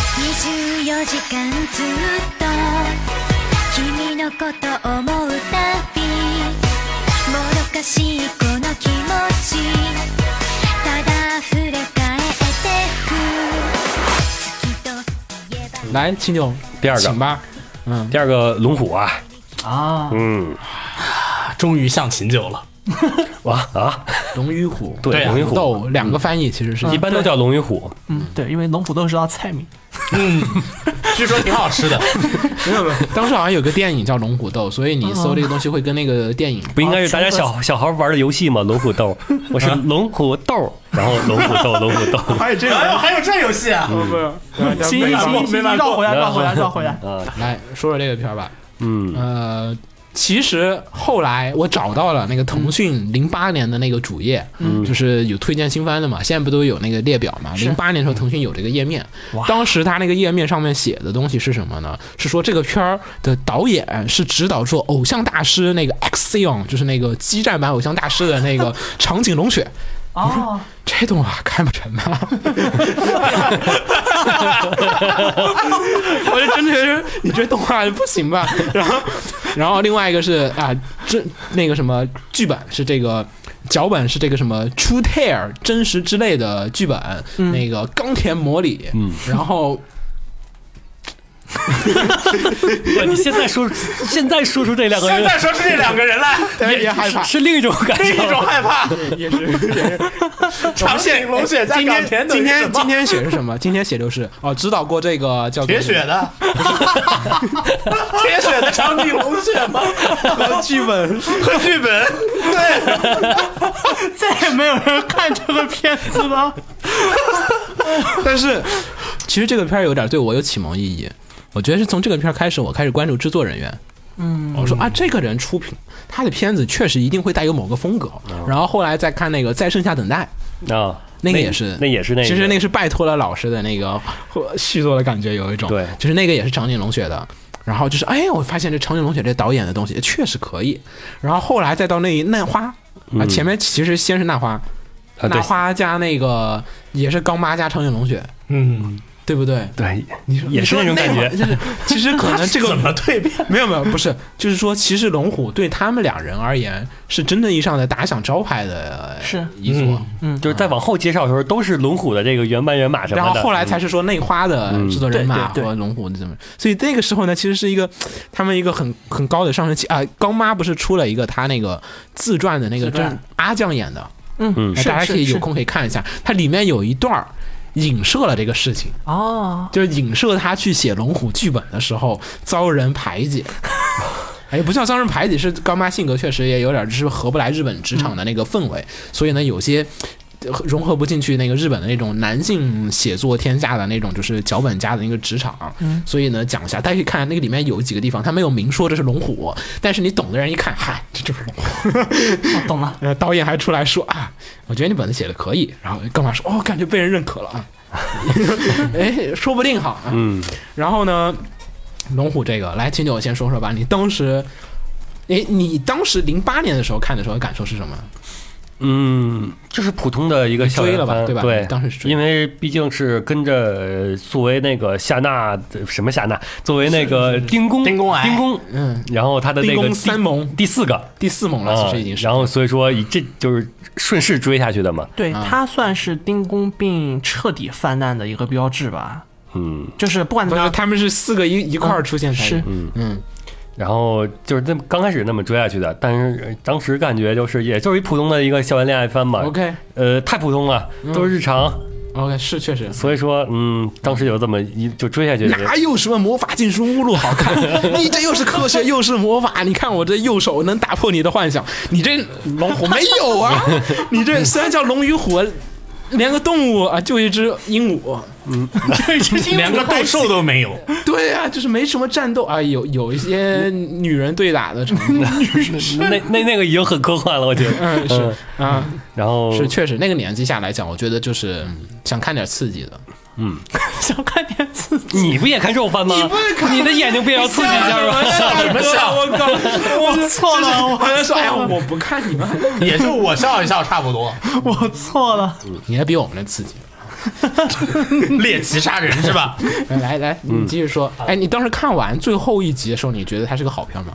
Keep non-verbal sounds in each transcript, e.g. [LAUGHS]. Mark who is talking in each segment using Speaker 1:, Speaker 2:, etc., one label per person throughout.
Speaker 1: 24時間ずっと君のこと思うたびもどかしいこの気持ちただ溢れ返ってく好きと言えば
Speaker 2: 来，青九，
Speaker 3: 第二个
Speaker 2: 请吧。嗯，
Speaker 3: 第二个龙虎啊，
Speaker 4: 啊，
Speaker 3: 嗯，
Speaker 4: 终于像秦九了。
Speaker 3: [LAUGHS] 哇啊，
Speaker 2: 龙与虎，
Speaker 3: 对
Speaker 4: 对啊
Speaker 3: 龙与
Speaker 2: 虎
Speaker 3: 虎，
Speaker 2: 斗两个翻译其实是
Speaker 3: 一般都叫龙与虎，
Speaker 5: 嗯，对，因为龙虎斗是道菜名，
Speaker 4: 据说挺好吃的，
Speaker 2: 没有没有。当时好像有个电影叫《龙虎斗》，所以你搜这个东西会跟那个电影
Speaker 3: [LAUGHS] 不应该是大家
Speaker 2: [LAUGHS]
Speaker 3: 小小孩玩的游戏吗？龙虎斗，我
Speaker 2: 啊
Speaker 3: 是龙虎斗，然后龙虎
Speaker 2: [LAUGHS]
Speaker 3: 斗，龙虎斗，
Speaker 5: 还有这
Speaker 3: 哎
Speaker 5: 个，还有这游戏啊！
Speaker 2: 嗯
Speaker 5: 行行行，行绕回来，绕回来，绕回来。
Speaker 2: 来说说这个片儿吧。
Speaker 3: 嗯
Speaker 2: 呃，其实后来我找到了那个腾讯零八年的那个主页，就是有推荐新番的嘛，现在不都有那个列表嘛？零八年的时候腾讯有这个页面，当时他那个页面上面写的东西是什么呢？是说这个片儿的导演是指导做《偶像大师》那个 Axion，就是那个激战版《偶像大师》的那个长井龙雪。
Speaker 5: 哦，
Speaker 2: 这动画看不成啊！ [LAUGHS] 我就真的觉得你这动画不行吧？然后，然后另外一个是啊，这那个什么剧本是这个。脚本是这个什么《True Tear》真实之类的剧本，那个冈田模里，
Speaker 3: 嗯，
Speaker 2: 然后
Speaker 3: 哇你现在说 [LAUGHS] 现在说出这两个人，
Speaker 4: 说出这两个人来，
Speaker 2: [LAUGHS] 特别害怕，
Speaker 3: 是另一种感
Speaker 4: 另一
Speaker 3: 觉。
Speaker 4: 种
Speaker 2: [LAUGHS]
Speaker 4: 害怕。
Speaker 2: 也是。
Speaker 4: 长颈龙血在
Speaker 2: 今
Speaker 4: 港
Speaker 2: 天
Speaker 4: 田
Speaker 2: 今天今天写的是什么？今天写的是哦，指导过这个叫做
Speaker 4: 铁血的，铁血的长颈龙血吗？和剧本，和剧本，对，
Speaker 5: 再也没有人看这个片子了。
Speaker 2: 但是， [LAUGHS] 其实这个片儿有点对我有启蒙意义。我觉得是从这个片儿开始，我开始关注制作人员。嗯，我说啊，这个人出品，他的片子确实一定会带有某个风格。然后后来再看那个《再剩下等待》，
Speaker 3: 啊，
Speaker 2: 那个也是，
Speaker 3: 嗯那也是那个，
Speaker 2: 其实那个是拜托了老师的那个或续作的感觉，有一种
Speaker 3: 对
Speaker 2: 就是那个也是长井龙雪的。然后就是，哎，我发现这长井龙雪这导演的东西确实可以。然后后来再到那那花啊，
Speaker 3: 嗯
Speaker 2: 前面其实先是那花，
Speaker 3: 啊
Speaker 2: 那
Speaker 3: 对
Speaker 2: 花加那个也是刚妈加长井龙雪，
Speaker 4: 嗯，
Speaker 2: 对不对？
Speaker 3: 对，也是那种感
Speaker 2: 那会
Speaker 3: 觉
Speaker 2: 儿，就是
Speaker 3: [LAUGHS]
Speaker 2: 其实可能这个
Speaker 4: 怎么蜕变？
Speaker 2: 没有没有，不是，就是说，其实龙虎对他们俩人而言是真正意义上的打响招牌的
Speaker 5: 是
Speaker 2: 一座，
Speaker 4: 嗯
Speaker 3: 就是再往后介绍的时候都是龙虎的这个原班人马什么
Speaker 2: 然
Speaker 3: 的。
Speaker 2: 后后来才是说内花的制作人马
Speaker 5: 嗯对对对
Speaker 2: 和龙虎怎么，所以那个时候呢，其实是一个他们一个很很高的上升期啊。刚妈不是出了一个他那个自传的那个，
Speaker 5: 自
Speaker 2: 就
Speaker 5: 传
Speaker 2: 是阿酱演的，
Speaker 5: 嗯，
Speaker 2: 哎
Speaker 5: 是
Speaker 2: 大家可以
Speaker 5: 是
Speaker 2: 有
Speaker 5: 是
Speaker 2: 空可以看一下，它里面有一段儿影射了这个事情。
Speaker 5: 哦，
Speaker 2: 就是影射他去写《龙虎》剧本的时候遭人排 [LAUGHS] 挤。哎，不叫遭人排挤，是干妈性格确实也有点儿就是合不来日本职场的那个氛围，所以呢，有些呃融合不进去那个日本的那种男性写作天下的那种就是脚本家的那个职场。嗯，所以呢，讲一下，大家可以看那个里面有几个地方，他没有明说这是龙虎，但是你懂的人一看，嗨，这就是 [LAUGHS] 龙虎。
Speaker 5: 我懂了。
Speaker 2: 呃，导演还出来说啊，我觉得你本子写的可以，然后干嘛说哦，感觉被人认可了 [LAUGHS] 啊，哎，说不定哈，
Speaker 3: 嗯，
Speaker 2: 然后呢，龙虎这个，来秦九先说说吧，你当时，哎，你当时零八年的时候看的时候感受是什么？
Speaker 3: 嗯，就是普通的一个校园
Speaker 2: 追了吧
Speaker 3: 番
Speaker 2: 对吧
Speaker 3: 对，
Speaker 2: 当时是追
Speaker 3: 因为毕竟是跟着呃作为那个夏娜什么夏娜，作为那个丁公
Speaker 4: 丁公癌
Speaker 3: 丁公，
Speaker 2: 嗯，
Speaker 3: 然后他的那
Speaker 2: 地
Speaker 3: 个
Speaker 2: 宫三萌
Speaker 3: 第第四个。
Speaker 2: 第四猛了，
Speaker 3: 啊
Speaker 2: 其实已经，是，
Speaker 3: 然后所以说以这就是顺势追下去的嘛，
Speaker 5: 对
Speaker 2: 啊
Speaker 5: 他算是丁公病彻底泛滥的一个标志吧，
Speaker 3: 嗯，
Speaker 5: 就是不管
Speaker 2: 不是
Speaker 5: 他
Speaker 2: 他们是四个一一块儿出现才
Speaker 3: 哦
Speaker 5: 是
Speaker 2: 嗯，
Speaker 3: 然后就是那么刚开始那么追下去的，但是呃当时感觉就是也就是一普通的一个校园恋爱番嘛
Speaker 2: OK 嗯
Speaker 3: 呃，太普通了，都是日常，
Speaker 2: OK 哦是确实。
Speaker 3: 所以说嗯，当时有这么一就追下去，
Speaker 2: [LAUGHS] 哪有什么魔法禁书目录好
Speaker 3: [LAUGHS]
Speaker 2: 看？你这又是科学又是魔法，你看我这右手能打破你的幻想，你这龙虎没有
Speaker 3: [LAUGHS]
Speaker 2: 啊？你这虽然叫龙与虎，连个动物啊就一只鹦鹉，
Speaker 4: 连个斗兽都没 [LAUGHS] 有，
Speaker 2: 对啊，就是没什么战斗啊，有有一些女人对打的成分， [LAUGHS]
Speaker 3: 那那那个已经很科幻了，我觉得。
Speaker 2: 嗯是啊，
Speaker 3: 然后
Speaker 2: 是确实那个年纪下来讲，我觉得就是嗯想看点刺激的，
Speaker 5: 想看点刺激，
Speaker 3: 你不也看肉番吗？你的眼睛不也要刺激一
Speaker 2: [LAUGHS]
Speaker 3: 下吗？
Speaker 2: 笑什么笑？我靠！
Speaker 5: 我错了，
Speaker 2: 我在说，哎呀，
Speaker 5: 我
Speaker 2: 我不看你们，
Speaker 4: 也就我笑一笑差不多。
Speaker 5: 我错了，
Speaker 2: 你还比我们那刺激。
Speaker 4: 猎奇杀人是吧？
Speaker 2: 来来来，你继续说。哎，你当时看完最后一集的时候，你觉得它是个好片吗？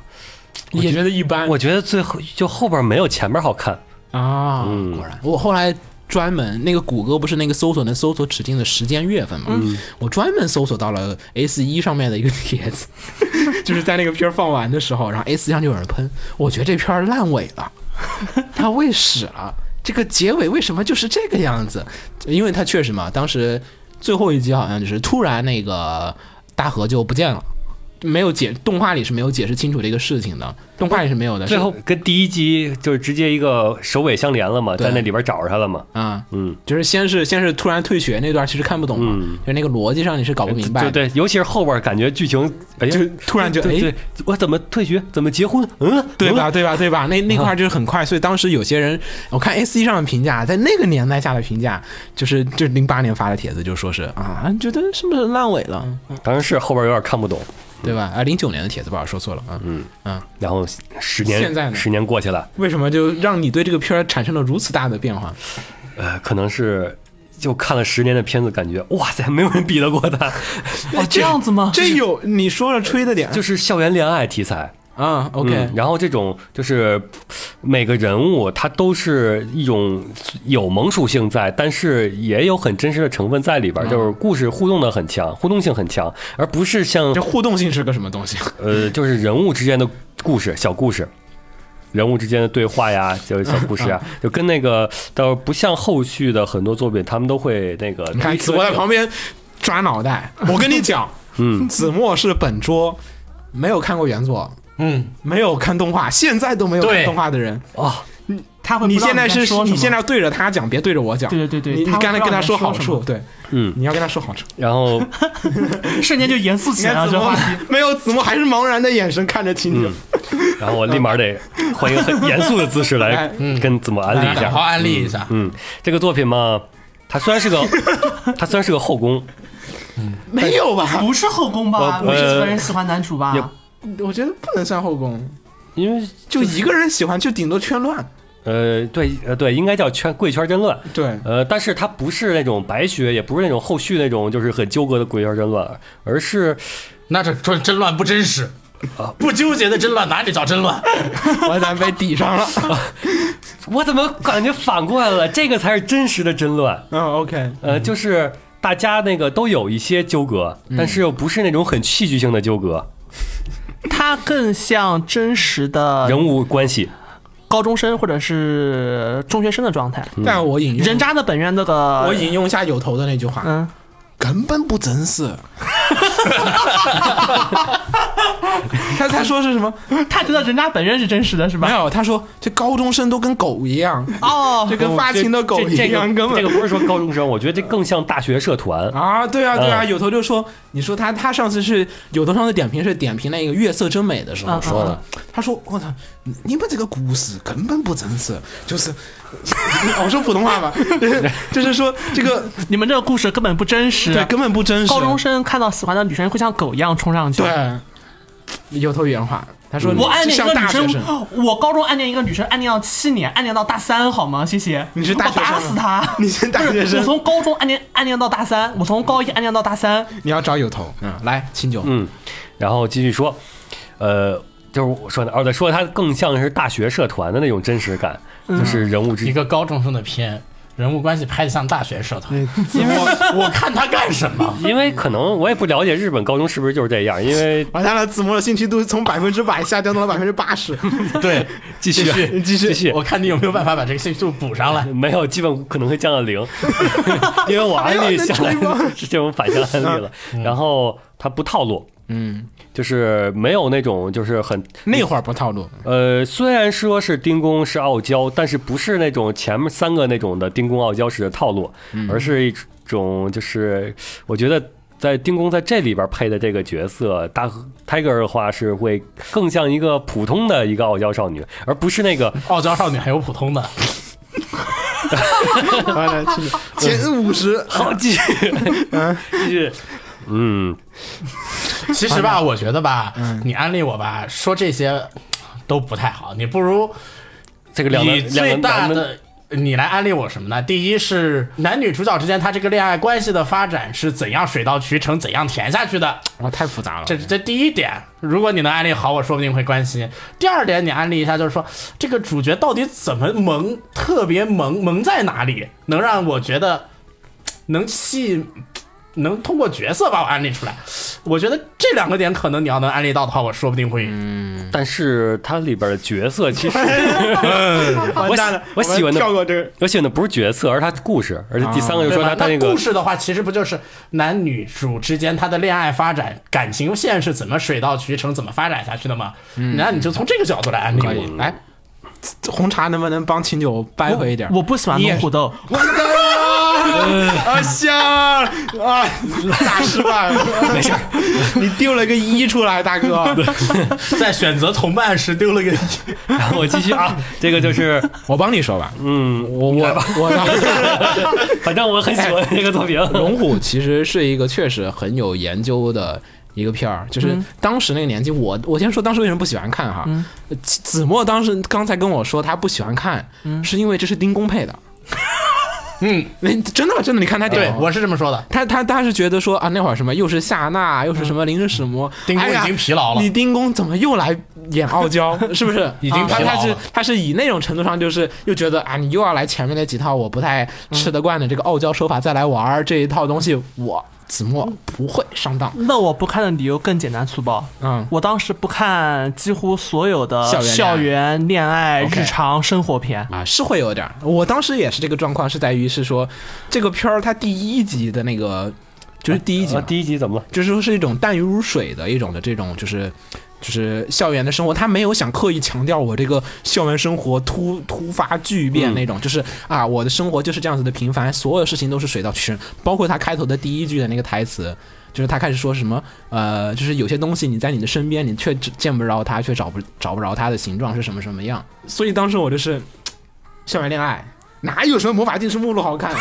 Speaker 3: 我
Speaker 2: 你也觉得一般
Speaker 3: 我觉得最后就后边没有前边好看。
Speaker 2: 啊？
Speaker 3: 嗯
Speaker 2: 果然，我后来专门那个谷歌不是那个搜索能搜索指定的时间月份嘛？
Speaker 3: 嗯
Speaker 2: 我专门搜索到了 S 一上面的一个帖子， [LAUGHS] 就是在那个片儿放完的时候，然后 S 上就有人喷，我觉得这片儿烂尾
Speaker 3: [LAUGHS]
Speaker 2: 了，它喂屎了。这个结尾为什么就是这个样子？因为它确实嘛，当时最后一集好像就是突然那个大河就不见了，没有解动画里是没有解释清楚这个事情的，动画里是没有的。
Speaker 3: 最后跟第一集就是直接一个首尾相连了嘛，
Speaker 2: 对
Speaker 3: 在那里边找着他了嘛。
Speaker 2: 啊、
Speaker 3: 嗯
Speaker 2: 就是先是先是突然退学那段，其实看不懂嘛，
Speaker 3: 嗯，
Speaker 2: 就是那个逻辑上你是搞不明白
Speaker 3: 就
Speaker 2: 的，
Speaker 3: 对，尤其是后边感觉剧情，哎呀，
Speaker 2: 就突然就
Speaker 3: 对
Speaker 2: 哎
Speaker 3: 对，我怎么退学？怎么结婚？嗯，
Speaker 2: 对
Speaker 3: 嗯？
Speaker 2: 吧？对吧？对吧？那那块儿就是很快，所以当时有些人，我 [LAUGHS] 看 S E 上的评价，在那个年代下的评价，就是就零八年发的帖子，就说是啊，觉得是不是烂尾了，
Speaker 3: 嗯当然是后边有点看不懂。
Speaker 2: 对吧？啊，零九年的帖子不好说错了啊。
Speaker 3: 嗯
Speaker 2: 嗯，
Speaker 3: 然后十年，
Speaker 2: 现在呢
Speaker 3: 十年过去了，
Speaker 2: 为什么就让你对这个片儿产生了如此大的变 [LAUGHS] 化？
Speaker 3: 呃，可能是就看了十年的片子，感觉哇塞，没有人比得过他， [LAUGHS]
Speaker 5: 哦，这样子吗？
Speaker 2: 这有你说了吹的点
Speaker 3: 就是校园恋爱题材。
Speaker 2: 啊，OK，
Speaker 3: 嗯，然后这种就是每个人物他都是一种有萌属性在，但是也有很真实的成分在里边儿，
Speaker 2: 嗯
Speaker 3: 就是故事互动的很强，互动性很强，而不是像
Speaker 2: 这互动性是个什么东西？
Speaker 3: 呃就是人物之间的故事小故事。人物之间的对话呀，就是小故事啊，
Speaker 2: 嗯
Speaker 3: 就跟那个倒不像后续的很多作品，他们都会那个。
Speaker 2: [LAUGHS] 你看子墨在旁边抓脑 [LAUGHS] 袋，我跟你讲，
Speaker 3: 嗯，
Speaker 2: 子墨是本桌没有看过原作，
Speaker 4: 嗯，
Speaker 2: 没有看动画，现在都没有看
Speaker 4: 对
Speaker 2: 动画的人。
Speaker 3: 哦，
Speaker 5: 他会不
Speaker 2: 你
Speaker 5: 知道
Speaker 2: 现在是
Speaker 5: 在说什
Speaker 2: 你
Speaker 5: 么
Speaker 2: 现在要对着他讲，别对着我讲。
Speaker 5: 对对对对，
Speaker 2: 你你
Speaker 5: 他会
Speaker 2: 刚才
Speaker 5: 不知道
Speaker 2: 跟他
Speaker 5: 在
Speaker 2: 说
Speaker 5: 说
Speaker 2: 好
Speaker 5: 什
Speaker 2: 处，
Speaker 5: 么，
Speaker 2: 对，
Speaker 3: 嗯
Speaker 2: 你要跟他说好处。
Speaker 3: 然后
Speaker 5: 瞬间就严肃起来了。这话题，
Speaker 2: [LAUGHS] 没有子墨还是茫然的眼神看着秦九
Speaker 3: 嗯，然后我立马得换一个很严肃的姿势来
Speaker 2: [LAUGHS] 嗯
Speaker 3: 跟子墨安利一
Speaker 4: 好
Speaker 3: 下
Speaker 4: 好。安利一下。
Speaker 3: 嗯，这个作品嘛，它虽
Speaker 2: [LAUGHS]
Speaker 3: 然是个，它虽然是个后宫，
Speaker 2: 没有吧？
Speaker 5: 不是后宫吧？
Speaker 3: 我
Speaker 5: 不是
Speaker 3: 呃
Speaker 5: 几个人喜欢男主吧？
Speaker 3: 也
Speaker 2: [LAUGHS] 我觉得不能算后宫，
Speaker 3: 因为
Speaker 2: 就一个人喜欢，就顶多圈乱。
Speaker 3: 呃，对呃对，应该叫圈贵圈争乱。
Speaker 2: 对，
Speaker 3: 呃，但是它不是那种白学，也不是那种后续那种就是很纠葛的贵圈争乱，而是
Speaker 4: 那这说真乱不真实啊，不纠结的真乱哪里叫真乱？
Speaker 2: [LAUGHS] 我咱被抵上了。
Speaker 5: [LAUGHS]
Speaker 3: 我怎么感觉反过来
Speaker 2: [LAUGHS]
Speaker 3: 了？这个才是真实的争乱。
Speaker 2: 嗯，OK，
Speaker 3: 呃，就是大家那个都有一些纠葛，但是又不是那种很戏剧性的纠葛，
Speaker 5: 他更像真实
Speaker 2: 啊
Speaker 5: 的
Speaker 3: 人物关系。
Speaker 5: 高中生或者是中学生的状态。
Speaker 2: 但我引用
Speaker 5: 人渣的本源那
Speaker 6: 呃
Speaker 5: 个，
Speaker 2: 嗯我引用一下有头的那句话，
Speaker 5: 嗯，
Speaker 2: 根本不真实。他他说是什么？
Speaker 5: 他觉得人渣本源是真实的，是
Speaker 2: 没
Speaker 5: 吧？
Speaker 2: 有，他说这高中生都跟狗一样，
Speaker 5: 哦
Speaker 2: 就，跟发情的狗
Speaker 3: 这
Speaker 2: 一
Speaker 3: 这这
Speaker 2: 样，
Speaker 3: 个
Speaker 2: 根本
Speaker 3: 这个不是说高中生，我觉得这更像大学社团。
Speaker 2: 啊，对啊，对啊，
Speaker 3: 嗯
Speaker 2: 有头就说，你说他他上次是有头上次点评是点评那个《月色真美》的时候
Speaker 5: 嗯
Speaker 2: 说
Speaker 5: 嗯
Speaker 2: 的，他说我操，你你们这个故事根本不真实，就是，我说普通话吧， [LAUGHS] 就是就是说这个
Speaker 5: 你们这个故事根本不真
Speaker 6: [LAUGHS]
Speaker 5: 实。
Speaker 6: 啊
Speaker 2: 对根本不真实，
Speaker 5: 高中生看到喜欢的女生会像狗一样冲上去。
Speaker 2: 对，有头原话，他
Speaker 6: 嗯
Speaker 2: 说
Speaker 5: 我暗
Speaker 2: 你
Speaker 5: 恋一
Speaker 2: 像
Speaker 5: 个
Speaker 2: 大
Speaker 5: 女
Speaker 2: 学生，
Speaker 5: 生，我高中暗恋一个女生，暗恋了七年，暗恋到大三，好吗？谢谢。
Speaker 2: 你是大学
Speaker 5: 我
Speaker 2: 生吗
Speaker 5: 打死她！
Speaker 2: [LAUGHS] 你是大
Speaker 5: 不
Speaker 2: 学
Speaker 5: 是，我
Speaker 2: 生，
Speaker 5: 从高中暗恋暗恋到大三，我从高一暗恋到大三，
Speaker 2: 你要找有头，嗯，来秦九，
Speaker 3: 嗯，然后继续说，呃，就是我说的，哦，对，说它更像是大学社团的那种真实感，就是人物之
Speaker 4: 嗯一
Speaker 3: 间。
Speaker 4: 个高中生的片，人物关系拍得像大学社团，我我看他干什么？
Speaker 3: 因为可能我也不了解日本高中是不是就是这样，因
Speaker 4: [LAUGHS]
Speaker 3: 为
Speaker 2: 完蛋了，子墨的兴趣度从百分之百下降到了百分之八十，
Speaker 4: 对，继
Speaker 3: 续
Speaker 4: 继
Speaker 3: 继续
Speaker 4: 我看你有没有办法把这个信息度补上来。
Speaker 3: 没有，基本可能会降到零， [LAUGHS] 因为我安利下来是这种反向安利了。
Speaker 4: 嗯
Speaker 3: 然后它不套路，
Speaker 2: 嗯，
Speaker 3: 就是没有那种就是很
Speaker 2: 那会儿不套路，
Speaker 3: 呃，虽然说是丁公是傲娇，但是不是那种前面三个那种的丁公傲娇式的套路，而是一种就是我觉得。在丁公在这里边配的这个角色，大 Tiger 的话是会更像一个普通的一个傲娇少女，而不是那个 [LAUGHS]
Speaker 4: 傲娇少女还有普通的，
Speaker 2: 完了，秦九前五十。
Speaker 3: 好继续，继续，嗯，
Speaker 4: 其实吧，我觉得吧，你安利我吧，说这些都不太好，你不如
Speaker 3: 这个两
Speaker 4: 以
Speaker 3: 男两
Speaker 4: 最
Speaker 3: 男
Speaker 4: 大
Speaker 3: 男
Speaker 4: 的你来安利我什么呢？第一是男女主角之间他这个恋爱关系的发展是怎样水到渠成、怎样甜下去的，
Speaker 2: 啊，太复杂了。
Speaker 3: 哦
Speaker 4: 这这第一点。如果你能安利好，我说不定会关心。第二点，你安利一下，就是说这个主角到底怎么萌，特别萌，萌在哪里，能让我觉得能吸引。能通过角色把我安利出来，我觉得这两个点可能你要能安利到的话，我说不定会。
Speaker 3: 嗯但是它里边的角色 [LAUGHS] 其实我
Speaker 5: 完
Speaker 3: 喜
Speaker 5: 蛋了，
Speaker 3: 我喜欢
Speaker 5: 们跳
Speaker 3: 的
Speaker 5: 过这个。
Speaker 3: 我喜欢的不是角色，而是它的故事。而且第三个就
Speaker 4: 对
Speaker 3: 说
Speaker 4: 吧
Speaker 3: 它它
Speaker 4: 那
Speaker 3: 那个
Speaker 4: 故事的话，其实不就是男女主之间他的恋爱发展、感情线是怎么水到渠成、怎么发展下去的吗？然后你就从这个角度来安
Speaker 2: 嗯
Speaker 4: 利
Speaker 2: 可以
Speaker 4: 我。
Speaker 2: 来，这红茶能不能帮秦九掰回一点？
Speaker 6: 我不喜欢龙虎斗，
Speaker 5: 啊香啊，大失败
Speaker 2: [LAUGHS]
Speaker 5: 了。没事，
Speaker 2: 你丢了个一出来，大哥。 [LAUGHS]
Speaker 4: 在选择同伴时丢了个 [LAUGHS]
Speaker 3: 我继续 [LAUGHS] 啊，这个就是
Speaker 2: 我帮你说吧，
Speaker 3: 嗯，
Speaker 2: 我我我
Speaker 3: 反正我很喜
Speaker 2: 哎
Speaker 3: 欢这个作品。
Speaker 2: [LAUGHS] 龙虎其实是一个确实很有研究的。一个片儿，就是当时那个年纪，我我先说当时为什么不喜欢看哈。呃子子墨当时刚才跟我说他不喜欢看，是因为这是丁公配的。
Speaker 4: 嗯，
Speaker 2: [LAUGHS] 那真的真的，你看他点
Speaker 4: 对
Speaker 2: 头，
Speaker 4: 我是这么说的。
Speaker 2: 他他他是觉得说啊，那会儿什么又是夏娜，又是什么临时使魔，
Speaker 4: 嗯丁公
Speaker 2: 哎呀
Speaker 4: 已经疲劳了
Speaker 2: 你丁公怎么又来演傲
Speaker 4: [LAUGHS]
Speaker 2: 娇？是不是？啊
Speaker 4: 已经
Speaker 2: 他
Speaker 4: 疲劳
Speaker 2: 他是
Speaker 4: 了
Speaker 2: 他是以那种程度上，就是又觉得啊，你又要来前面那几套我不太
Speaker 4: 嗯
Speaker 2: 吃得惯的这个傲娇手法再来玩儿这一套东西，我子墨不会上当。
Speaker 6: 那我不看的理由更简单粗暴。
Speaker 2: 嗯，
Speaker 6: 我当时不看几乎所有的
Speaker 2: 校园恋爱
Speaker 6: 校园恋爱、
Speaker 2: OK
Speaker 6: 日常生活片，
Speaker 2: 啊，是会有点儿。我当时也是这个状况，是在于是说这个片儿它第一集的那个就是呃第一集嘛
Speaker 3: 啊，第一集怎么了？
Speaker 2: 就是说是一种淡如水的一种的这种就是。就是校园的生活，他没有想刻意强调我这个校园生活突突发巨变
Speaker 3: 嗯
Speaker 2: 那种，就是啊，我的生活就是这样子的平凡，所有事情都是水到渠成，包括他开头的第一句的那个台词，就是他开始说什么呃，就是有些东西你在你的身边，你却只见不着它，却找不找不着它的形状是什么什么样，所以当时我就是嘖校园恋爱，哪有什么魔法禁书目录好看， [LAUGHS]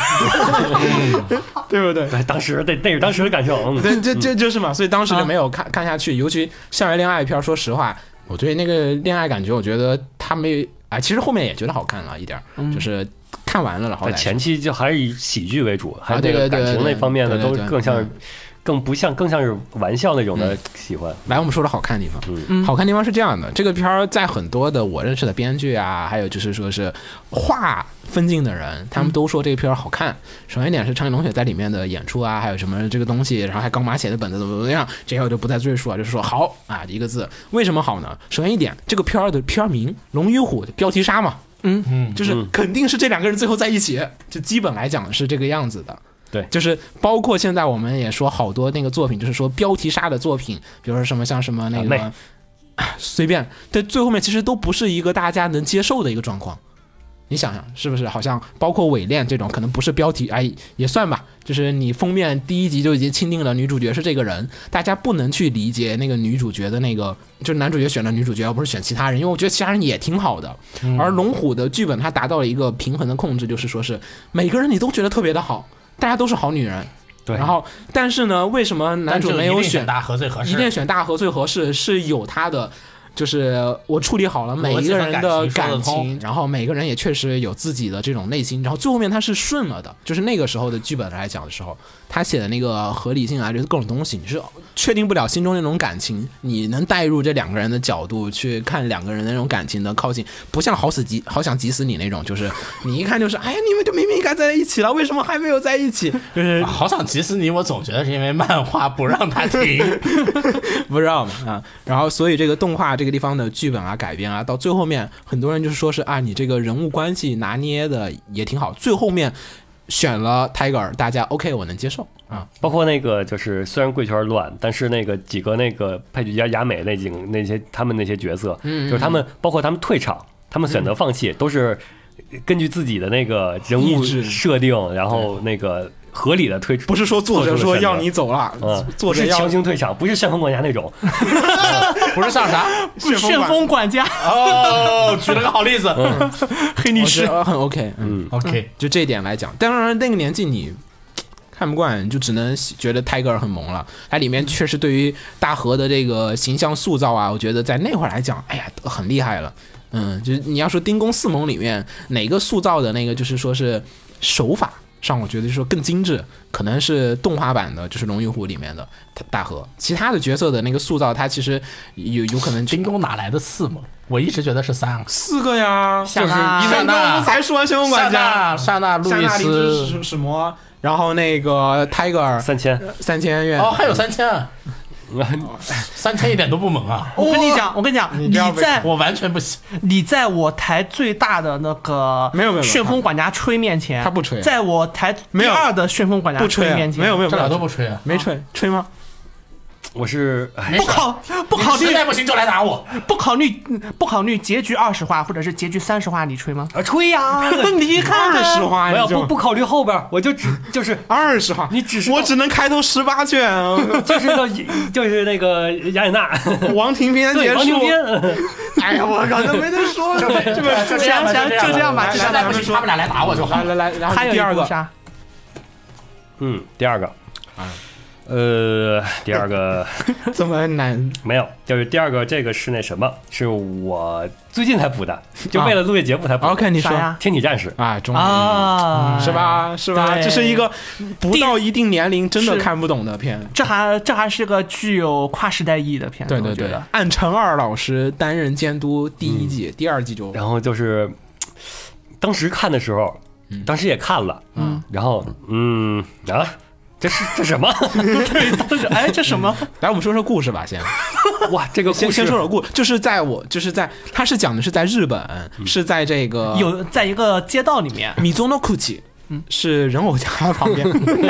Speaker 2: 对不对？
Speaker 3: 对，哎当时对，那是当时的感受。嗯
Speaker 2: [LAUGHS]
Speaker 3: 啊
Speaker 2: 对，这这就是嘛，所以当时就没有看、看下去。尤其校园恋爱片儿，说实话，我对那个恋爱感觉，我觉得他没哎，其实后面也觉得好看了一点儿，就是看完了了，好
Speaker 3: 嗯但
Speaker 2: 歹
Speaker 3: 前期就还是以喜剧为主，还有
Speaker 2: 对
Speaker 3: 那
Speaker 2: 对
Speaker 3: 个感
Speaker 2: 对
Speaker 3: 情那
Speaker 2: 对
Speaker 3: 方面的
Speaker 2: 对对
Speaker 3: 都
Speaker 2: 对
Speaker 3: 更像
Speaker 2: 嗯，
Speaker 3: 更不像，更像是玩笑那种的喜欢。嗯
Speaker 2: 来我们说说好看的地方。好看的地方是这样的，这个片儿在很多的我认识的编剧啊，还有就是说是画分镜的人，他们都说这个片儿好看。首先一点是长井龙雪在里面的演出啊，还有什么这个东西，然后还刚马写的本子怎么怎么样，这些我就不再赘述了。就是说好啊，一个字，为什么好呢？首先一点，这个片儿的片名《龙与虎》标题杀嘛，
Speaker 6: 嗯
Speaker 2: 嗯，就是
Speaker 3: 嗯
Speaker 2: 肯定是这两个人最后在一起，就基本来讲是这个样子的。
Speaker 3: 对
Speaker 2: 就是包括现在我们也说好多那个作品，就是说标题杀的作品，比如说什么像什么那
Speaker 3: 啊
Speaker 2: 个、
Speaker 3: 那
Speaker 2: 随便，但最后面其实都不是一个大家能接受的一个状况。你想想是不是？好像包括伪恋这种，可能不是标题，哎，也算吧。就是你封面第一集就已经钦定了女主角是这个人，大家不能去理解那个女主角的那个，就是男主角选了女主角，而不是选其他人，因为我觉得其他人也挺好的。
Speaker 3: 嗯
Speaker 2: 而龙虎的剧本它达到了一个平衡的控制，就是说是每个人你都觉得特别的好，大家都是好女人。
Speaker 3: 对
Speaker 2: 然后，但是呢，为什么男主没有选
Speaker 4: 大和最合
Speaker 2: 一
Speaker 4: 适？
Speaker 2: 定选大和最合适，是有他的，就是我处理好了每一个人
Speaker 4: 逻
Speaker 2: 的
Speaker 4: 辑和感情说得
Speaker 2: 感
Speaker 4: 通
Speaker 2: 情，然后每个人也确实有自己的这种内心，然后最后面他是顺了的，就是那个时候的剧本来讲的时候，他写的那个合理性啊，就是各种东西，你是确定不了心中那种感情，你能带入这两个人的角度去看两个人的那种感情的靠近，不像好死急好想急死你那种，就是你一看就是，哎呀，你们就明明该在一起了，为什么还没有在一起？就是
Speaker 4: 好想急死你！我总觉得是因为漫画不让
Speaker 2: [LAUGHS]
Speaker 4: 他停。
Speaker 2: 不知道嘛啊。然后所以这个动画这个地方的剧本啊改编啊，到最后面很多人就是说是啊，你这个人物关系拿捏的也挺好，最后面。选了 Tiger，大家 OK，我能接受啊。
Speaker 3: 包括那个就是虽然贵圈乱，但是那个几个那个配角加雅美那几个那些他们那些角色，
Speaker 2: 嗯
Speaker 3: 就是他们包括他们退场，他们选择放弃，都是根据自己的那个人物
Speaker 2: 意志
Speaker 3: 设定，然后那个合理的退出，
Speaker 2: 不是说作者
Speaker 3: 做出
Speaker 2: 说
Speaker 3: 了选择
Speaker 2: 要你走
Speaker 4: [LAUGHS]
Speaker 2: 了，
Speaker 3: 嗯，
Speaker 2: 作
Speaker 3: 不
Speaker 2: 者
Speaker 3: 是
Speaker 2: 要
Speaker 3: 强行退场，不是旋风管家那种，
Speaker 4: 不是像啥？
Speaker 6: 旋
Speaker 5: 风
Speaker 6: 风管家，
Speaker 4: 哦，举了个好例子。
Speaker 6: 黑历
Speaker 2: [LAUGHS] 嗯我觉
Speaker 6: 史，
Speaker 2: 得很 OK，嗯，
Speaker 4: OK，
Speaker 2: 就这一点来讲，当然那个年纪你看不惯，就只能觉得泰戈尔很萌了。它里面确实对于大河的这个形象塑造啊，我觉得在那会儿来讲，哎呀，很厉害了。嗯，就是你要说《丁公四盟》里面哪个塑造的那个，就是说是手法上，我觉得就是说更精致，可能是动画版的，就是《龙与虎》里面的大河，其他的角色的那个塑造，它其实有有可能就
Speaker 4: 金工哪来的四盟？我一直觉得是三啊。
Speaker 2: 四个呀，
Speaker 4: 就是
Speaker 6: 啊
Speaker 4: 伊
Speaker 2: 上
Speaker 4: 万
Speaker 2: 周我
Speaker 4: 娜
Speaker 2: 们、才说神龙管家，
Speaker 4: 刹那、路
Speaker 2: 夏
Speaker 4: 易
Speaker 2: 纳林之
Speaker 4: 斯，
Speaker 2: 史史魔，然后那个 Tiger
Speaker 3: 三千，
Speaker 2: 三千嗯院，
Speaker 4: 哦，还有三千啊， [LAUGHS] 三千一点都不萌啊，
Speaker 6: 我跟你讲，我跟你讲，
Speaker 5: 你
Speaker 6: 你
Speaker 5: 这样被
Speaker 6: 在
Speaker 4: 我完全不行。
Speaker 6: 你在我台最大的那个
Speaker 2: 没有没有没有
Speaker 6: 旋风管家吹面前，
Speaker 2: 他不吹
Speaker 6: 在我台
Speaker 2: 没
Speaker 6: 第
Speaker 2: 有
Speaker 6: 二的旋风管家
Speaker 2: 不吹啊，
Speaker 6: 面前，
Speaker 2: 没有没有
Speaker 4: 这
Speaker 2: 没
Speaker 4: 俩都
Speaker 2: 有，
Speaker 4: 不吹啊，
Speaker 2: 没吹吹吗？
Speaker 3: 我是哎
Speaker 6: 不考不考虑
Speaker 4: 实在不行就来
Speaker 6: [LAUGHS]
Speaker 4: 打我。
Speaker 6: 不考虑不考虑结局二十话或者是结局三十话，你吹吗？啊，吹呀！
Speaker 3: [LAUGHS]
Speaker 6: 你看
Speaker 2: 二十话，
Speaker 3: 我要
Speaker 2: 啊你就
Speaker 3: 不不考虑后边儿，我就 [LAUGHS] 只就是
Speaker 2: 二十话，
Speaker 3: 你只是
Speaker 2: 我只能开头十八卷，
Speaker 3: 就是 [LAUGHS] 那就是那个雅典娜， [LAUGHS]
Speaker 2: 王庭平安结
Speaker 3: 对王
Speaker 2: 束
Speaker 3: 定。边，
Speaker 2: 哎呀，我靠，那没得说了，
Speaker 4: [LAUGHS]
Speaker 2: 这个
Speaker 4: 就这样吧，
Speaker 6: 行行
Speaker 4: 就
Speaker 6: 就这样吧
Speaker 4: 来
Speaker 6: 就这
Speaker 4: 实
Speaker 6: 样吧
Speaker 4: 在不行，他们俩来打我就好
Speaker 2: 来。来来，然
Speaker 6: 还
Speaker 2: 后
Speaker 6: 有
Speaker 2: 第二
Speaker 6: 一部啊
Speaker 2: 个
Speaker 6: 啥？
Speaker 3: [LAUGHS] 嗯，第二个，呃，第二个
Speaker 2: 怎么难？
Speaker 3: 没有，就是第二个这个是那什么，是我最近才补的，就为了录这节目才补的。
Speaker 2: 我哦看你说
Speaker 6: 啥呀？
Speaker 3: 天体战士，
Speaker 2: 啊，终于
Speaker 6: 啊，
Speaker 2: 是？吧？是吧？
Speaker 6: 对
Speaker 2: 这是一个不
Speaker 6: 第
Speaker 2: 到一定年龄真的
Speaker 6: 是
Speaker 2: 看不懂的片。
Speaker 6: 这还这还是个具有跨时代意义的片子，
Speaker 2: 对对
Speaker 6: 我觉
Speaker 2: 对
Speaker 6: 得。，
Speaker 2: 按陈二老师担任监督第一季，第二季就
Speaker 3: 然后就是当时看的时候，当时也看了，嗯，然后嗯啊，这是这什么？
Speaker 6: 哎，这什
Speaker 2: [LAUGHS]
Speaker 6: 么？
Speaker 2: 来，我们说说故事吧，先
Speaker 3: 哇，这个
Speaker 2: 先
Speaker 3: 故
Speaker 2: 先
Speaker 3: 事
Speaker 2: 说说故，就是在我就是在他是讲的是在日本，是在这个
Speaker 6: 有在一个街道里面，
Speaker 2: 米宗诺库奇。是人偶家旁边，真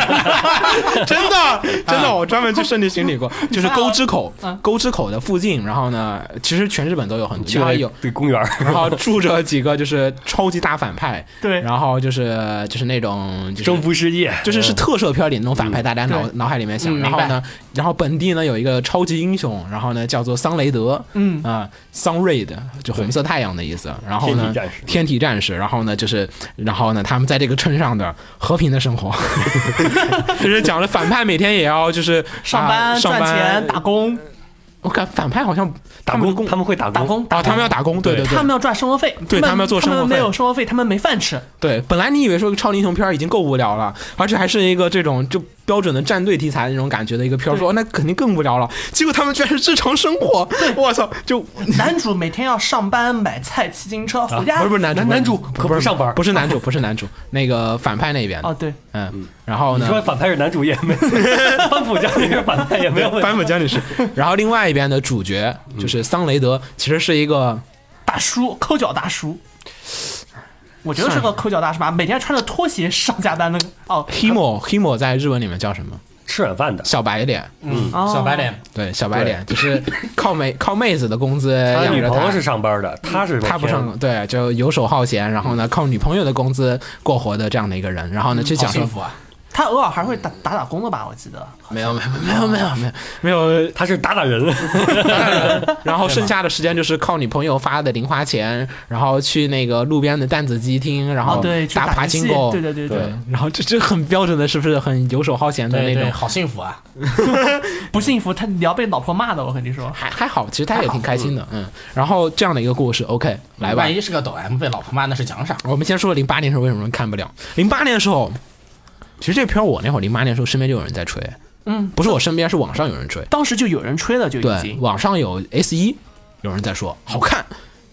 Speaker 2: 的真的，我专门去圣地巡礼过，就是沟之口
Speaker 6: 嗯，
Speaker 2: 沟之口的附近。然后呢，其实全日本都有很多，
Speaker 3: 去
Speaker 2: 然后
Speaker 3: 了
Speaker 2: 有，
Speaker 3: 对公园儿，
Speaker 2: 然后住着几个就是超级大反派，
Speaker 6: 对
Speaker 2: 然后就是就是那种就是
Speaker 3: 征服世界，
Speaker 2: 就是是特摄片里那种反派，大家脑、
Speaker 6: 对
Speaker 2: 脑海里面想。
Speaker 4: 嗯
Speaker 2: 然后
Speaker 4: 明白
Speaker 2: 呢，然后本地呢有一个超级英雄，然后呢叫做桑雷德，嗯啊、桑瑞的就红色太阳的意思。然后呢
Speaker 3: 天体战士，
Speaker 2: 天体战士，然后呢就是，然后呢他们在这个村上的和平的生活，就是讲了反派每天也要就是
Speaker 6: 上
Speaker 2: 啊
Speaker 6: 班
Speaker 2: 上
Speaker 6: 赚
Speaker 2: 班呃
Speaker 6: 钱打。工，
Speaker 2: 我看反派好像
Speaker 3: 打
Speaker 2: 他们
Speaker 3: 工，他们会打
Speaker 6: 打
Speaker 3: 工，
Speaker 6: 工，
Speaker 2: 啊，他们要打工，对对
Speaker 3: 对
Speaker 2: 对，
Speaker 6: 他们要赚生活费，
Speaker 2: 对他们要做生活
Speaker 6: 他
Speaker 2: 费
Speaker 6: 们没有生活费，他们没饭吃。 [LAUGHS]
Speaker 2: 对，本来你以为说个超级英雄片儿已经够无聊了，而且还是一个这种就标准的战队题材那种感觉的一个片儿，说那肯定更无聊了。结果他们居然是日常生活，我操！就
Speaker 6: 男主每天要上班买菜、骑自行车回家。
Speaker 2: 啊不是不是男主
Speaker 3: 男男主可不
Speaker 2: 是
Speaker 3: 上班
Speaker 2: 不是男主，不是男主， [LAUGHS] 那个反派那边的
Speaker 6: 哦，对，
Speaker 2: 嗯，然后
Speaker 3: 你说
Speaker 2: 呢？
Speaker 3: 反派是男主也
Speaker 2: [LAUGHS]
Speaker 3: 没，班普将军是反派也没有问
Speaker 2: 版
Speaker 3: 题。
Speaker 2: 本将军是， [LAUGHS] 然后另外一边的主角
Speaker 3: 嗯
Speaker 2: 就是桑雷德，其实是一个
Speaker 6: 大叔抠脚大叔，我觉得是个抠脚大叔吧，每天穿着拖鞋上下班那个。哦
Speaker 2: himo himo 在日文里面叫什么？
Speaker 3: 吃软饭的，
Speaker 2: 小白脸，
Speaker 4: 嗯，
Speaker 6: 哦
Speaker 4: 小白脸，
Speaker 2: 对，小白脸就是靠妹靠妹子的工资
Speaker 3: 他
Speaker 2: 养
Speaker 3: 女
Speaker 2: 着
Speaker 3: 朋
Speaker 2: 他
Speaker 3: 友是。上班的，他是
Speaker 2: 他不上对，就游手好闲，然后
Speaker 6: 嗯
Speaker 2: 呢靠女朋友的工资过活的这样的一个人，然后呢去
Speaker 4: 好
Speaker 2: 讲说
Speaker 4: 幸福啊！
Speaker 6: 他偶尔还会打打打工的吧？我记得
Speaker 2: [LAUGHS] 没有没有没有没有没有没有，
Speaker 3: 他是打打人，
Speaker 2: 嗯然后剩下的时间就是靠女朋友发的零花钱，然后去那个路边的弹子机厅，然后
Speaker 6: 哦对去
Speaker 2: 打
Speaker 6: 打
Speaker 2: 爬
Speaker 6: 游戏
Speaker 2: 行狗，
Speaker 6: 对对对对
Speaker 2: 对，然后这这很标准的，是不是很游手好闲的那
Speaker 4: 对对，
Speaker 2: 种？
Speaker 4: 好幸福啊！
Speaker 6: 不幸福，他你要被老婆骂的。我跟你说，
Speaker 2: 还还好，其实他也挺开心的，嗯。然后这样的一个故事，OK，来吧
Speaker 4: 万，一是个抖 M 被老婆骂，那是奖赏。
Speaker 2: 我们先说零八年时候为什么看不了。零八年的时候，其实这片儿我那会儿零八年的时候身边就有人在吹，
Speaker 6: 嗯，
Speaker 2: 不是我身边，是网上有人吹。
Speaker 6: 当时就有人吹了，就已
Speaker 2: 对，
Speaker 6: 经
Speaker 2: 网上有 S 一，有人在说好看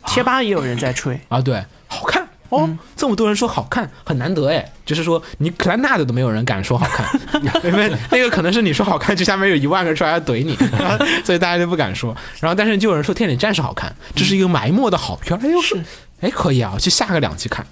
Speaker 6: 贴吧也有人在吹。
Speaker 2: 啊，对，好看哦，
Speaker 6: 嗯
Speaker 2: 这么多人说好看，很难得哎。就是说，你克兰纳的都没有人敢说好看， [LAUGHS] 因为那个可能是你说好看，就下面有一万个人出来要怼你， [LAUGHS] 然后所以大家就不敢说。然后，但是就有人说《天体战士》好看，这是一个埋没的好片儿。哎呦，
Speaker 6: 是
Speaker 2: 哎，可以啊，我去下个两期看。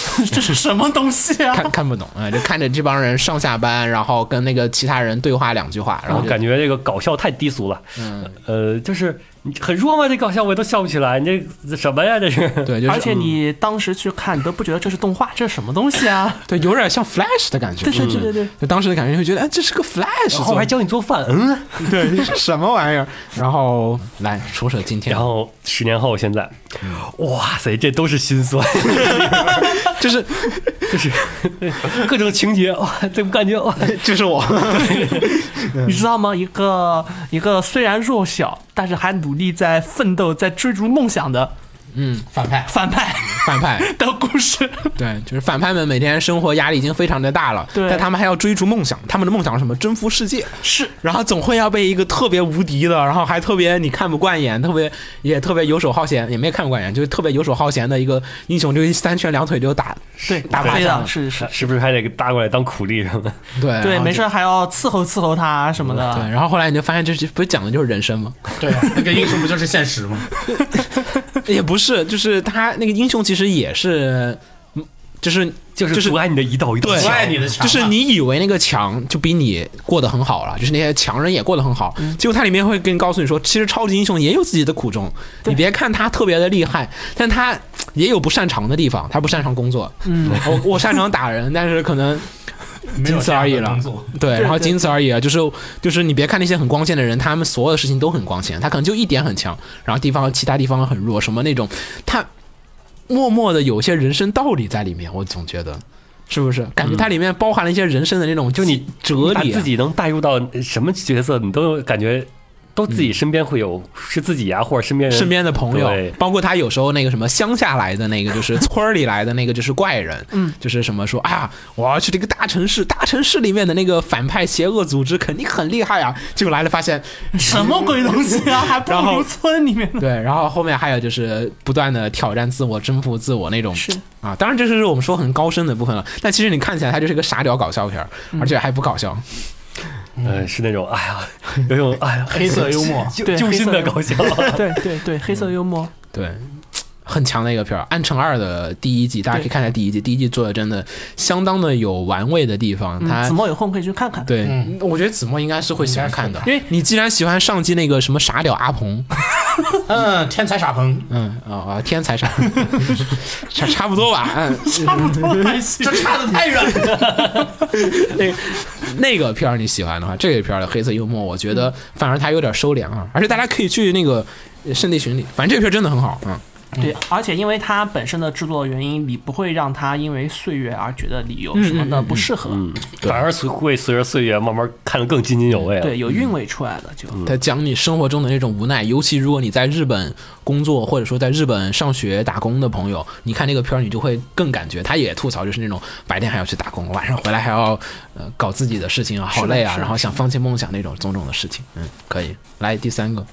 Speaker 6: [LAUGHS] 这是什么东西啊？
Speaker 2: 看看不懂啊、就看着这帮人上下班，然后跟那个其他人对话两句话，然
Speaker 3: 我
Speaker 2: 后就
Speaker 3: 感觉这个搞笑太低俗了。
Speaker 2: 嗯，
Speaker 3: 呃，就是你很弱嘛，这搞笑我都笑不起来，你这这什么呀？这是
Speaker 2: 对，就是
Speaker 6: 而且你当时去看，你都不觉得这是动画，这是什么东
Speaker 2: [LAUGHS]
Speaker 6: 西啊？
Speaker 2: 对有点像 Flash 的感觉，
Speaker 6: 对对
Speaker 2: 就是
Speaker 6: 对对对，
Speaker 2: 就当时的感觉会觉得，哎，这是个 Flash，
Speaker 3: 后哦还教你做饭，嗯。
Speaker 2: 做对，这是什么玩意儿？然后来说说今天，
Speaker 3: 然后十年后现在，哇塞，这都是心酸，
Speaker 2: 就是
Speaker 3: 就是各种情节，哇，这种感觉哇，
Speaker 2: 就是我，
Speaker 6: 你知道吗？一个一个虽然弱小，但是还努力在奋斗、在追逐梦想的
Speaker 2: 嗯，
Speaker 4: 反派，
Speaker 6: 反派
Speaker 2: [LAUGHS] 反派，
Speaker 6: 的故事，
Speaker 2: 对，就是反派们每天生活压力已经非常的大了，
Speaker 6: 对
Speaker 2: 但他们还要追逐梦想，他们的梦想是什么？征服世界，
Speaker 6: 是
Speaker 2: 然后总会要被一个特别无敌的，然后还特别你看不惯眼，特别也特别游手好闲，也没看不惯眼，就是特别游手好闲的一个英雄，就三拳两腿就打，
Speaker 6: 对
Speaker 2: 打麻
Speaker 6: 飞
Speaker 2: 将
Speaker 6: 的，是是，
Speaker 3: 是不是还得搭过来当苦力什么的？
Speaker 2: 对
Speaker 6: 对，没。事
Speaker 2: 然后
Speaker 6: 儿还要伺候伺候他啊什么
Speaker 2: 就对，
Speaker 6: 的，
Speaker 2: 然后后来你就发现这是不是讲的就是人生吗？
Speaker 4: 对啊，那个英雄不就是现实吗？
Speaker 2: 也不是，就是他那个英雄其实也是，嗯就是
Speaker 3: 就
Speaker 2: 就是
Speaker 3: 是阻碍你的一道一道
Speaker 2: 对
Speaker 4: 阻
Speaker 3: 墙
Speaker 4: 碍你的墙啊，
Speaker 2: 就是你以为那个强就比你过得很好了，就是那些强人也过得很好，结果它里面会跟你告诉你说，其实超级英雄也有自己的苦衷。你别看他特别的厉害，但他嘖也有不擅长的地方，他不擅长工作。
Speaker 6: 嗯，
Speaker 2: 我我擅长打人，但是可能
Speaker 4: 没有
Speaker 2: 仅此
Speaker 4: 这样
Speaker 2: 而已
Speaker 4: 的
Speaker 2: 了
Speaker 4: 工作。
Speaker 2: 对，然后
Speaker 6: 对
Speaker 2: 仅此而已啊。就是就是你别看那些很光鲜的人，他们所有的事情都很光鲜，他可能就一点很强，然后地方其他地方很弱，什么那种，他默默的有些人生道理在里面，我总觉得。是不是感觉它里面包含了一些人生的那种
Speaker 3: 就你
Speaker 2: 哲
Speaker 3: 把
Speaker 2: 理啊、
Speaker 3: 自己能带入到什么角色，你都有感觉，都自己身边会有，是自己呀、啊或者身边人
Speaker 2: 身边的朋友
Speaker 3: 对，
Speaker 2: 包括他有时候那个什么乡下来的那个，就是 [LAUGHS] 村儿里来的那个，就是怪人，
Speaker 6: 嗯，
Speaker 2: 就是什么说啊，我要去这个大城市，大城市里面的那个反派邪恶组织肯定很厉害啊，结果来了发现，
Speaker 6: 什么鬼东西啊，还不
Speaker 2: 然后
Speaker 6: 如村里
Speaker 2: [LAUGHS]
Speaker 6: 面的，
Speaker 2: 对，然后后面还有就是不断的挑战自我、征服自我那种
Speaker 6: 是
Speaker 2: 啊，当然这是我们说很高深的部分了，但其实你看起来它就是个傻屌搞笑片儿，而且还不搞笑，
Speaker 3: 嗯，是那种哎呀，有种哎呀
Speaker 4: 黑色
Speaker 3: [LAUGHS]
Speaker 4: 幽默
Speaker 3: 揪
Speaker 6: 对
Speaker 3: 揪心的
Speaker 6: 黑色幽默
Speaker 3: 搞笑。
Speaker 6: [LAUGHS]
Speaker 3: [LAUGHS]
Speaker 6: 对对对，黑色幽默，
Speaker 2: 对。很强的一个片儿，《暗城二》的第一季，大家可以看一下第一季。第一季做的真的相当的有玩味的地方，它
Speaker 6: 嗯，子墨有空可以去看看，
Speaker 2: 对，
Speaker 4: 嗯
Speaker 2: 我觉得子墨应该是会喜欢看的
Speaker 4: 应，
Speaker 2: 因为你既然喜欢上季那个什么傻屌阿鹏，
Speaker 4: 嗯，天才傻鹏，
Speaker 2: 嗯啊、啊天才傻， [LAUGHS] 差差不多吧，嗯，
Speaker 6: [LAUGHS] 差不多还行
Speaker 4: 这，差的太远了。 [LAUGHS]
Speaker 2: 那个片儿你喜欢的话，这个片儿的黑色幽默，我觉得反而它有点收敛啊，而且大家可以去那个呃圣地巡礼，反正这个片儿真的很好，嗯，
Speaker 6: 对，而且因为它本身的制作原因，你不会让它因为岁月而觉得理由什么的不适合，
Speaker 3: 嗯，反而随会随着岁月慢慢看得更津津有味了。
Speaker 6: 对，有韵味出来的就，
Speaker 3: 嗯
Speaker 2: 它讲你生活中的那种无奈，尤其如果你在日本工作或者说在日本上学打工的朋友，你看这个片儿，你就会更感觉，他也吐槽就是那种白天还要去打工，晚上回来还要呃搞自己的事情啊，好累啊，
Speaker 6: 是的
Speaker 2: 然后想放弃梦想那种种种的事情。嗯，可以，来第三个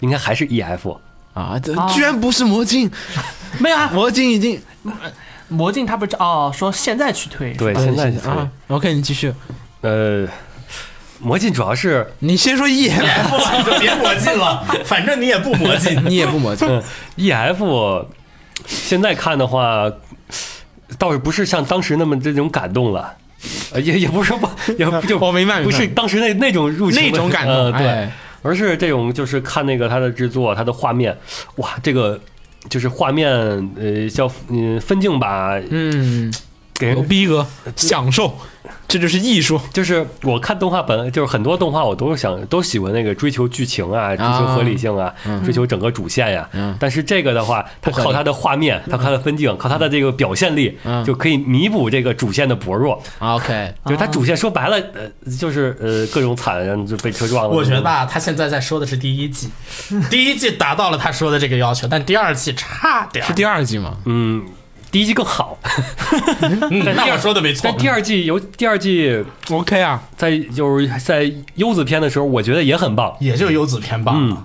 Speaker 3: 应该还是 E EF，
Speaker 2: 啊，这
Speaker 6: 哦
Speaker 2: 居然不是魔 [LAUGHS] 镜，
Speaker 6: 没有啊，
Speaker 2: 魔镜已经
Speaker 6: 魔镜它不是哦，说现在去推，
Speaker 3: 对，现在是
Speaker 2: 啊，OK，你继续，
Speaker 3: 呃，魔镜主要是
Speaker 2: 你先说 E，
Speaker 4: 不了，你就别魔镜了，反正你也不魔镜。
Speaker 2: 你也不 [LAUGHS] 魔镜，
Speaker 3: 嗯，EF [LAUGHS] 现在看的话，倒是不是像当时那么这种感动了，呃也也不是不也不就
Speaker 2: 我明白，
Speaker 3: 不是当时那那种入情
Speaker 2: 那种感动，
Speaker 3: 呃
Speaker 2: [LAUGHS]
Speaker 3: 对，
Speaker 2: 哎
Speaker 3: 而是这种就是看那个它的制作、它的画面，哇，这个就是画面呃叫嗯、分镜吧，
Speaker 2: 嗯，
Speaker 3: 给
Speaker 2: 牛
Speaker 3: 人
Speaker 2: 逼哥，享受，这就是艺术。
Speaker 3: 就是我看动画本，就是很多动画我都是想都喜欢那个追求剧情啊，追求合理性啊，追求整个主线呀、
Speaker 2: 嗯
Speaker 3: 但是这个的话，它
Speaker 2: 不合理
Speaker 3: 靠它的画面，它靠它的分镜，靠它的这个表现力，
Speaker 2: 嗯
Speaker 3: 就可以弥补这个主线的薄弱。
Speaker 2: 啊 OK，
Speaker 3: 就是它主线说白了，呃，就是呃各种惨，然后就被车撞了。
Speaker 4: 我觉得啊，他现在在说的是第一季， [LAUGHS] 第一季达到了他说的这个要求，但第二季差点儿。
Speaker 2: 是第二季吗？
Speaker 3: 嗯，第一季更好，
Speaker 4: [LAUGHS] 嗯，那我说的没错
Speaker 3: 但。第二季有第二季
Speaker 2: OK 啊，
Speaker 3: 在就是在优子篇的时候，我觉得也很棒。嗯
Speaker 4: 也就优子偏棒了，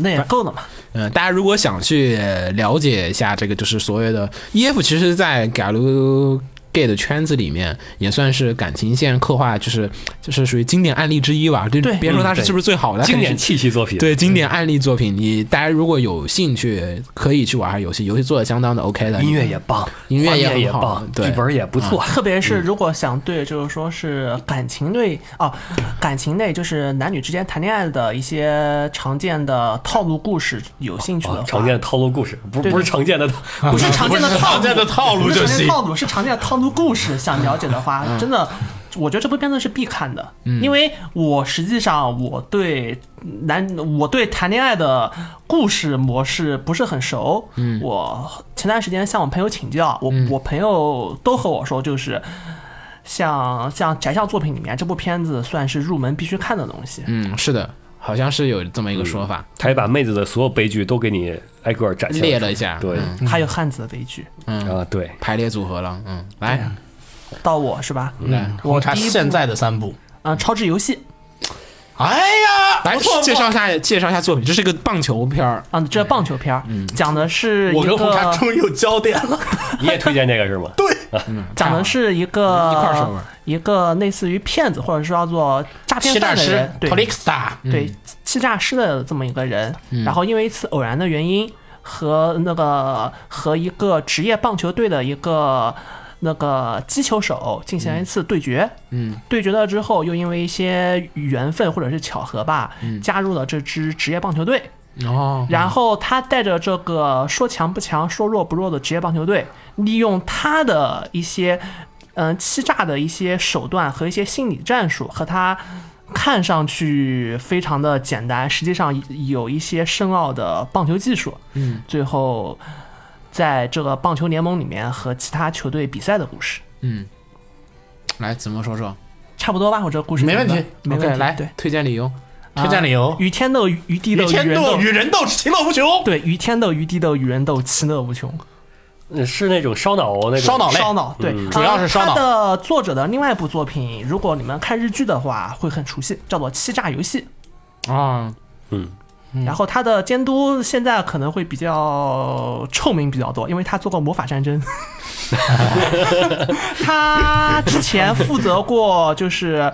Speaker 6: 那也够了嘛，
Speaker 2: 嗯、大家如果想去了解一下这个，就是所谓的 EF，其实，在 g a l gay 的圈子里面，也算是感情线刻画，就是就是属于经典案例之一吧。就
Speaker 6: 对
Speaker 2: 别说它是
Speaker 3: 嗯
Speaker 2: 是不是最好的，
Speaker 3: 经
Speaker 2: 它肯
Speaker 3: 典
Speaker 2: 定是。
Speaker 3: 气息作品，，
Speaker 2: 对经典案例作品，你大家如果有兴趣，可以去玩下游戏，游戏做的相当的 OK 的。
Speaker 3: 音乐也棒，
Speaker 2: 音乐
Speaker 3: 画
Speaker 2: 也
Speaker 3: 面
Speaker 2: 很
Speaker 3: 也
Speaker 2: 好
Speaker 3: 棒，
Speaker 2: 对
Speaker 3: 剧本也不错，
Speaker 6: 特别是如果想对，就是说是感情类哦，感情类就是男女之间谈恋爱的一些常见的套路故事有兴趣的
Speaker 3: 啊
Speaker 6: 话，
Speaker 3: 常见的套路故事，不
Speaker 6: 对
Speaker 3: 不是常见的套， [LAUGHS]
Speaker 6: 不是常见的套
Speaker 4: 常见的套路
Speaker 6: 不是
Speaker 4: 就
Speaker 6: 常见的。
Speaker 4: 行嗯
Speaker 6: 套路是常见的套路故事。想了解的话，真的，我觉得这部片子是必看的，因为我实际上我对男我对谈恋爱的故事模式不是很熟。
Speaker 4: 嗯
Speaker 6: 我前段时间向我朋友请教，我、我朋友都和我说，就是像像宅校作品里面这部片子算是入门必须看的东西。
Speaker 2: 嗯，是的，好像是有这么一个说法，
Speaker 3: 他也把妹子的所有悲剧都给你挨个儿展现
Speaker 2: 列了一下，
Speaker 3: 对
Speaker 2: 嗯
Speaker 6: 还有汉子的悲剧，
Speaker 2: 嗯，
Speaker 3: 啊，对，
Speaker 2: 排列组合了，嗯，来
Speaker 6: 到我是吧？
Speaker 4: 嗯
Speaker 2: 来
Speaker 4: 红茶
Speaker 6: 第一部
Speaker 4: 现在的三部，
Speaker 6: 嗯，超智游戏，
Speaker 4: 哎呀，
Speaker 2: 来
Speaker 4: 不错
Speaker 2: 介绍一下介绍一下作品，这是个棒球片儿，
Speaker 6: 嗯，这棒球片儿讲的是
Speaker 4: 我
Speaker 6: 一
Speaker 4: 跟红茶
Speaker 6: 个
Speaker 4: 终于有焦点了，
Speaker 3: 你也推荐这个是吗？对，
Speaker 6: 讲的是
Speaker 2: 啊
Speaker 6: 一
Speaker 2: 一块儿说
Speaker 6: 个
Speaker 2: 吧
Speaker 6: 一个类似于骗子或者说叫做诈骗
Speaker 4: 欺诈
Speaker 6: 犯的
Speaker 4: 师
Speaker 6: 人，对
Speaker 4: t o l i x t a
Speaker 2: 嗯
Speaker 6: 对欺诈师的这么一个人，然后因为一次偶然的原因和那个和一个职业棒球队的一个那个击球手进行了一次对决，
Speaker 2: 嗯，
Speaker 6: 对决了之后又因为一些缘分或者是巧合吧，
Speaker 2: 嗯
Speaker 6: 加入了这支职业棒球队，
Speaker 2: 哦，
Speaker 6: 然后他带着这个说强不强、说弱不弱的职业棒球队，利用他的一些嗯、呃欺诈的一些手段和一些心理战术，和他看上去非常的简单，实际上有一些深奥的棒球技术。
Speaker 2: 嗯，
Speaker 6: 最后在这个棒球联盟里面和其他球队比赛的故事，
Speaker 2: 嗯，来怎么说说
Speaker 6: 差不多吧？我这个故事
Speaker 4: 没问题
Speaker 6: 讲得没问
Speaker 2: ？OK，
Speaker 6: 题。
Speaker 2: 来
Speaker 6: 对，
Speaker 2: 推荐理由，
Speaker 4: 推荐理由：
Speaker 6: 与天斗，与地斗，
Speaker 4: 与
Speaker 6: 与
Speaker 4: 天
Speaker 6: 人
Speaker 4: 斗，
Speaker 6: 斗。
Speaker 4: 与人斗，其乐无穷。
Speaker 6: 对，与天斗，与地斗，与人斗，其乐无穷。
Speaker 3: 是那种烧脑那种
Speaker 4: 烧脑类
Speaker 6: 烧脑，对，
Speaker 4: 嗯主要是烧
Speaker 6: 呃它
Speaker 4: 脑
Speaker 6: 的作者的另外一部作品，如果你们看日剧的话，会很熟悉，叫做《欺诈游戏》。
Speaker 2: 啊，
Speaker 4: 嗯
Speaker 6: 然后他的监督现在可能会比较臭名比较多，因为他做过《魔法
Speaker 4: [LAUGHS]
Speaker 6: 战争》，他之前负责过就是《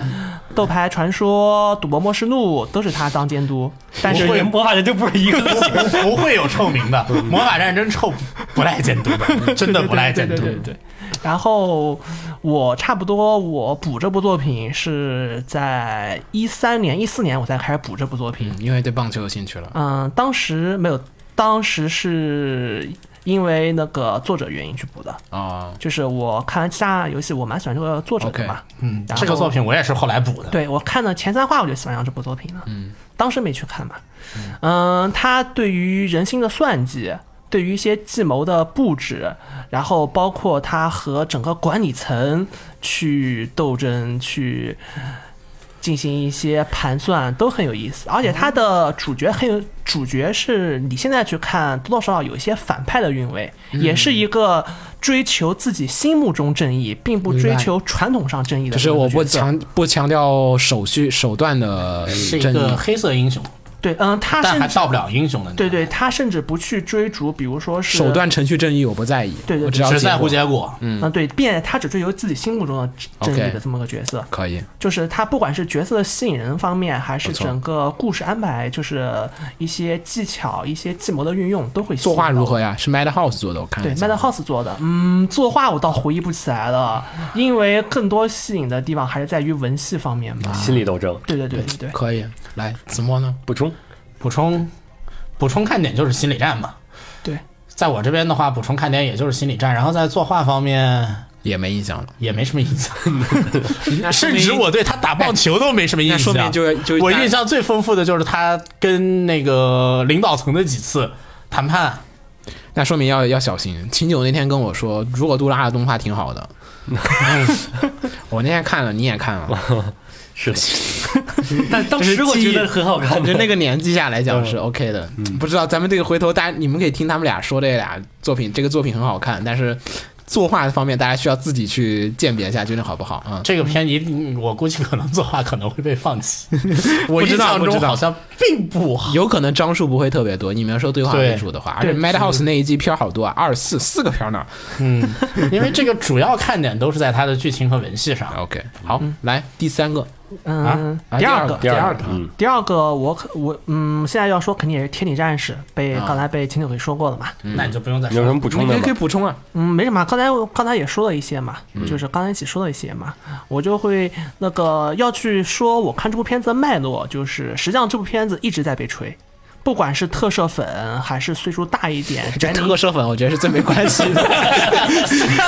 Speaker 6: 斗牌传说》《赌博默示录》，都是他当监督。但是
Speaker 3: 不会魔法人就啊不是一个东西。
Speaker 4: [LAUGHS] 不会有臭名的，魔法战争臭不赖监督的，真的不赖监督
Speaker 6: 对。对对对。然后我差不多我补这部作品是在一三年、一四年我才开始补这部作品。
Speaker 2: 嗯，因为对棒球有兴趣了，
Speaker 6: 嗯，当时没有，当时是因为那个作者原因去补的，
Speaker 2: 哦，
Speaker 6: 就是我看完《欺诈游戏》，我蛮喜欢这个作者的嘛。
Speaker 4: 嗯，
Speaker 6: 然后
Speaker 4: 这个作品我也是后来补的。
Speaker 6: 对我看了前三话，我就喜欢上这部作品了。嗯，当时没去看嘛。嗯，他对于人心的算计，对于一些计谋的布置，然后包括他和整个管理层去斗争，去进行一些盘算，都很有意思。而且他的主角很有，主角是你现在去看多多少少有一些反派的韵味，
Speaker 2: 嗯
Speaker 6: 也是一个追求自己心目中正义，并不
Speaker 2: 明白
Speaker 6: 追求传统上正义的。
Speaker 2: 就是我不。强不强调手续手段嗯的
Speaker 4: 是一
Speaker 2: 正
Speaker 4: 个
Speaker 2: 义，
Speaker 4: 黑色英雄，
Speaker 6: 对，嗯，他
Speaker 4: 但还
Speaker 6: 甚至
Speaker 4: 到不了英雄的。
Speaker 6: 对，对，他甚至不去追逐，比如说是
Speaker 2: 手，段程序正义我不在意，
Speaker 6: 对对
Speaker 2: 我只要
Speaker 4: 只在乎
Speaker 2: 结果
Speaker 4: 结果。
Speaker 6: 嗯、对，变他只追求自己心目中的正义
Speaker 2: OK
Speaker 6: 的这么个角色
Speaker 2: 可以，
Speaker 6: 就是他不管是角色的吸引人方面，还是
Speaker 2: 不错
Speaker 6: 整个故事安排，就是一些技巧、一些计谋的运用，都会吸
Speaker 2: 作
Speaker 6: 引
Speaker 2: 画
Speaker 6: 到
Speaker 2: 如
Speaker 6: 我
Speaker 2: 何呀？是 Madhouse 做的，我看了
Speaker 6: 对
Speaker 2: 一下
Speaker 6: Madhouse 做的，嗯，作画我倒回忆不起来了，因为更多吸引的地方还是在于文戏方面吧。
Speaker 3: 心理斗争
Speaker 6: 对对对对对，
Speaker 2: 可以，来子墨呢？
Speaker 3: 补充，
Speaker 4: 补充，补充看点就是心理战嘛。
Speaker 6: 对，
Speaker 4: 在我这边的话，补充看点也就是心理战，然后在作画方面
Speaker 2: 也没印象了，
Speaker 4: 也没什么印
Speaker 2: [LAUGHS]
Speaker 4: 象，
Speaker 2: 那说
Speaker 4: 甚
Speaker 2: 明
Speaker 4: 至我对他打棒球都没什么印
Speaker 2: 哎那
Speaker 4: 象。
Speaker 2: 说明就就
Speaker 4: 我印象最丰富的就是他跟那个领导层的几次谈判，
Speaker 2: 那说明要要小心。秦九那天跟我说，如果杜拉的动画挺好的，我那天看了，你也看了，
Speaker 3: 是的，但当时我觉得很好看
Speaker 2: 就
Speaker 3: 的，
Speaker 2: 那个年纪下来讲是 OK 的。不知道咱们这个回头大家你们可以听他们俩说这俩作品，这个作品很好看，但是作画方面大家需要自己去鉴别一下究竟好不好啊、嗯
Speaker 4: 这个片一定我估计可能作画可能会被放弃。我印
Speaker 2: 不
Speaker 4: 象
Speaker 2: 知道不
Speaker 4: 中
Speaker 2: 知道
Speaker 4: 好像并不好。
Speaker 2: 有可能张数不会特别多，你们要说对话
Speaker 4: 对
Speaker 2: 为主的话，而且 Madhouse 那一季片儿好多啊，二四四个片儿呢。
Speaker 4: 嗯，因为这个主要看点都是在它的剧情和文戏上。
Speaker 2: OK，好，来第三个，
Speaker 6: 嗯，
Speaker 2: 啊
Speaker 6: 第
Speaker 2: 第
Speaker 6: 二
Speaker 2: 二
Speaker 6: 个
Speaker 2: 个
Speaker 3: 第
Speaker 2: 第
Speaker 3: 二个
Speaker 2: 二，个
Speaker 3: 嗯，
Speaker 6: 第二个我可我嗯，现在要说肯定也是《天体战士》，被
Speaker 2: 啊
Speaker 6: 刚才被秦九给说过了嘛。
Speaker 4: 那你就不用再
Speaker 3: 你有
Speaker 4: 说
Speaker 3: 什
Speaker 4: 了。
Speaker 3: 么补
Speaker 2: 你
Speaker 3: 充
Speaker 2: 可
Speaker 3: 的
Speaker 2: 以可以
Speaker 3: 吗？
Speaker 2: 补充啊，
Speaker 6: 嗯，没什么，刚才我刚才也说了一些嘛，
Speaker 2: 嗯
Speaker 6: 就是刚才一起说了一些嘛，我就会那个要去说我看这部片子的脉络，就是实际上这部片子一直在被吹，不管是特摄粉还是岁数大一点，
Speaker 2: 这
Speaker 6: 宅女
Speaker 2: 特摄粉我觉得是最没关系的，
Speaker 6: [LAUGHS]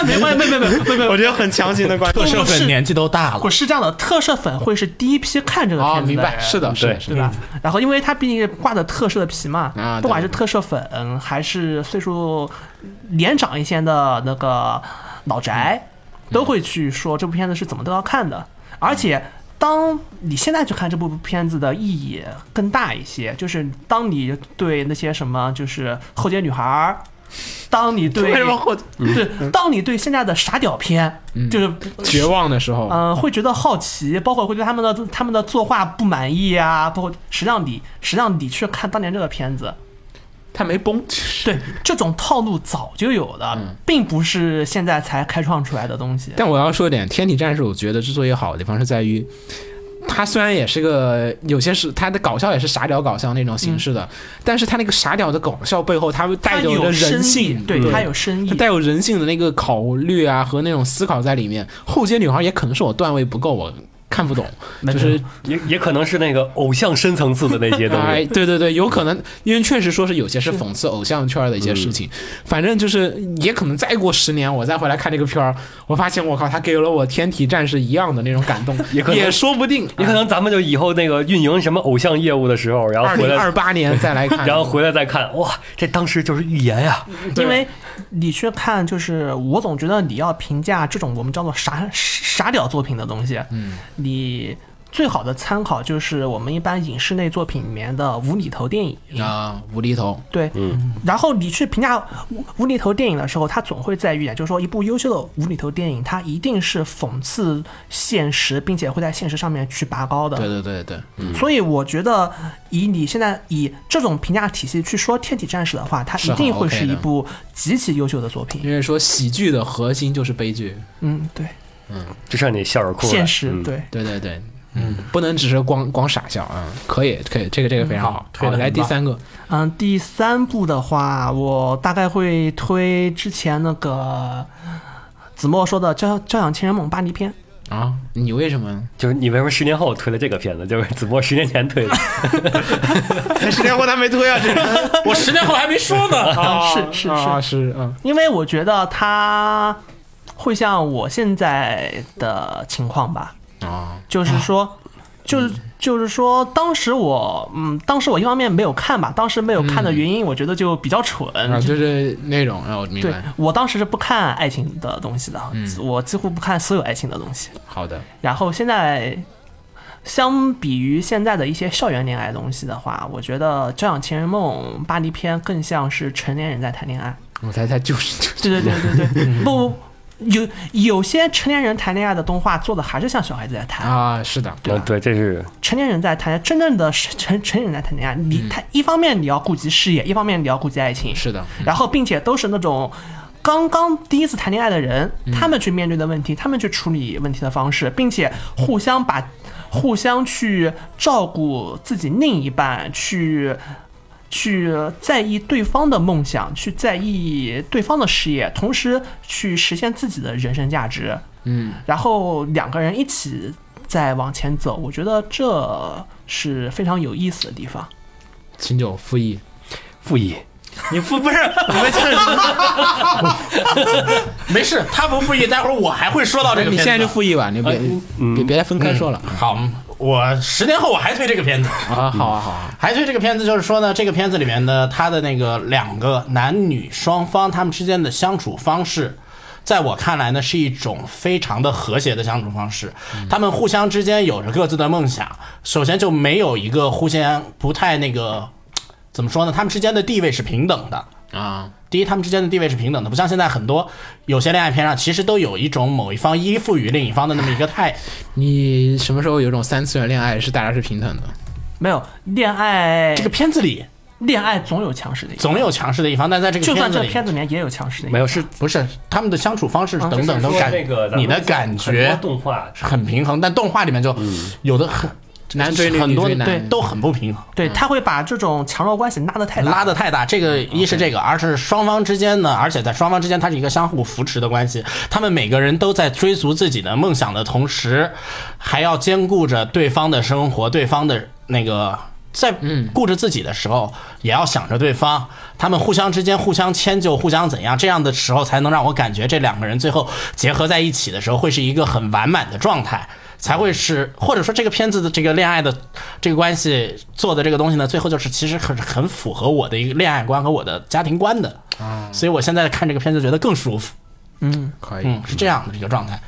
Speaker 6: 没关系，没没没没
Speaker 2: [LAUGHS]
Speaker 6: 没，
Speaker 2: 我觉得很强行的 [LAUGHS] 关系
Speaker 4: 特摄粉年纪都大了
Speaker 6: 我，是这样的，特摄粉会是第一批看这个
Speaker 2: 哦，
Speaker 6: 片子
Speaker 2: 明
Speaker 6: 的人，
Speaker 2: 白，是的，是的，
Speaker 3: 对
Speaker 2: 是
Speaker 6: 对
Speaker 2: 的。
Speaker 6: 吧？然后因为它毕竟是挂的特摄的皮嘛，
Speaker 2: 啊对
Speaker 6: 不管是特摄粉还是岁数年长一些的那
Speaker 2: 嗯
Speaker 6: 个老宅，都会去说这部片子是怎么都要看的，而且。当你现在去看这部片子的意义更大一些，就是当你对那些什么就是后街女孩儿。当你对
Speaker 2: 为什么后嗯
Speaker 6: 对，当你对现在的傻屌片，就是
Speaker 2: 绝望的时候，
Speaker 6: 嗯、会觉得好奇，包括会对他们的他们的作画不满意啊，包括实让你实让你去看当年这个片子，
Speaker 2: 他没崩，
Speaker 6: 对这种套路早就有的，
Speaker 2: 嗯
Speaker 6: 并不是现在才开创出来的东西。
Speaker 2: [LAUGHS] 但我要说一点，《天体战士》我觉得之所以好的地方是在于，它虽然也是个有些是它的搞笑也是傻屌搞笑那种形式的，但是它那个傻屌的搞笑背嗯后，它带
Speaker 6: 它
Speaker 2: 有着
Speaker 6: 有
Speaker 2: 人
Speaker 6: 深
Speaker 2: 性
Speaker 6: 意，，对，它有深
Speaker 2: 它
Speaker 6: 意，
Speaker 2: 带有人性的那个考虑啊和那种思考在里面。后街女孩也可能是我段位不够，我看不懂，就是
Speaker 3: 也也可能是那个偶像深层次的那些
Speaker 2: [LAUGHS]
Speaker 3: 东
Speaker 2: 哎，
Speaker 3: 西。
Speaker 2: 对对对，有可能，因为确实说是有些是讽刺偶像圈的一些事
Speaker 3: 嗯
Speaker 2: 情，反正就是也可能再过十年我再回来看这个片儿，我发现我靠，他给了我《天体战士》一样的那种感动，
Speaker 3: [LAUGHS] 也可能
Speaker 2: 也说不定。啊
Speaker 3: 也可能咱们就以后那个运营什么偶像业务的时候，然后
Speaker 2: 二
Speaker 3: 回
Speaker 2: 零
Speaker 3: 来
Speaker 2: 二，八
Speaker 3: [LAUGHS]
Speaker 2: 年再来看，
Speaker 3: 然后回来再看，哇，这当时就是预言啊呀！
Speaker 2: 对
Speaker 6: 因为你去看，就是我总觉得你要评价这种我们叫做傻傻屌作品的东西，嗯，你最好的参考就是我们一般影视类作品里面的无厘头电影，
Speaker 2: 啊，无厘头，
Speaker 6: 对，嗯，然后你去评价无无厘头电影的时候，它总会在于一点，就是说一部优秀的无厘头电影，它一定是讽刺现实，并且会在现实上面去拔高
Speaker 3: 嗯
Speaker 6: 的，
Speaker 2: 对对对对，
Speaker 6: 所以我觉得，以你现在以这种评价体系去说《天体战士》的话，它
Speaker 2: 是
Speaker 6: 一定
Speaker 2: 很
Speaker 6: 会
Speaker 2: OK
Speaker 6: 是一
Speaker 2: 的
Speaker 6: 部极其优秀的作品。
Speaker 2: 因为说喜剧的核心就是悲剧，
Speaker 6: 嗯，对，
Speaker 3: 就让你笑着哭了。
Speaker 6: 现实、
Speaker 3: 嗯，
Speaker 6: 对。
Speaker 2: 对对对。嗯，不能只是光光傻笑啊、嗯，可以，可以，这个这个非常
Speaker 3: 嗯
Speaker 2: 好。
Speaker 4: 推
Speaker 2: 好，
Speaker 4: 得很
Speaker 2: 来第
Speaker 4: 棒
Speaker 2: 三个，
Speaker 6: 嗯，第三部的话，我大概会推之前那个子墨说的《交交响情人梦巴黎篇》。
Speaker 2: 啊，你为什
Speaker 3: [LAUGHS]
Speaker 2: 么？
Speaker 3: 就是你为什么十年后推了这个片子？就是子墨十年前推的，
Speaker 2: 十年后他没推啊，这
Speaker 4: 我十年后还没说呢。
Speaker 2: 啊
Speaker 6: 是是
Speaker 2: 啊是啊，
Speaker 6: 因为我觉得它会像我现在的情况吧，
Speaker 2: 啊，
Speaker 6: 就是说，就是就是说，当时我，嗯，当时我一方面没有看吧，当时没有看的原因，我觉得就比较蠢。
Speaker 2: 啊，
Speaker 6: 嗯就
Speaker 2: 就是那种，啊，我明
Speaker 6: 对
Speaker 2: 白。
Speaker 6: 我当时是不看爱情的东西的，我几乎不看所有爱情的东西。
Speaker 2: 好的，
Speaker 6: 然后现在，相比于现在的一些校园恋爱东西的话，我觉得《交响情人梦》《巴黎篇》更像是成年人在谈恋爱。
Speaker 2: 我猜猜就是
Speaker 6: 对对对对对，不，有有些成年人谈恋爱的动画做的还是像小孩子在谈。
Speaker 2: 啊，是的，
Speaker 6: 对吧
Speaker 3: 嗯对，这是
Speaker 6: 成年人在谈，真正的是成成年人在谈恋爱，你他一方面你要顾及事业，一方面你要顾及爱情，
Speaker 2: 是的，
Speaker 6: 然后并且都是那种刚刚第一次谈恋爱的人，
Speaker 4: 嗯
Speaker 6: 他们去面对的问题，他们去处理问题的方式，并且互相把互相去照顾自己另一半，去。去在意对方的梦想，去在意对方的事业，同时去实现自己的人生价值。
Speaker 2: 嗯，
Speaker 6: 然后两个人一起再往前走，我觉得这是非常有意思的地方。
Speaker 2: 秦九复议，
Speaker 3: 复议。
Speaker 4: 你不不是你们这，没事，他不复议，待会儿我还会说到这个
Speaker 2: 哦你
Speaker 4: 片
Speaker 2: 现在
Speaker 4: 子。
Speaker 2: 就复议吧，你别别别再分开说了
Speaker 4: 好，我十年后我还推这个片子。
Speaker 2: 啊，好啊好啊，
Speaker 4: 还推这个片子，就是说呢，这个片子里面呢，他的那个两个男女双方他们之间的相处方式，在我看来呢，是一种非常的和谐的相处方式。他们互相之间有着各自的梦想，首先就没有一个互相不太那个，怎么说呢？他们之间的地位是平等的。
Speaker 2: 啊，
Speaker 4: 第一，他们之间的地位是平等的，不像现在很多有些恋爱片上，其实都有一种某一方依附于另一方的那么一个
Speaker 6: 哎
Speaker 4: 态。
Speaker 2: 你什么时候有种三次元恋爱是大家是平等的？
Speaker 6: 没有恋爱
Speaker 4: 这，个片子里
Speaker 6: 恋爱总有强势的一方，
Speaker 4: 总有强势的一方，但在这个
Speaker 6: 就算
Speaker 4: 片子
Speaker 6: 这
Speaker 4: 里，
Speaker 6: 片子里啊面也有强势的一
Speaker 3: 没
Speaker 6: 方。
Speaker 3: 有是
Speaker 4: 不是他们的相处方式等等都感，
Speaker 3: 那个
Speaker 4: 你的感觉
Speaker 3: 动画
Speaker 4: 很平衡，但动画里面就
Speaker 6: 嗯
Speaker 4: 有的很
Speaker 2: 男追女，
Speaker 4: 很
Speaker 2: 女
Speaker 4: 多
Speaker 2: 追
Speaker 4: 对
Speaker 2: 男，
Speaker 4: 都很不平衡。
Speaker 6: 对他会把这种强弱关系拉得太大，嗯
Speaker 4: 拉的太大，这个一是这个，二是双方之间呢，而且在双方之间，它是一个相互扶持的关系。他们每个人都在追逐自己的梦想的同时，还要兼顾着对方的生活，对方的那个在顾着自己的时候，也要想着对方。他们互相之间互相迁就，互相怎样，这样的时候才能让我感觉这两个人最后结合在一起的时候，会是一个很完满的状态。才会是，或者说这个片子的这个恋爱的这个关系做的这个东西呢，最后就是其实很很符合我的一个恋爱观和我的家庭观的，所以我现在看这个片子觉得更舒服，嗯
Speaker 2: 可以，
Speaker 4: 嗯，是这样的一个状态。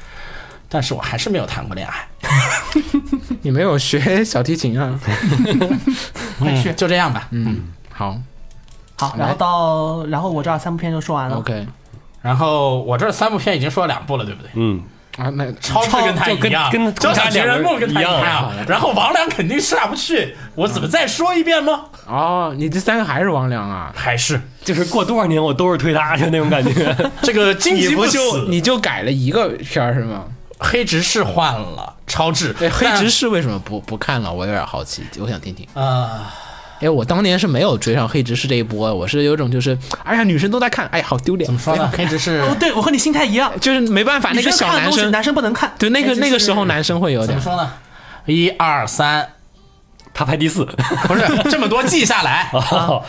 Speaker 4: 但是我还是没有谈过恋爱，
Speaker 2: 你没有学 [LAUGHS] 小提琴啊？
Speaker 6: 快去
Speaker 2: 就这样吧。嗯，好
Speaker 6: 好，然后到然后我这儿三部片就说完了。
Speaker 2: ，OK
Speaker 4: 然后我这三部片已经说了两部了，对不对？
Speaker 3: 嗯，
Speaker 2: 啊，那
Speaker 4: 超市跟他
Speaker 3: 就跟
Speaker 4: 一样，
Speaker 3: 跟跟
Speaker 4: 交响情人梦跟他
Speaker 3: 一
Speaker 4: 样
Speaker 3: 样，
Speaker 4: 然后王良肯定下不去，我怎么再说一遍吗？
Speaker 2: 哦，你这三个还是王良啊？
Speaker 4: 还是
Speaker 3: 就是过多少年我都是推他的那种感觉。
Speaker 4: 这个荆
Speaker 2: 你
Speaker 4: 棘
Speaker 2: 不就
Speaker 4: 死，
Speaker 2: 你就改了一个片儿是吗？
Speaker 4: 黑执事换了超智，
Speaker 2: 对，黑执
Speaker 4: 事
Speaker 2: 事为什么不不看了？我有点好奇，我想听听。
Speaker 4: 啊，
Speaker 2: 哎，我当年是没有追上黑执事这一波，我是有一种就是，哎呀，女生都在看，哎呀，好丢脸。
Speaker 4: 怎么说呢？
Speaker 2: 哎
Speaker 4: 黑执事
Speaker 6: 哦，对我和你心态一样，
Speaker 2: 就是没办法，那
Speaker 6: 女
Speaker 2: 个
Speaker 6: 生
Speaker 2: 小
Speaker 6: 看的
Speaker 2: 男
Speaker 6: 东西
Speaker 2: 生，
Speaker 6: 男生不能看。哎
Speaker 2: 对，那个那个时候男生会有
Speaker 4: 怎
Speaker 2: 点
Speaker 4: 么。说呢？一二三，
Speaker 3: [LAUGHS] 他排第四，
Speaker 4: 不
Speaker 6: [LAUGHS]
Speaker 4: 是这么多记下来，
Speaker 3: [LAUGHS]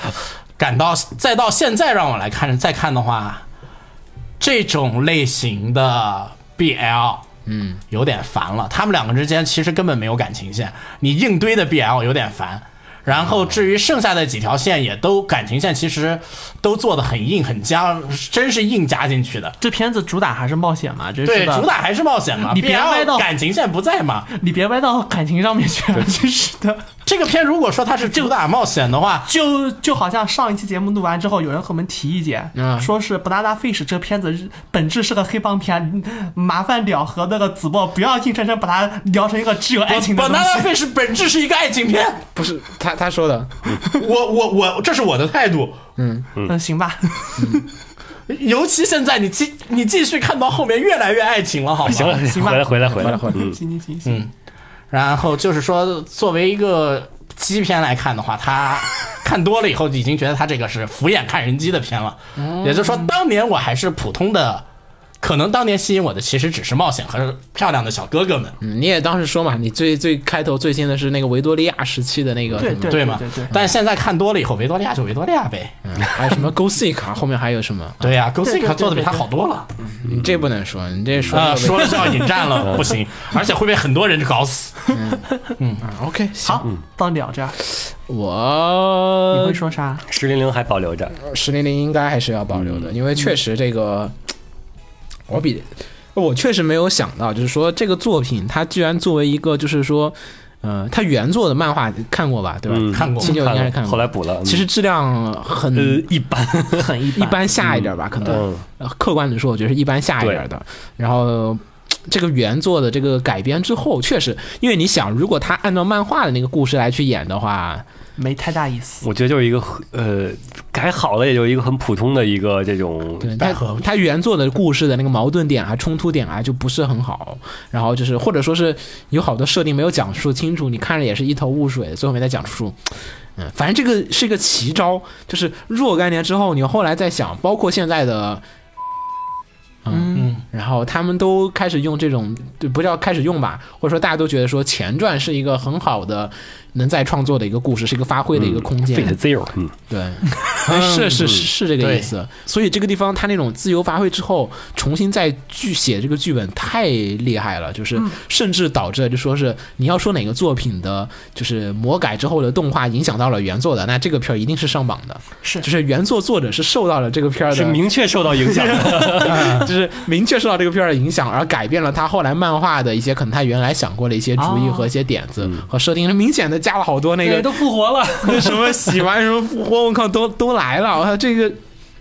Speaker 4: 感到再到现在让我来看再看的话，这种类型的 BL。嗯，有点烦了。他们两个之间其实根本没有感情线，你硬堆的 BL 有点烦。然
Speaker 6: 哦
Speaker 4: 后至于剩下的几条线，也都感情线其实都做的很硬很僵，真是硬加进去的。
Speaker 6: 这片子主打还是冒险嘛，真
Speaker 4: 对，
Speaker 6: 是的。
Speaker 4: 主打还是冒险嘛，
Speaker 6: 你别歪到
Speaker 4: BL 感情线不在嘛。
Speaker 6: 你别歪到感情上面去了，真是的。
Speaker 4: 这个片如果说它是主打冒险的话，
Speaker 6: 就就好像上一期节目录完之后，有人和我们提意见，
Speaker 2: 嗯
Speaker 6: 说是《Banana Fish》这片子本质是个黑帮片，麻烦了和那个子墨不要硬生生把它聊成一个只有爱情的东
Speaker 4: 呃 Banana
Speaker 6: 西。
Speaker 4: Fish 本质是一个爱情片，
Speaker 6: [LAUGHS]
Speaker 2: 不是他他说的，
Speaker 4: 我我我，这是我的态度。
Speaker 6: 嗯，行吧，
Speaker 4: 尤其现在你继你继续看到后面越来越爱情了，好吗？
Speaker 3: 行了，
Speaker 6: 行吧
Speaker 3: 回来回来回来，嗯，
Speaker 6: [LAUGHS] 行行行行，
Speaker 4: 然后就是说，作为一个基片来看的话，他看多了以后已经觉得他这个是敷衍看人机的片了。
Speaker 6: 嗯
Speaker 4: 也就是说，当年我还是普通的，可能当年吸引我的其实只是冒险和漂亮的小哥哥们，
Speaker 2: 嗯，你也当时说嘛，你最最开头最新的是那个维多利亚时期的那个
Speaker 6: 对
Speaker 2: 什么
Speaker 6: 对
Speaker 4: 对吗？
Speaker 6: 对对对
Speaker 4: 但现在看多了以后，维多利亚就维多利亚呗。
Speaker 2: 嗯还有什么 Go Seek 啊，后面还有什么？
Speaker 4: 对呀、g o s i
Speaker 6: 对
Speaker 4: c
Speaker 6: 对
Speaker 4: 做的比
Speaker 6: 对
Speaker 4: 他
Speaker 6: 对
Speaker 4: 好多了。
Speaker 2: 你这不能说，你这说
Speaker 4: 啊，
Speaker 2: 了
Speaker 4: 说了就要引战
Speaker 2: 嗯
Speaker 4: 了，不行，而且会被很多人搞死。
Speaker 2: 啊，OK，行，
Speaker 6: 好，到了这儿，你
Speaker 2: 我
Speaker 6: 会说
Speaker 2: [LAUGHS]
Speaker 6: 啥？
Speaker 3: 十零零还保留着，
Speaker 2: 十零零应该还是要保留的，因为确实这个，嗯我比我确实没有想到，就是说这个作品它居然作为一个就是说，呃，它原作的漫画看过吧，对吧？
Speaker 3: 嗯，
Speaker 4: 看过
Speaker 2: 清九应该是看
Speaker 3: 看
Speaker 2: 过，
Speaker 3: 后来补了，嗯
Speaker 2: 其实质量很、
Speaker 3: 呃一般，
Speaker 6: 很一
Speaker 2: 一般下一点吧，可能
Speaker 3: 嗯
Speaker 2: 呃客观的说，我觉得是一般下一点的。然后这个原作的这个改编之后，确实，因为你想，如果他按照漫画的那个故事来去演的话，
Speaker 6: [LAUGHS] 没太大意思。
Speaker 3: 我觉得就是一个呃改好了，也就一个很普通的一个这种
Speaker 2: 对
Speaker 4: 百
Speaker 2: 他
Speaker 4: 合
Speaker 2: 他原作的故事的那个矛盾点啊、冲突点啊，就不是很好。然后就是或者说是有好多设定没有讲述清楚，你看着也是一头雾水，最后没再讲述。嗯，反正这个是一个奇招，就是若干年之后，你后来再想，包括现在的
Speaker 6: 嗯，
Speaker 2: 然后他们都开始用这种，对，不叫开始用吧，或者说大家都觉得说前传是一个很好的能再创作的一个故事，是一个发挥的一个空间。
Speaker 3: Fate Zero，嗯，
Speaker 2: 对，是是是是这个意思。所以这个地方他那种自由发挥之后，重新再剧写这个剧本太厉害了，就是甚至导致就说是你要说哪个作品的，就是魔改之后的动画影响到了原作的，那这个片儿一定是上榜的。
Speaker 6: 是
Speaker 2: 就是原作作者是受到了这个片儿
Speaker 3: 是
Speaker 2: 的啊
Speaker 3: 明确受到影响的，
Speaker 2: 就是明确受到这个片儿的影响，而改变了他后来漫画的一些可能他原来想过的一些主意
Speaker 6: 哦
Speaker 2: 和一些点子和设定，明显的加了好多那
Speaker 6: 对，
Speaker 2: 个
Speaker 6: 都复活了，
Speaker 2: 什么洗完什么复活，我靠，都都来了， [LAUGHS] 我靠这个。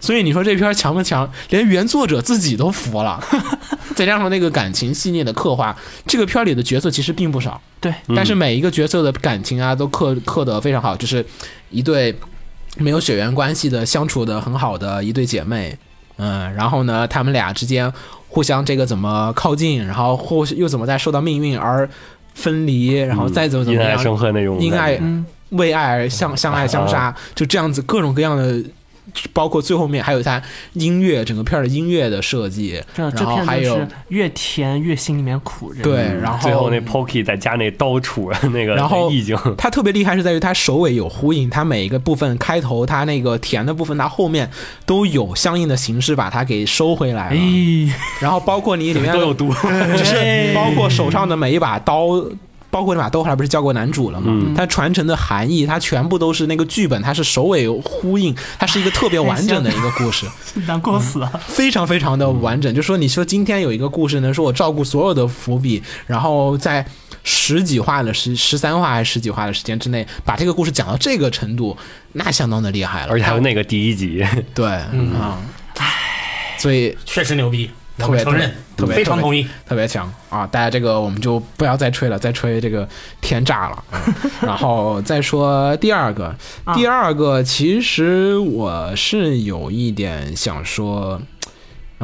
Speaker 2: 所以你说这片儿强不强？连原作者自己都服了， [LAUGHS] 再加上那个感情细腻的刻画，这个片儿里的角色其实并不少，
Speaker 6: 对，
Speaker 3: 嗯
Speaker 2: 但是每一个角色的感情啊都刻刻得非常好，就是一对没有血缘关系的相处的很好的一对姐妹，嗯，然后呢，她们俩之间互相这个怎么靠近，然后或又怎么在受到命运而分离，然后再怎么怎
Speaker 3: 因
Speaker 2: 么
Speaker 3: 爱
Speaker 2: 样，
Speaker 3: 生恨那种感觉，
Speaker 2: 因爱
Speaker 6: 嗯
Speaker 2: 为爱而相相爱相杀，就这样子各种各样的。包括最后面还有它音乐整个片儿的音乐的设计，
Speaker 6: 真的，
Speaker 2: 然
Speaker 6: 这
Speaker 2: 后
Speaker 6: 片
Speaker 2: 还
Speaker 6: 子
Speaker 2: 有
Speaker 6: 是越甜越心里面苦。真的
Speaker 2: 对，然后
Speaker 3: 最后那 Pokey 再加那刀杵那个
Speaker 2: 然后
Speaker 3: 意境，
Speaker 2: 它特别厉害是在于它首尾有呼应，它每一个部分开头它那个甜的部分，它后面都有相应的形式把它给收回来了。
Speaker 6: 哎， [LAUGHS]
Speaker 2: 然后包括你里面 [LAUGHS]
Speaker 3: 都有毒，
Speaker 2: 就是包括手上的每一把刀包括马兜后来不是交过男主了吗？它传承的含义，它全部都是那个剧本，它是首尾呼应，它是一个特别完整的一个故事。
Speaker 6: 难过死了。
Speaker 2: 非常非常的完整。就说你说今天有一个故事能说我照顾所有的伏笔，然后在十几话的十十三话还是十几话的时间之内，把这个故事讲到这个程度，那相当的厉害了。
Speaker 3: 而且还有那个第一集，
Speaker 2: 对，嗯，所以
Speaker 4: 确实牛逼，
Speaker 2: 特
Speaker 4: 我
Speaker 2: 别
Speaker 4: 们承认，
Speaker 2: 特别
Speaker 4: 非常同意。
Speaker 2: 特别强啊！大家这个我们就不要再吹了，再吹这个天炸了。嗯然后再说第二个，第二个其实我是有一点想说。啊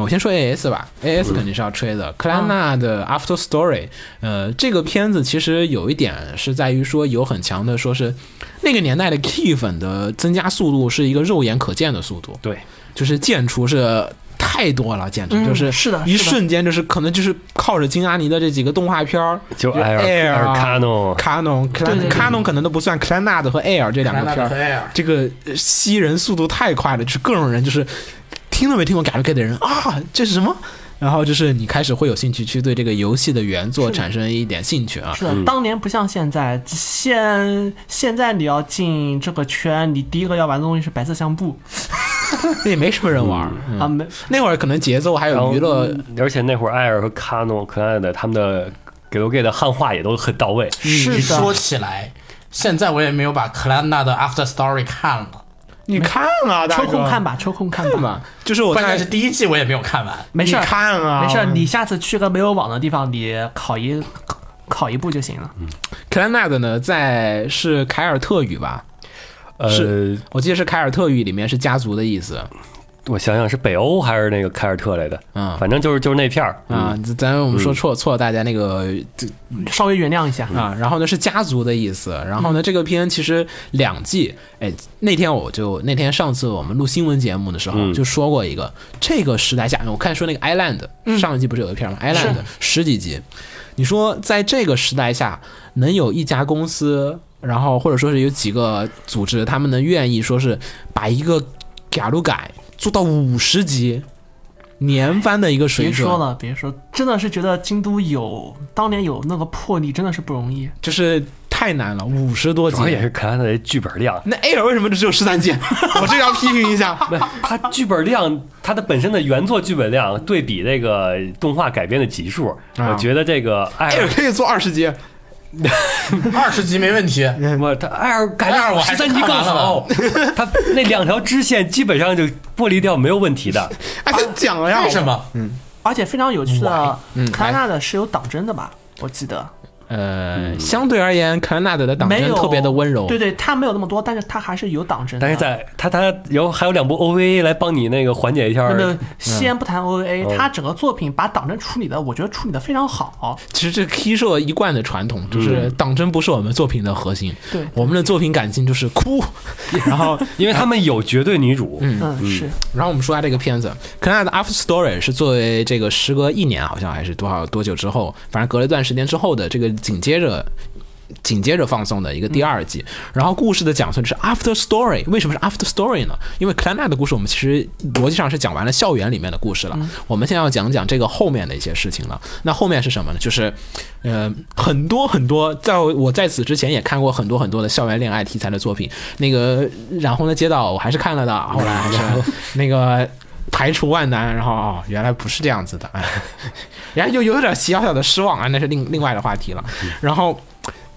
Speaker 2: 我先说 A S 吧，A S 肯定是要吹的。克拉纳的 After Story，呃，这个片子其实有一点是在于说有很强的，说是那个年代的 K 粉的增加速度是一个肉眼可见的速度，
Speaker 3: 对，
Speaker 2: 就是见出是太多了，简直
Speaker 6: 嗯
Speaker 2: 就是
Speaker 6: 是的
Speaker 2: 一
Speaker 6: 是的
Speaker 2: 瞬间就是可能就是靠着金阿尼的这几个动画片儿，
Speaker 3: 就
Speaker 2: 就
Speaker 3: 艾尔
Speaker 2: Air
Speaker 3: 艾尔
Speaker 2: 啊
Speaker 3: 卡诺，
Speaker 2: 卡农、克
Speaker 6: 对
Speaker 2: 兰
Speaker 6: 对对
Speaker 2: 卡农可能都不算，克兰纳的和 Air 这两个片儿，
Speaker 4: 尔，
Speaker 2: 这个呃吸人速度太快了，就是各种人就是听都没听过 g a l g a 的人啊，这是什么？然后就是你开始会有兴趣去对这个游戏的原作
Speaker 6: 是的
Speaker 2: 产生一点兴趣啊，
Speaker 6: 是的，当年不像现在，现现在你要进这个圈，你第一个要玩的东西是白色相簿
Speaker 2: 那也没什么人玩儿。嗯
Speaker 6: 啊，没
Speaker 2: 那会儿可能节奏还
Speaker 3: 然
Speaker 2: 有
Speaker 3: 后
Speaker 2: 娱乐，
Speaker 3: 而且那会儿艾尔和卡诺克莱的他们的给罗 gay 的汉化也都很到位，
Speaker 4: 你
Speaker 6: 是
Speaker 4: 说
Speaker 6: 的，
Speaker 4: 起来，现在我也没有把克兰纳的 After Story 看了，
Speaker 2: 你看啊，大
Speaker 6: 抽
Speaker 2: 哥
Speaker 6: 空看吧，抽空看
Speaker 2: 看
Speaker 6: 吧，
Speaker 2: 吧，就是我
Speaker 4: 关键
Speaker 2: 在
Speaker 4: 是第一季我也没有看完。
Speaker 6: 没事
Speaker 2: 你
Speaker 6: 儿，
Speaker 2: 看啊，
Speaker 6: 没事儿，你下次去个没有网的地方，你考一考考一部就行了。
Speaker 2: 嗯克兰纳的呢，在是凯尔特语吧？
Speaker 3: 呃
Speaker 2: 是，我记得是凯尔特语里面是家族的意思。
Speaker 3: 我想想是北欧还是那个凯尔特来的，
Speaker 2: 嗯
Speaker 3: 反正就是就是那片儿，
Speaker 2: 啊，咱我们说错错了大家那个
Speaker 6: 稍微原谅一下，
Speaker 2: 啊，然后呢是家族的意思，然
Speaker 3: 嗯
Speaker 2: 后呢这个片其实两季，哎，那天我就那天上次我们录新闻节目的时候
Speaker 3: 嗯
Speaker 2: 就说过一个，这个时代下，我看说那个
Speaker 3: 嗯
Speaker 2: Island 上一季不是有一片吗？Island 十几集，你说在这个时代下，能有一家公司，然后或者说是有几个组织，他们能愿意说是把一个假如改做到五十集年番的一个水
Speaker 6: 别
Speaker 2: 准
Speaker 6: 说，了，别说，真的是觉得京都有当年有那个魄力，真的是不容易。
Speaker 2: 就是太难了，五十多集
Speaker 3: 主要也是克莱特的剧本量，
Speaker 2: 那 Air 为什么只有十三
Speaker 6: [LAUGHS]
Speaker 2: 集？我这要批评一下。
Speaker 3: 不，它剧本量，它的本身的原作剧本量对比那个动画改编的集数，
Speaker 2: 啊
Speaker 3: 我觉得这个艾
Speaker 2: Air
Speaker 3: 尔，
Speaker 2: 可以做二十集，
Speaker 4: 二十集没问
Speaker 2: [LAUGHS]
Speaker 4: 题，
Speaker 3: 我他艾尔改
Speaker 4: 艾尔我还是
Speaker 3: 三集更
Speaker 4: 看完了
Speaker 3: 好，他那两条支线基本上就剥离掉没有问题的，
Speaker 2: 哎，
Speaker 6: 啊
Speaker 2: 他讲了呀。
Speaker 4: 为什？么？
Speaker 6: 而且非常有趣的
Speaker 2: 嗯，
Speaker 6: 卡纳的是有党争的吧？我记得
Speaker 2: 呃，相对而言，克兰纳德的党
Speaker 6: 嗯没
Speaker 2: 争
Speaker 6: 有
Speaker 2: 特别的温柔。
Speaker 6: 对对，他没有那么多，但是他还是有党争的。
Speaker 3: 但是在他他有还有两部 OVA 来帮你那个缓解一下
Speaker 6: 那，
Speaker 3: [LAUGHS]
Speaker 6: 么先不谈
Speaker 2: 哦
Speaker 6: OVA，、
Speaker 3: 嗯
Speaker 6: 他整个作品把党争处理的，我觉得处理的非常好。
Speaker 2: 其实这 K 社一贯的传统就是，党争不是我们作品的核心。
Speaker 6: 对
Speaker 2: 我们的作品感情就是哭。然后，
Speaker 3: 因为他们有绝对女主，
Speaker 6: 嗯，是
Speaker 2: 然后我们说下这个片子，克兰纳的 After Story 是作为这个时隔一年，啊好像还是多少多久之后，反正隔了一段时间之后的这个紧接着紧接着放送的一个第二季。然后故事的讲述是 after story，为什么是 after story 呢？因为克兰纳的故事我们其实逻辑上是讲完了校园里面的故事了，我们现在要讲讲这个后面的一些事情了。那后面是什么呢？就是，呃，很多很多，在我在此之前也看过很多很多的校园恋爱题材的作品，那个染红的街道我还是看了的，后来还是那个。排除万难，然后哦，原来不是这样子的，哎 [LAUGHS] 然后又有点小小的失望啊，那是另另外的话题了。然后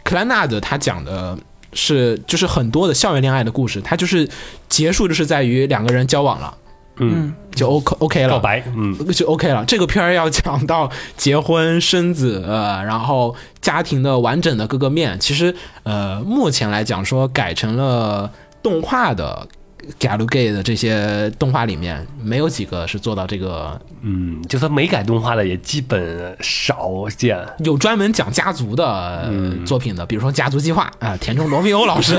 Speaker 2: 克兰纳德他讲的是，就是很多的校园恋爱的故事，他就是结束就是在于两个人交往了，
Speaker 3: 嗯，
Speaker 2: 就 OK OK 了，
Speaker 3: 告白，嗯，
Speaker 2: 就 OK 了。这个片儿要讲到结婚、生子，呃，然后家庭的完整的各个面。其实，呃，目前来讲说改成了动画的。假如 gay 的这些动画里面，没有几个是做到这个
Speaker 3: 嗯，就算没改动画的也基本少见，
Speaker 2: 有专门讲家族的呃作品的，比如说《家族计划》啊、田中罗密欧 [LAUGHS] 老师，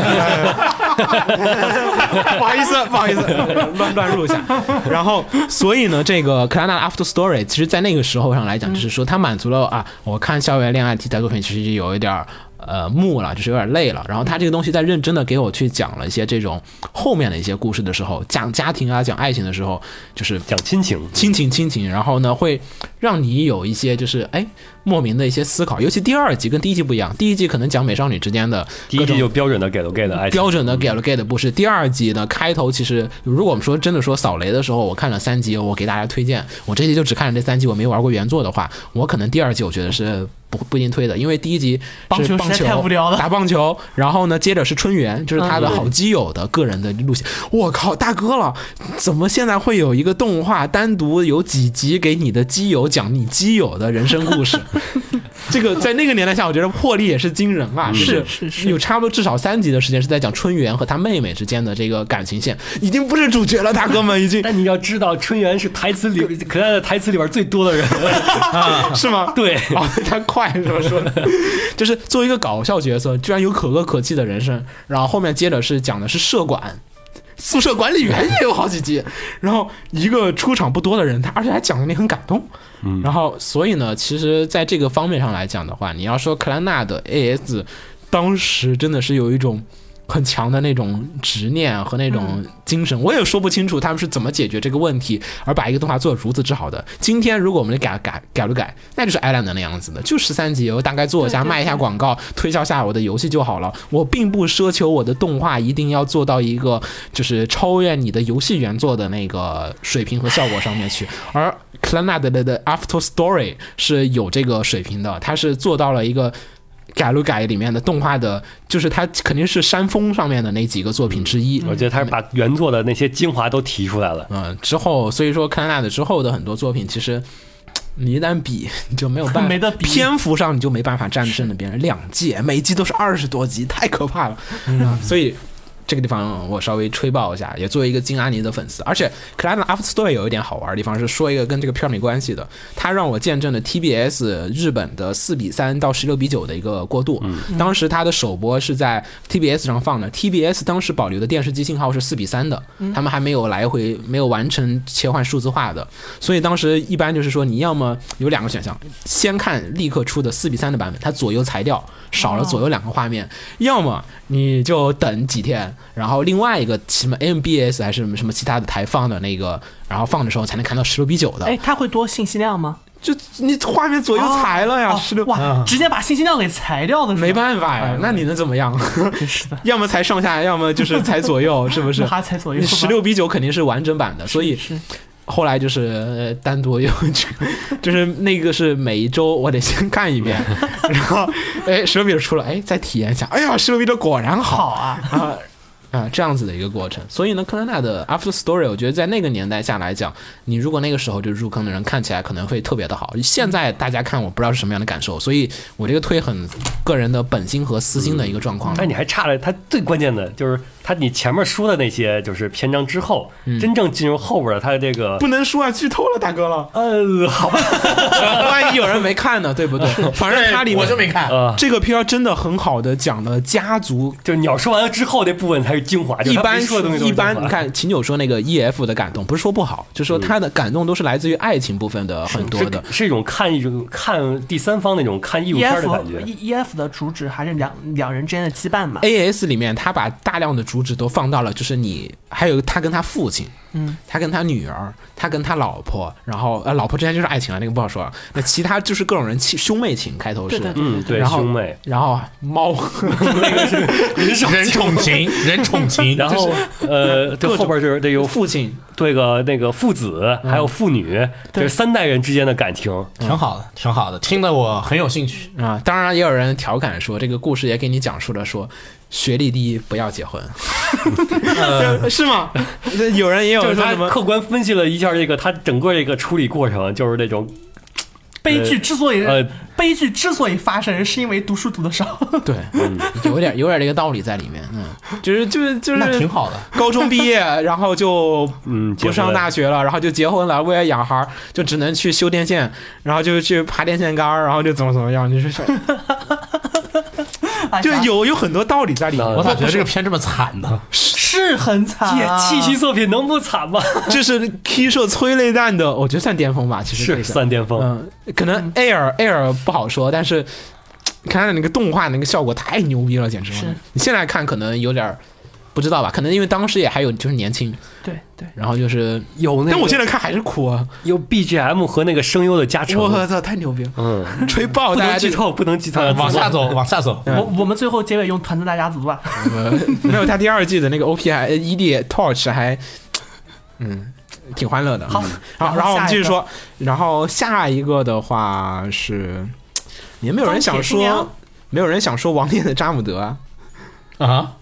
Speaker 2: 不好意思，不好意思， [LAUGHS] 乱乱入一下。然后，所以呢，这个《克拉纳的 After Story》其实，在那个时候上来讲，就是说它满足了啊，我看校园恋爱题材作品其实就有一点儿呃木了，就是有点累了。然后他这个东西在认真的给我去讲了一些这种后面的一些故事的时候，讲家庭啊，讲爱情的时候，就是
Speaker 3: 讲亲情，
Speaker 2: 亲情亲情，然后呢会让你有一些就是哎，莫名的一些思考，尤其第二集跟第一集不一样，第一集可能讲美少女之间的
Speaker 3: 第一
Speaker 2: 各种
Speaker 3: 季就标准的给了给的爱情，
Speaker 2: 标准的 g a l g a t e 不是第二集呢，开头其实如果我们说真的说扫雷的时候，我看了三集，我给大家推荐，我这集就只看了这三集，我没玩过原作的话，我可能第二集我觉得是不不一定推的，因为第一集
Speaker 6: 棒
Speaker 2: 是
Speaker 6: 球
Speaker 2: 棒
Speaker 6: 实在
Speaker 2: 球
Speaker 6: 太无聊了
Speaker 2: 打棒球，然后呢接着是春元，就是他的好基友的个人的路线。我靠，大哥了，怎么现在会有一个动画单独有几集给你的基友讲你基友的人生故事？
Speaker 6: [LAUGHS]
Speaker 2: 这个在那个年代下，我觉得魄力也是惊人啊！是
Speaker 6: 是是
Speaker 2: 有差不多至少三集的时间是在讲春元和他妹妹之间的这个感情线，已经不是主角了，大哥们已经
Speaker 3: 但你要知道，春元是台词里可爱的台词里边最多的人， [LAUGHS]
Speaker 2: 是吗？
Speaker 3: 对，
Speaker 2: 哦，他快是吧？说的，就是作为一个搞笑角色，居然有可歌可泣的人生，然后后面接着是讲的是社管。宿舍管理员也有好几集，然后一个出场不多的人，他而且还讲的你很感动，嗯，然后所以呢，其实在这个方面上来讲的话，你要说克兰纳的 AS，当时真的是有一种很强的那种执念和那种精神，我也说不清楚他们是怎么解决这个问题，而把一个动画做得如此之好的。今天如果我们改改改了改，那就是 Island 那样子的，就十三集，我大概做一下，卖一下广告，推销下我的游戏就好了。我并不奢求我的动画一定要做到一个就是超越你的游戏原作的那个水平和效果上面去，而 c l a n a 的的 After Story 是有这个水平的，它是做到了一个改路改里面的动画的，就是它肯定是山峰上面的那几个作品之一。
Speaker 3: 我觉得他是把原作的那些精华都提出来了。
Speaker 2: 嗯，之后所以说 c l a n a 的之后的很多作品，其实你一旦比你就没有办法，
Speaker 6: [LAUGHS] 没得比
Speaker 2: 篇幅上你就没办法战胜了别人。两季，每季都是二十多集，太可怕了。嗯，所以。这个地方我稍微吹爆一下，也作为一个金阿尼的粉丝，而且克拉的 After Story 有一点好玩的地方是说一个跟这个片儿没关系的，它让我见证了 TBS 日本的四比三到十六比九的一个过渡。
Speaker 6: 嗯
Speaker 2: 当时它的首播是在 TBS 上放的，TBS 当时保留的电视机信号是四比三的，
Speaker 6: 嗯
Speaker 2: 他们还没有来回没有完成切换数字化的，所以当时一般就是说你要么有两个选项，先看立刻出的四比三的版本，它左右裁掉，少
Speaker 6: 哦
Speaker 2: 了左右两个画面；要么你就等几天，然后另外一个什么 MBS 还是什么什么其他的台放的那个，然后放的时候才能看到十六比九的
Speaker 6: 哎，，它会多信息量吗？
Speaker 2: 就你画面左右裁了哎呀，
Speaker 6: 哦
Speaker 2: 十六、嗯
Speaker 6: 哇，哎直接把信息量给裁掉的是吧，
Speaker 2: 没办法呀，那你能怎么样？ [LAUGHS]
Speaker 6: 真是的，
Speaker 2: 要么裁上下，要么就是裁左右，是不是
Speaker 6: [LAUGHS] 那？还裁左右吧
Speaker 2: 十六比九肯定是完整版的，所以
Speaker 6: 是
Speaker 2: 后来就是呃单独有就是那个是每一周我得先看一遍，然后哎十六比九出了，哎再体验一下，哎呀十六比九果然
Speaker 6: [LAUGHS]
Speaker 2: 好
Speaker 6: 好啊，
Speaker 2: 啊啊这样子的一个过程。所以呢，克兰纳的 After Story，我觉得在那个年代下来讲，你如果那个时候就入坑的人，看起来可能会特别的好。现在大家看我不知道是什么样的感受，所以我这个推很个人的本心和私心的一个状
Speaker 5: [LAUGHS]
Speaker 2: 况。
Speaker 3: 但你还差了，他最关键的就是他你前面说的那些就是篇章之后，
Speaker 2: 嗯
Speaker 3: 真正进入后边儿他这个
Speaker 2: 不能说啊，剧透了，大哥了。
Speaker 5: 嗯
Speaker 3: 呃，好吧，
Speaker 2: 万一有人没看呢，对不对？
Speaker 5: [LAUGHS]
Speaker 2: 反正它里面
Speaker 5: 我就没看。
Speaker 3: 呃，
Speaker 2: 这个片儿真的很好的讲了家族。
Speaker 3: 就是鸟说完了之后那部分才是精华，就是
Speaker 2: 一
Speaker 3: 他
Speaker 2: 般
Speaker 3: 没说的东西都是
Speaker 2: 一般
Speaker 3: 精，华
Speaker 2: 你看秦九说那个 E F 的感动，不是说不好，就是说他的感动都是来自于爱情部分的很多的。
Speaker 3: 嗯是是一种看一种看第三方那种看艺术
Speaker 6: E
Speaker 3: 片的
Speaker 6: F
Speaker 3: 感觉。
Speaker 6: E E F 的主旨还是两两人之间的羁绊嘛。
Speaker 2: A S 里面，他把大量的主旨都放到了，就是你，还有他跟他父亲，嗯，他跟他女儿，他跟他老婆，然后呃，老婆之间就是爱情了，那个不好说啊。那其他就是各种人亲兄妹情，开头是，
Speaker 6: 对对对
Speaker 3: 嗯，对，
Speaker 2: 然后
Speaker 3: 兄妹，
Speaker 2: 然后猫，
Speaker 5: 人宠情，人宠
Speaker 2: [LAUGHS]
Speaker 5: 情，
Speaker 3: 然后呃，对后边就是这有
Speaker 2: 父亲，嗯
Speaker 3: 这个那个父子，还有父女，这是三代人之间的感
Speaker 2: 哦
Speaker 3: 情。
Speaker 5: 挺好的，挺好的，听得我很有兴趣。
Speaker 2: 啊，当然也有人调侃说，这个故事也给你讲述了说，学历第一不要结婚， [LAUGHS] 是吗？有人也有
Speaker 3: 就是
Speaker 2: 说
Speaker 3: 他
Speaker 2: 什么
Speaker 3: 客观分析了一下这个他整个这个处理过程，就是那种
Speaker 6: 悲剧之所以
Speaker 3: 呃
Speaker 6: 悲剧之所以发生，是因为读书读的少。 [LAUGHS]
Speaker 2: 对，有点有点这个道理在里面，嗯，就是就是就
Speaker 5: 那挺
Speaker 2: 是
Speaker 5: 好的，
Speaker 2: 高中毕业，然后就
Speaker 3: 嗯，
Speaker 2: 不上大
Speaker 3: 学
Speaker 2: 学了，然后就结婚了，为了养孩儿，就只能去修电线，然后就去爬电线杆儿，然后就怎么怎么样，就是说
Speaker 6: 哎
Speaker 2: 就
Speaker 6: 呀
Speaker 2: 有有很多道理在里
Speaker 4: 呃
Speaker 2: 面。
Speaker 5: 我咋觉得这个片这么惨呢？
Speaker 6: 是很惨
Speaker 3: 也
Speaker 6: 啊，
Speaker 3: 气息作品能不惨
Speaker 2: [LAUGHS]
Speaker 3: 吗？
Speaker 2: 这是 K 社催泪弹的，我觉得算巅峰吧，其实
Speaker 3: 是
Speaker 2: 这个
Speaker 3: [LAUGHS] 三巅峰，
Speaker 2: 嗯，可能 Air Air 不好说，但是看它的那个动画那个效果太牛逼了，简直了
Speaker 6: 是！
Speaker 2: 你现在看可能有点儿不不知道吧？可能因为当时也还有就是年轻，
Speaker 6: 对对，
Speaker 2: 然后就是，
Speaker 3: 有那
Speaker 2: 但我现
Speaker 3: 个
Speaker 2: 在看还是哭啊！
Speaker 3: 有 BGM 和那个声优的加成，
Speaker 2: 我操，太牛逼
Speaker 3: [LAUGHS]
Speaker 2: 了，
Speaker 3: 嗯，
Speaker 2: 吹爆
Speaker 3: 不
Speaker 2: [LAUGHS] 大
Speaker 3: 能
Speaker 2: 家啊
Speaker 3: 剧
Speaker 2: 这
Speaker 3: 透，不能剧
Speaker 2: 呃
Speaker 3: 透，
Speaker 4: 往下走，往下走。
Speaker 6: 我我们最后结尾用团子大家族吧，
Speaker 2: [LAUGHS] 没有他第二季的那个 OP 还 ED 呃，E Torch 还，嗯，挺欢乐的。
Speaker 6: 好
Speaker 2: 嗯好，
Speaker 6: 然后
Speaker 2: 然后我们
Speaker 6: 下一
Speaker 2: 继续
Speaker 6: 个
Speaker 2: 说，然后下一个的话是，也没有人想
Speaker 6: 钢铁新娘
Speaker 2: 说，没有人想说王念的扎姆德啊。
Speaker 4: 啊，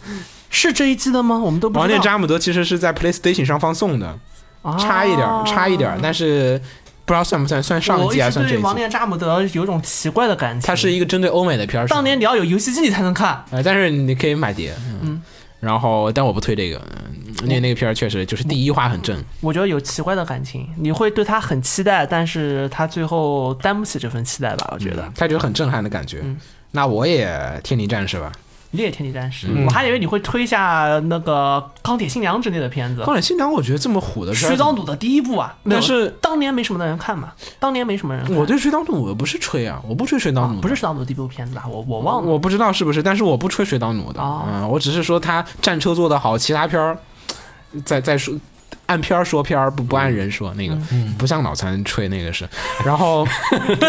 Speaker 6: 是这一季的吗？我们都不
Speaker 2: 王
Speaker 6: 知
Speaker 2: 念
Speaker 6: 道，
Speaker 2: 扎姆德其实是在 PlayStation 上放送的，
Speaker 6: 啊
Speaker 2: 差一点儿，差一点儿，但是不知道算不算算上一
Speaker 6: 我一
Speaker 2: 季还啊
Speaker 6: 直
Speaker 2: 是算这
Speaker 6: 对
Speaker 2: 一
Speaker 6: 王
Speaker 2: 季。
Speaker 6: 念扎姆德有一种奇怪的感情。
Speaker 2: 它是一个针对欧美的片儿，是吗
Speaker 6: 当年你要有游戏机你才能看，
Speaker 2: 呃，但是你可以买碟，嗯，然后但我不推这个，嗯因为那个片儿确实就是第一话很正，
Speaker 6: 我觉得有奇怪的感情，你会对他很期待，但是他最后担不起这份期待吧？我觉得。
Speaker 2: 他就很震撼的感觉。
Speaker 6: 嗯
Speaker 2: 那我也天灵战士吧，
Speaker 6: 你也天地战士，
Speaker 4: 嗯
Speaker 6: 我还以为你会推下那个钢铁新娘之类的片子
Speaker 2: 《钢。铁新娘》我觉得这么虎的片
Speaker 6: 徐
Speaker 2: 儿，
Speaker 6: 当主的第一部啊，
Speaker 2: 但是
Speaker 6: 当年没什么人看嘛，当年没什么人看。
Speaker 2: 我对水岛努的不是吹啊，我不吹水岛
Speaker 6: 啊
Speaker 2: 努，
Speaker 6: 不是徐当主的第一部片子吧？我我忘了。
Speaker 2: 我不知道是不是，但是我不吹水岛努的，
Speaker 6: 哦
Speaker 2: 嗯，我只是说他战车做得好，其他片儿在在说按片儿说片儿，不不按人说那
Speaker 6: 嗯
Speaker 2: 个，不像脑残吹那个是。然后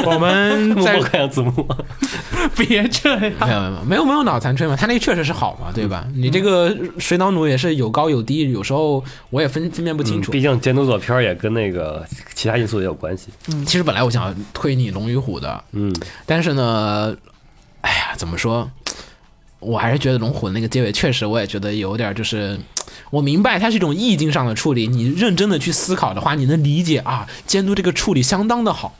Speaker 2: 我们
Speaker 3: 幕
Speaker 2: 在
Speaker 3: 后看字
Speaker 2: 嗯
Speaker 3: 幕，嗯
Speaker 6: 别这样，
Speaker 2: 没有没有没有没有脑残吹嘛，他那个确实是好嘛，对吧？
Speaker 6: 嗯
Speaker 2: 你这个水岛努也是有高有低，有时候我也分分辨不清楚。
Speaker 3: 毕竟监督作片儿也跟那个其他因素也有关系，
Speaker 6: 嗯
Speaker 2: 其实本来我想推你龙与虎的，
Speaker 3: 嗯，
Speaker 2: 但是呢，哎呀，怎么说？我还是觉得龙虎那个结尾确实，我也觉得有点就是，我明白它是一种意境上的处理，你认真的去思考的话，你能理解啊，监督这个处理相当的好，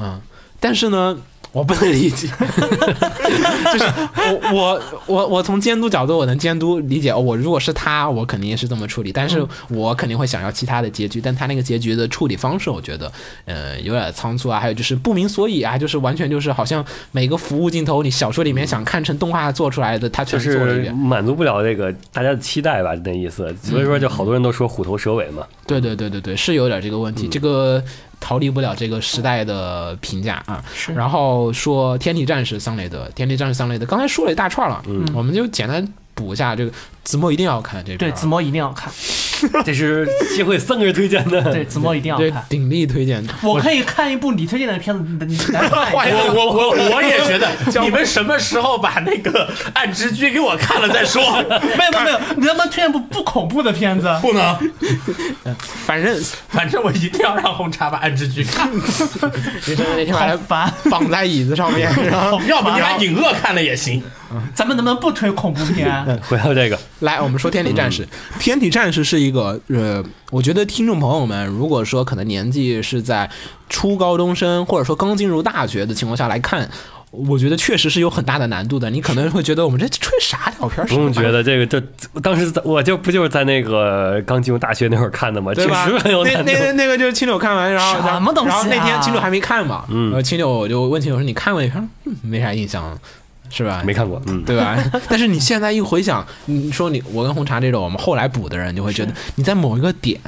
Speaker 2: 嗯，但是呢。我不能理解， [LAUGHS] 就是我我我我从监督角度，我能监督理解。哦我如果是他，我肯定也是这么处理，但是我肯定会想要其他的结局。但他那个结局的处理方式，我觉得呃，有点仓促啊，还有就是不明所以啊，就是完全就是好像每个服务镜头，你小说里面想看成动画做出来的，他
Speaker 3: 就
Speaker 2: 全做了一
Speaker 3: 是
Speaker 2: 遍。
Speaker 3: 满足不了这个大家的期待吧，那意思，所以说就好多人都说虎头蛇尾
Speaker 2: [LAUGHS]
Speaker 3: 嘛，
Speaker 2: 对对对对对，是有点这个问题，这个逃离不了这个时代的评价啊。
Speaker 6: 是
Speaker 2: 然后说天体战士桑雷德，天体战士桑雷德，刚才说了一大串了，嗯，我们就简单补一下这个子墨一定要看这
Speaker 6: 对
Speaker 2: 边、啊
Speaker 6: 子。墨一定要看，
Speaker 3: 这是协会三个人推荐的，
Speaker 6: 对子墨一定要
Speaker 2: 对
Speaker 6: 看，。
Speaker 2: 鼎力推荐，
Speaker 6: 我可以看一部你推荐的片子， [LAUGHS] 你来看一下。
Speaker 4: 我我我我也觉 [LAUGHS] 得，你们什么时候把那个《暗之居》给我看了再 [LAUGHS] 说？
Speaker 6: 没有没有没有，你能不能推荐部不恐怖的 [LAUGHS] 片子？
Speaker 4: 不能，
Speaker 2: 反正
Speaker 4: 反正我一定要让红茶把《暗之居》看，
Speaker 2: 你这那天把
Speaker 6: 好
Speaker 2: 它
Speaker 6: 烦！
Speaker 2: 绑在椅子上面，然后
Speaker 4: [LAUGHS] 要不然尹恶看了也行。
Speaker 6: 咱们能不能不推恐怖片？
Speaker 3: 回到这个，
Speaker 2: 来，我们说《天体战士》天体战士》是一个呃，我觉得听众朋友们，如果说可能年纪是在初高中生，或者说刚进入大学的情况下来看，我觉得确实是有很大的难度的。你可能会觉得我们这吹啥聊片儿？
Speaker 3: 不用觉得这个，这当时在我就不就是在那个刚进入大学那会儿看的吗？确
Speaker 2: [LAUGHS] 对吧
Speaker 3: 实很有？
Speaker 2: 那
Speaker 3: 难度
Speaker 2: 那。那那个就是青柳看完，然后
Speaker 6: 什么东西啊
Speaker 2: 然后那天青柳还没看嘛，嗯，然后青柳我就问青柳说：“你看过那片儿？嗯没啥印象了，是吧？”
Speaker 3: 没看过，嗯，
Speaker 2: 对吧？ [LAUGHS] 但是你现在一回想，你说你我跟红茶这种我们后来补的人，就会觉得你在某一个点。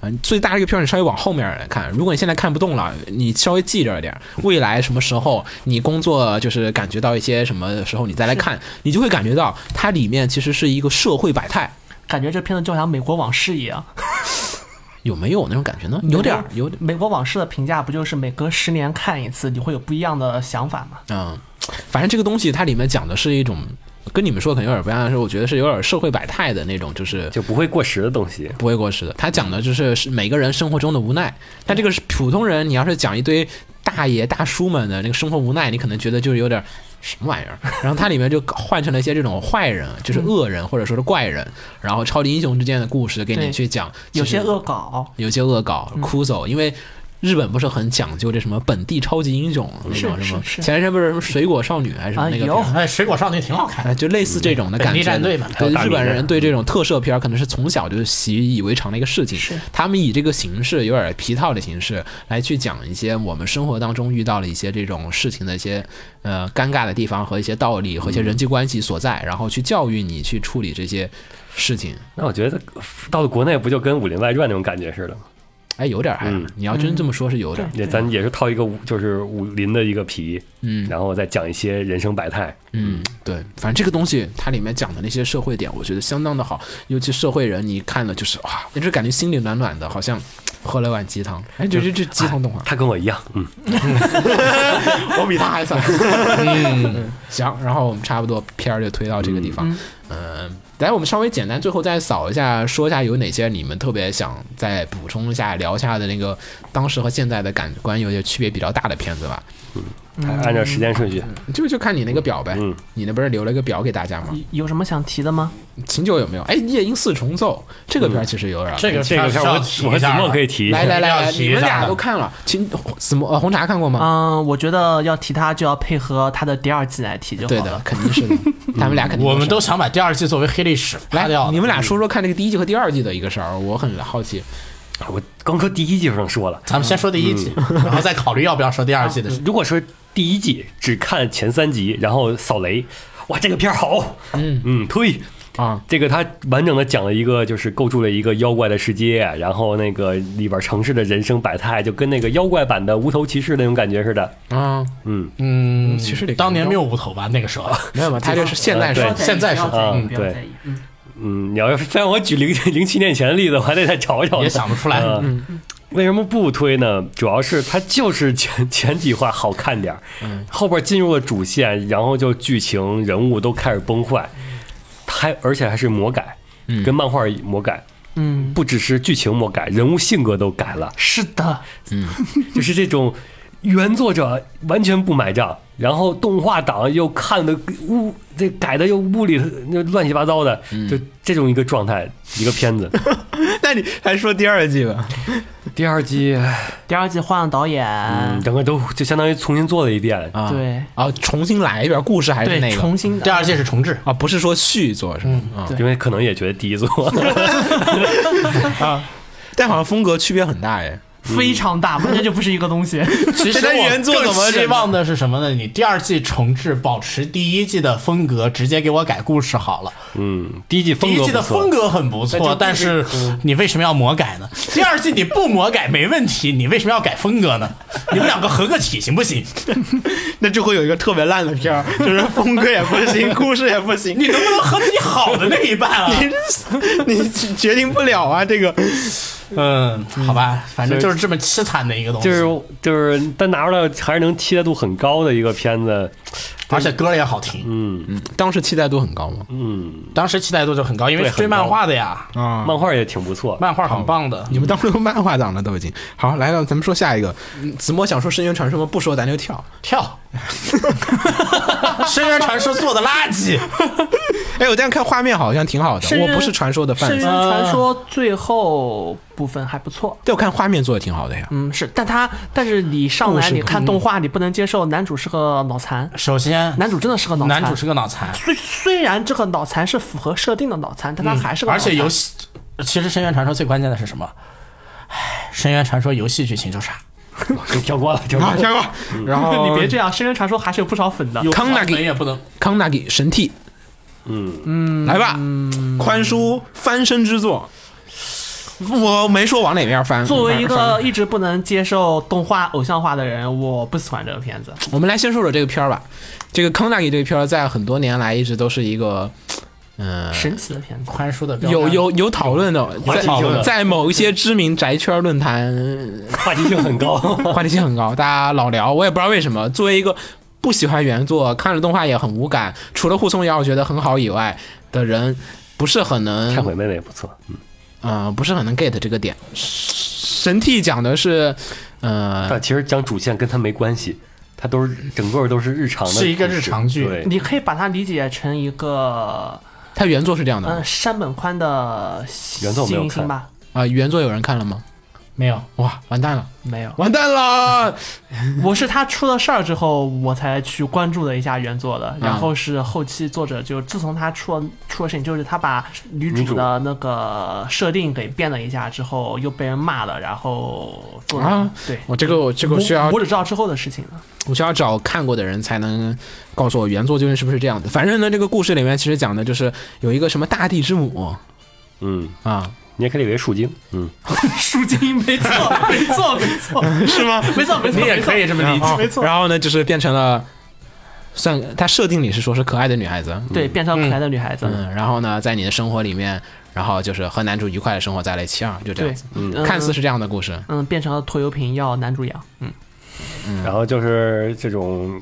Speaker 2: 啊，最大这个片儿你稍微往后面来看，如果你现在看不动了，你稍微记着点儿，未来什么时候你工作就是感觉到一些什么时候你再来看，你就会感觉到它里面其实是一个社会百态，
Speaker 6: [LAUGHS] 感觉这片子就像《美国往事》一样。
Speaker 2: 有没有那种感觉呢？有点儿
Speaker 6: 美，国
Speaker 2: 有点
Speaker 6: 美国往事的评价不就是每隔十年看一次，你会有不一样的想法吗？
Speaker 2: 儿，嗯，反正这个东西它里面讲的是一种跟你们说可能有点不一样，但是我觉得是有点社会百态的那种，就是
Speaker 3: 就不会过时的东西。
Speaker 2: 不会过时的。他讲的就是是每个人生活中的无奈，但这个是普通人，你要是讲一堆大爷大叔们的那个生活无奈，你可能觉得就是有点什么玩意儿。然后它里面就换成了一些这种坏人，就是恶人或者说是怪人，然后超级英雄之间的故事给你
Speaker 6: 对
Speaker 2: 去讲，
Speaker 6: 有些
Speaker 2: 其实
Speaker 6: 恶搞，
Speaker 2: 有些恶搞、酷走，因
Speaker 6: 嗯
Speaker 2: 为。日本不是很讲究这什么本地超级英雄那种
Speaker 6: 是
Speaker 2: 什么？
Speaker 6: 是是
Speaker 2: 前一阵不是什么水果少女还是什么
Speaker 6: 啊
Speaker 2: 那个片
Speaker 6: 有
Speaker 2: 儿
Speaker 4: 哎，水果少女挺好看的，
Speaker 2: 哎，就类似这种的
Speaker 4: 嗯本
Speaker 2: 感
Speaker 4: 地
Speaker 2: 觉。
Speaker 4: 战队嘛
Speaker 3: 还
Speaker 2: 对
Speaker 3: 有大
Speaker 2: 日
Speaker 3: 明
Speaker 2: 本
Speaker 3: 人
Speaker 2: 人对这种特摄片儿可能是从小就习以为常的一个事情。
Speaker 6: 是
Speaker 2: 他们以这个形式，有点皮套的形式来去讲一些我们生活当中遇到了一些这种事情的一些呃尴尬的地方和一些道理和一些人际
Speaker 4: 嗯
Speaker 2: 关系所在，然后去教育你去处理这些事情。
Speaker 3: 那我觉得到了国内不就跟《武林外传》那种感觉似的吗？
Speaker 2: 哎，有点还、
Speaker 3: 嗯
Speaker 2: 你要真这么说，是有点儿。
Speaker 3: 也咱也是套一个武就是武林的一个皮，
Speaker 2: 啊嗯
Speaker 3: 然后再讲一些人生百态。
Speaker 2: 嗯，对，反正这个东西它里面讲的那些社会点，我觉得相当的好，尤其社会人，你看了就是哇，你这感觉心里暖暖的，好像喝了碗鸡汤。哎，这这这鸡汤动画，
Speaker 3: 他跟我一样，嗯，
Speaker 2: 哎我比他还惨。 [LAUGHS] 嗯，行，然后我们差不多片儿就推到这个地方。嗯，来，我们稍微简单最后再扫一下，说一下有哪些你们特别想再补充一下、聊一下的那个当时和现在的感官有些区别比较大的片子吧。
Speaker 3: 按照时间顺序，
Speaker 2: 就就看你那个表呗，
Speaker 3: 嗯
Speaker 2: 你那不是留了一个表给大家吗？
Speaker 6: 有什么想提的吗？
Speaker 2: 秦九有没有？哎，《夜莺四重奏》嗯这个片儿其实有点儿。
Speaker 4: 这个
Speaker 3: 这个片儿我我和子墨可以提一
Speaker 2: 来
Speaker 3: 下，
Speaker 2: 来来
Speaker 4: 要
Speaker 2: 来，
Speaker 4: 提
Speaker 2: 你们
Speaker 4: 一下
Speaker 2: 俩
Speaker 4: 的
Speaker 2: 都看了，秦什么呃红茶看过吗？
Speaker 6: 嗯，我觉得要提它就要配合它的第二季来提就好
Speaker 2: 对
Speaker 6: 了。
Speaker 2: 的，肯定是的，他们俩肯定是。
Speaker 4: [LAUGHS] 我们都想把第二季作为黑历 [LAUGHS] 史
Speaker 2: 来
Speaker 4: 擦掉了。
Speaker 2: 你们俩说说看这个第一季和第二季的一个事儿，我很好奇。
Speaker 3: 我刚说第一季就上说了，
Speaker 4: 咱们先说第一季， [LAUGHS] 然后再考虑要不要说第二季的事。
Speaker 3: 如果说第一季只看前三集，然后扫雷，哇，这个片儿好，
Speaker 2: 嗯
Speaker 3: 嗯，推。
Speaker 2: 啊，
Speaker 3: 这个它完整的讲了一个，就是构筑了一个妖怪的世界，然后那个里边城市的人生百态，就跟那个妖怪版的无头骑士那种感觉似的。
Speaker 2: 啊，
Speaker 3: 嗯，
Speaker 4: [LAUGHS] 嗯，
Speaker 2: 其实得
Speaker 4: 当年没有无头吧，那个时候。 [LAUGHS]
Speaker 2: 没有吧？他这是现在
Speaker 3: 呃
Speaker 2: 是
Speaker 3: 对
Speaker 6: 不要在意
Speaker 4: 现在
Speaker 6: 不要
Speaker 4: 是
Speaker 6: 在意，
Speaker 3: 嗯
Speaker 6: 不要
Speaker 3: 对
Speaker 6: 在意。嗯，
Speaker 3: 嗯，你要是非让我举零 [LAUGHS] 零七年前的例子，我还得再找找呢。
Speaker 4: 也想不出来
Speaker 3: 呃为什么不推呢？主要是它就是前 [LAUGHS] 前几话好看点儿，
Speaker 4: 嗯
Speaker 3: 后边进入了主线，然后就剧情人物都开始崩坏，还而且还是魔改，
Speaker 4: 嗯
Speaker 3: 跟漫画魔改，
Speaker 6: 嗯，
Speaker 3: 不只是剧情魔改，人物性格都改了，
Speaker 6: 是的，
Speaker 3: 就是这种原作者完全不买账，然后动画党又看的物这改的又物理那乱七八糟的，
Speaker 4: 嗯
Speaker 3: 就这种一个状态，一个片
Speaker 4: [LAUGHS]
Speaker 3: 子。
Speaker 2: [LAUGHS] 那你还说第二季吧？
Speaker 3: 第二季，
Speaker 6: 第二季换了导演，
Speaker 3: 嗯，整个都就相当于重新做了一遍。
Speaker 2: 啊，
Speaker 6: 对
Speaker 2: 啊，重新来一遍，故事还是那
Speaker 6: 对，
Speaker 2: 个
Speaker 6: 重新
Speaker 4: 第二季是重置，
Speaker 2: 啊，不是说续作是吗？啊，
Speaker 3: 因为可能也觉得第一座
Speaker 2: 但好像风格区别很大哎。
Speaker 6: 非常大，完全就不是一个东西。
Speaker 4: 其实
Speaker 2: 但
Speaker 4: 我
Speaker 2: 原作
Speaker 4: 更
Speaker 2: 怎么忍
Speaker 4: 希
Speaker 2: 呢
Speaker 4: 望的是什么呢？你第二季重置，保持第一季的风格，直接给我改故事好了。
Speaker 3: 嗯， [LAUGHS] 第一季
Speaker 4: 第
Speaker 3: 风
Speaker 4: 一
Speaker 3: 格
Speaker 4: 季的
Speaker 3: 不错
Speaker 4: 风格很不
Speaker 3: 那
Speaker 4: 错
Speaker 3: 就，
Speaker 4: 但是你为什么要魔改呢？第二季你不魔改没问题，你为什么要改风格呢？你们两个合个体行不行？
Speaker 2: 那就会有一个特别烂的片儿，就是风格也不 [LAUGHS] 行，故事也不行，
Speaker 4: 你能不能合自己好的那一半
Speaker 2: [LAUGHS]
Speaker 4: 啊？
Speaker 2: 你你决定不了啊，这个。
Speaker 4: 嗯，好吧，反正就是这么凄惨的一个东西，
Speaker 3: 就是就是，但拿出来还是能期待度很高的一个片子。
Speaker 4: 而且歌也好听，
Speaker 3: 嗯
Speaker 2: 当时期待度很高吗？
Speaker 3: 嗯，
Speaker 4: 当时期待度就很高，因为
Speaker 3: 对
Speaker 4: 是追
Speaker 3: 很高
Speaker 4: 漫画的呀，
Speaker 2: 啊
Speaker 3: 漫画也挺不错。
Speaker 4: 漫画很棒的。
Speaker 2: 你们当时都漫画党了都已经。好，来了，咱们说下一个。嗯子墨想说《深渊传说》吗？不说，咱就跳。
Speaker 4: 跳，深渊传说做的垃圾，
Speaker 2: 哎，我这样看画面好像挺好的，
Speaker 6: 深
Speaker 2: 我
Speaker 6: 渊
Speaker 2: 不是传说的啊
Speaker 6: 《深
Speaker 2: fans，
Speaker 6: 渊传说》最后部分还不错。
Speaker 2: 但我看画面做的挺好的呀。
Speaker 6: 嗯，是，但他但是你上
Speaker 2: 故
Speaker 6: 来
Speaker 2: 事
Speaker 6: 你看动画，你不能接受男主是个脑残，
Speaker 4: 首先
Speaker 6: 男主真的是个脑残。
Speaker 4: 男主是个脑残，嗯
Speaker 6: 虽虽然这个脑残是符合设定的脑残，但他还是个脑
Speaker 4: 而
Speaker 6: 残、
Speaker 4: 且游戏，其实深渊传说最关键的是什么？唉，深渊传说游戏剧情就差，
Speaker 3: 就跳过了，跳过
Speaker 2: 好，
Speaker 3: 了。
Speaker 2: 下一个。然后 [LAUGHS]
Speaker 6: [LAUGHS] 你别这样，《深渊传说》还是有不少粉的。
Speaker 2: 康纳
Speaker 4: 人
Speaker 2: 给
Speaker 4: 也不能。
Speaker 2: 康纳给神替，
Speaker 3: 嗯，
Speaker 2: 来吧，宽叔翻身之作。我没说往哪边翻。
Speaker 6: 作为一
Speaker 2: 哪儿
Speaker 6: 个
Speaker 2: 翻，
Speaker 6: 一直不能接受动画偶像化的人，我不喜欢这个片子。
Speaker 2: 我们来先说说这个片儿吧。这个康纳给这个片儿，在很多年来一直都是一个，嗯，
Speaker 6: 神奇的片子，
Speaker 4: 宽叔的标杆
Speaker 2: 有有有讨论的，
Speaker 3: 话题性
Speaker 2: 在
Speaker 3: 的
Speaker 2: 在某一些知名宅圈论坛，
Speaker 3: 话题性很
Speaker 4: [LAUGHS]
Speaker 3: 高。
Speaker 2: 话题性很高，大家老聊。我也不知道为什么，作为一个不喜欢原作、看着动画也很无感，除了护松瑶觉得很好以外的人，不是很能
Speaker 3: 忏悔妹妹也不错。
Speaker 4: 嗯
Speaker 2: 呃，不是很能 get 这个点。神替讲的是，呃，
Speaker 3: 但其实讲主线跟他没关系，他都是整个都是日常的故事，
Speaker 4: 是一个日常剧
Speaker 3: 对，
Speaker 6: 你可以把它理解成一个
Speaker 2: 他原作是这样的
Speaker 6: 嗯
Speaker 2: 啊、
Speaker 6: 山本宽的新
Speaker 3: 原作我没有
Speaker 6: 明星
Speaker 3: 看
Speaker 6: 吧？
Speaker 2: 呃原作有人看了吗？
Speaker 4: 没有？
Speaker 2: 哇，完蛋了，
Speaker 6: 没有，
Speaker 2: 完蛋了！ [LAUGHS]
Speaker 6: 我是他出了事儿之后，我才去关注了一下原作的，然后是后期作者就自从他出了出了事情，就是他把女
Speaker 3: 女
Speaker 6: 主
Speaker 3: 主
Speaker 6: 的那个设定给变了一下之后，又被人骂了，然后做了、
Speaker 2: 啊
Speaker 6: 对。
Speaker 2: 我这个我这个
Speaker 6: 我
Speaker 2: 需要
Speaker 6: 我只知道之后的事情了。
Speaker 2: 我需要找看过的人才能告诉我原作究竟是不是这样的。反正呢，这个故事里面其实讲的就是有一个什么大地之母
Speaker 3: 嗯，
Speaker 2: 啊，
Speaker 3: 你也可以理为树精，嗯，
Speaker 6: 树精，没错，没错，没错，
Speaker 2: [LAUGHS]
Speaker 5: 是吗？
Speaker 6: 没错，没错，
Speaker 4: 你也可以这么理解。
Speaker 6: 没错。
Speaker 2: 然后呢，就是变成了。算它设定里是说是可爱的女孩子，
Speaker 6: 对，变成可爱的女孩子，
Speaker 2: 嗯，然后呢，在你的生活里面，然后就是和男主愉快的生活在了一起啊，就这
Speaker 6: 对
Speaker 2: 样子，，
Speaker 6: 嗯
Speaker 2: 看似是这样的故事，
Speaker 6: 嗯，变成了拖油瓶要男主养，嗯，
Speaker 3: 然后就是这种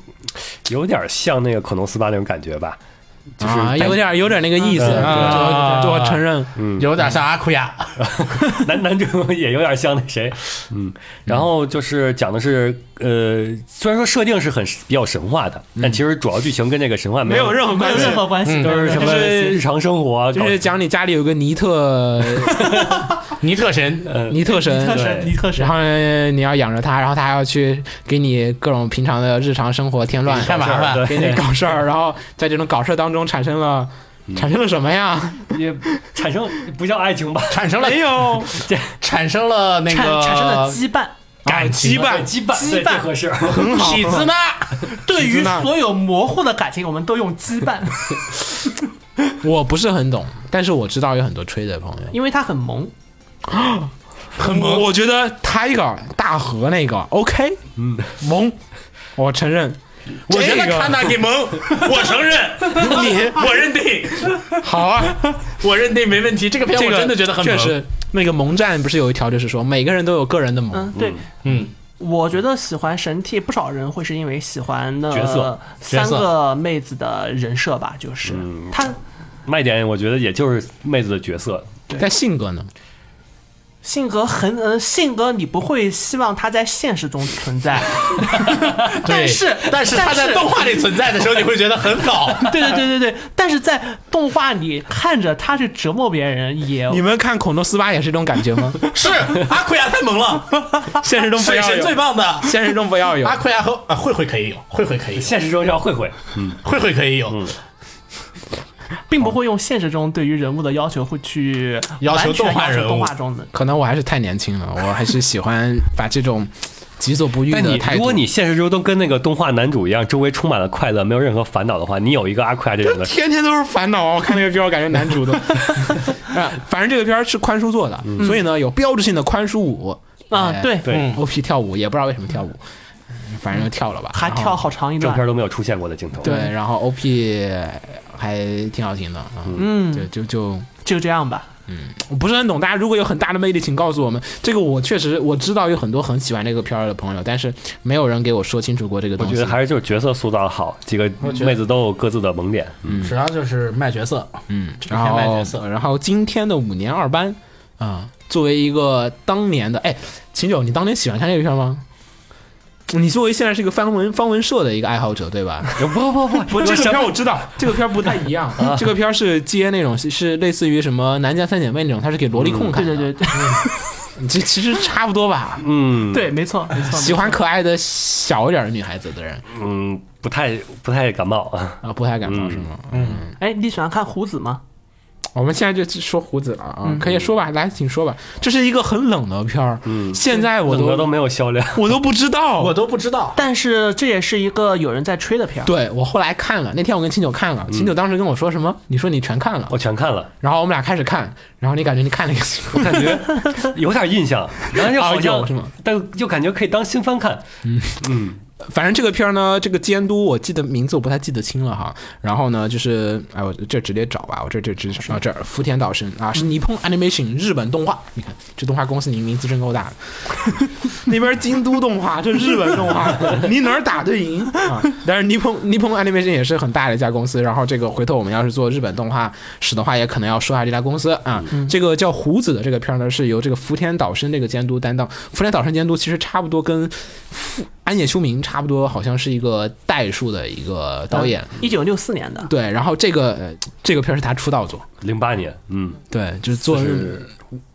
Speaker 3: 有点像那个可能斯巴那种感觉吧，就是
Speaker 2: 啊，
Speaker 3: 但
Speaker 2: 有点有点那个意思，啊
Speaker 4: 嗯
Speaker 2: 就就承认，
Speaker 4: 有点像阿库亚，
Speaker 3: 男男主也有点像那谁，嗯，然后就是讲的是，呃，虽然说设定是很比较神话的，
Speaker 2: 嗯
Speaker 3: 但其实主要剧情跟这个神话没有任何嗯
Speaker 6: 没有任何关系，
Speaker 3: 都是什么
Speaker 2: 就是
Speaker 3: 日常生活，啊
Speaker 2: 就
Speaker 3: 搞
Speaker 2: 是讲你家里有个尼特
Speaker 4: 尼特神，
Speaker 3: 呃
Speaker 2: 尼特神，
Speaker 6: 特
Speaker 3: 对
Speaker 6: 神，尼特神
Speaker 2: 然，后呢你要养着它，然后它还要去给你各种平常的日常生活添乱，
Speaker 4: 干嘛
Speaker 3: 事儿
Speaker 4: 吧？
Speaker 2: 给你搞事儿，然后在这种搞事儿当中产生了
Speaker 4: 嗯
Speaker 2: 产生了什么呀？
Speaker 3: 也产生不叫爱情吧，
Speaker 4: 产生了
Speaker 2: 没有，
Speaker 4: 产生了那
Speaker 6: 产
Speaker 4: 个
Speaker 6: 产生了羁绊，
Speaker 4: 感羁
Speaker 3: 对
Speaker 4: 绊，
Speaker 3: 羁绊，
Speaker 6: 羁
Speaker 3: 对
Speaker 6: 绊
Speaker 3: 这合适。
Speaker 2: 很好
Speaker 4: 痞，子呢？
Speaker 6: 对于
Speaker 2: 知道
Speaker 6: 所有模糊的感情，我们都用羁绊，
Speaker 2: 我不是很懂，但是我知道有很多吹的朋友。
Speaker 6: 因为它很萌，
Speaker 2: 很萌。我觉得 Tiger 大河那个 OK，嗯，萌，我承认。
Speaker 4: 我觉得
Speaker 2: 这个
Speaker 4: 看他给
Speaker 2: [LAUGHS]
Speaker 4: 萌，我承认，你我认定，
Speaker 2: 好啊，
Speaker 4: 我认定没问题。这个片
Speaker 2: 这
Speaker 4: 我
Speaker 2: 个
Speaker 4: 真的觉得很萌，
Speaker 2: 确实。那个萌战不是有一条，就是说每个人都有个人的萌，
Speaker 6: 嗯，对，
Speaker 4: 嗯，
Speaker 6: 我觉得喜欢神替不少人会是因为喜欢的
Speaker 3: 角色
Speaker 6: 三个妹子的人设吧，就是她
Speaker 3: [LAUGHS] 卖点我觉得也就是妹子的角色，
Speaker 4: 嗯
Speaker 2: 但性格呢？
Speaker 6: 性格很呃，性格你不会希望她在现实中存在，但是
Speaker 4: 但是他在动画里存在的时候，你会觉得很
Speaker 6: [LAUGHS]
Speaker 4: 搞。
Speaker 6: 对对对对对，但是在动画里看着她去折磨别人
Speaker 4: 哦
Speaker 6: 也
Speaker 2: 你们看《恐龙斯巴》也是这种感觉
Speaker 4: [LAUGHS]
Speaker 2: 吗？
Speaker 4: 是阿库亚太萌了，
Speaker 2: 现实中 [LAUGHS] 不
Speaker 4: 水
Speaker 2: 要
Speaker 4: 神最
Speaker 2: 有，
Speaker 4: 棒的。
Speaker 2: [LAUGHS] 现实中不要有
Speaker 4: 阿。库亚和啊慧慧可以有，慧慧可以有，
Speaker 3: 现实中要慧慧，
Speaker 4: 慧慧可
Speaker 2: 嗯
Speaker 4: 以有，
Speaker 6: 并不会用现实中对于人物的要求会去
Speaker 4: 要求
Speaker 6: 完全
Speaker 4: 动画
Speaker 6: 要求
Speaker 4: 人物
Speaker 6: 动画中的。
Speaker 2: 可能我还是太年轻了，我还是喜欢把这种己所不欲
Speaker 3: 但你
Speaker 2: 的态
Speaker 3: 如
Speaker 2: 度
Speaker 3: 果。你现实中都跟那个动画男主一样，周围充满了快乐，没有任何烦恼的话，你有一个阿奎亚这种的，
Speaker 2: [LAUGHS] 天天都是烦恼啊！我看那个片儿，我感觉男主都 [LAUGHS] 啊，反正这个片儿是宽叔做的，所以呢有标志性的宽叔舞
Speaker 6: 啊
Speaker 2: 哎， [LAUGHS]
Speaker 6: 对，
Speaker 3: 对，
Speaker 2: OP 跳舞，也不知道为什么跳舞，反正就跳了吧，
Speaker 6: 还
Speaker 2: 然后
Speaker 6: 跳好长一
Speaker 3: 正片
Speaker 6: 段，
Speaker 3: 都没有出现过的镜头。
Speaker 2: 对，然后 OP 还挺好听的，嗯，对，就就
Speaker 6: 就这样吧。
Speaker 2: 我不是很懂，大家如果有很大的魅力，请告诉我们。这个我确实我知道有很多很喜欢这个片儿的朋友，但是没有人给我说清楚过这个
Speaker 3: 我
Speaker 2: 东西。
Speaker 3: 觉得还是就是角色塑造的好，几个妹子都有各自的萌点。
Speaker 4: 主要就是卖角色，
Speaker 2: 嗯，
Speaker 4: 这个
Speaker 2: 然
Speaker 4: 片卖角
Speaker 2: 后
Speaker 4: 色
Speaker 2: 然后今天的五年二班啊、作为一个当年的哎，秦九，你当年喜欢看这个片儿吗？你作为现在是一个方文方文社的一个爱好者，对吧？
Speaker 3: 不不不
Speaker 2: [LAUGHS] 不，这个片儿我知道，这个片儿不太 [LAUGHS] 一样。这个片儿是接那种是是类似于什么《南家三姐妹》那种，它是给萝莉控
Speaker 6: [LAUGHS] 对
Speaker 2: 看的。
Speaker 6: 嗯对对对
Speaker 2: 对，其其实差不多吧。
Speaker 3: 嗯，
Speaker 6: 对，没错没错。
Speaker 2: 喜欢可爱的小一点的女孩子的人
Speaker 3: 嗯，不太不太感冒啊。
Speaker 2: 啊，不太感冒是吗？嗯，
Speaker 6: 哎，你喜欢看胡子吗？
Speaker 2: 我们现在就说胡子了啊，可以说吧，来，请说吧。这是一个很冷的片儿，现在我
Speaker 3: 整个都
Speaker 2: 都
Speaker 3: 没有销量，
Speaker 2: 我嗯都不知道，
Speaker 4: 我都不知道。
Speaker 6: 但是这也是一个有人在吹的片儿，
Speaker 2: 对我后来看了，那天我跟秦九看了，秦九当时跟我说什么？你说你全看了
Speaker 3: 我，全看了，
Speaker 2: 然后我们俩开始看，然后你感觉你看了一个星期
Speaker 3: 我感觉有点印象，然后就好
Speaker 2: 啊有
Speaker 3: 像
Speaker 2: 是吗？
Speaker 3: 但就感觉可以当新番看。
Speaker 2: 反正这个片儿呢，这个监督我记得名字我不太记得清了哈。然后呢，就是哎，我这直接找吧，我这这直啊这儿福田岛神啊，是尼鹏 Animation 日本动画。你看这动画公司，你名字真够大的。 [LAUGHS] 那边京都动画，这日本动 [LAUGHS] 画，你哪儿打得赢啊？但是尼鹏尼鹏 Animation 也是很大的一家公司。然后这个回头我们要是做日本动画史的话，也可能要说一下这家公司啊。这个叫胡子的这个片儿呢，是由这个福田岛生这个监督担当。福田岛生监督其实差不多跟安野修明差不多好像是一个代数的一个导演，
Speaker 3: 嗯
Speaker 6: 一九六四年的，
Speaker 2: 对，然后这个呃这个片儿是他出道作，
Speaker 3: 零八年，嗯，
Speaker 2: 对，就是做
Speaker 3: 是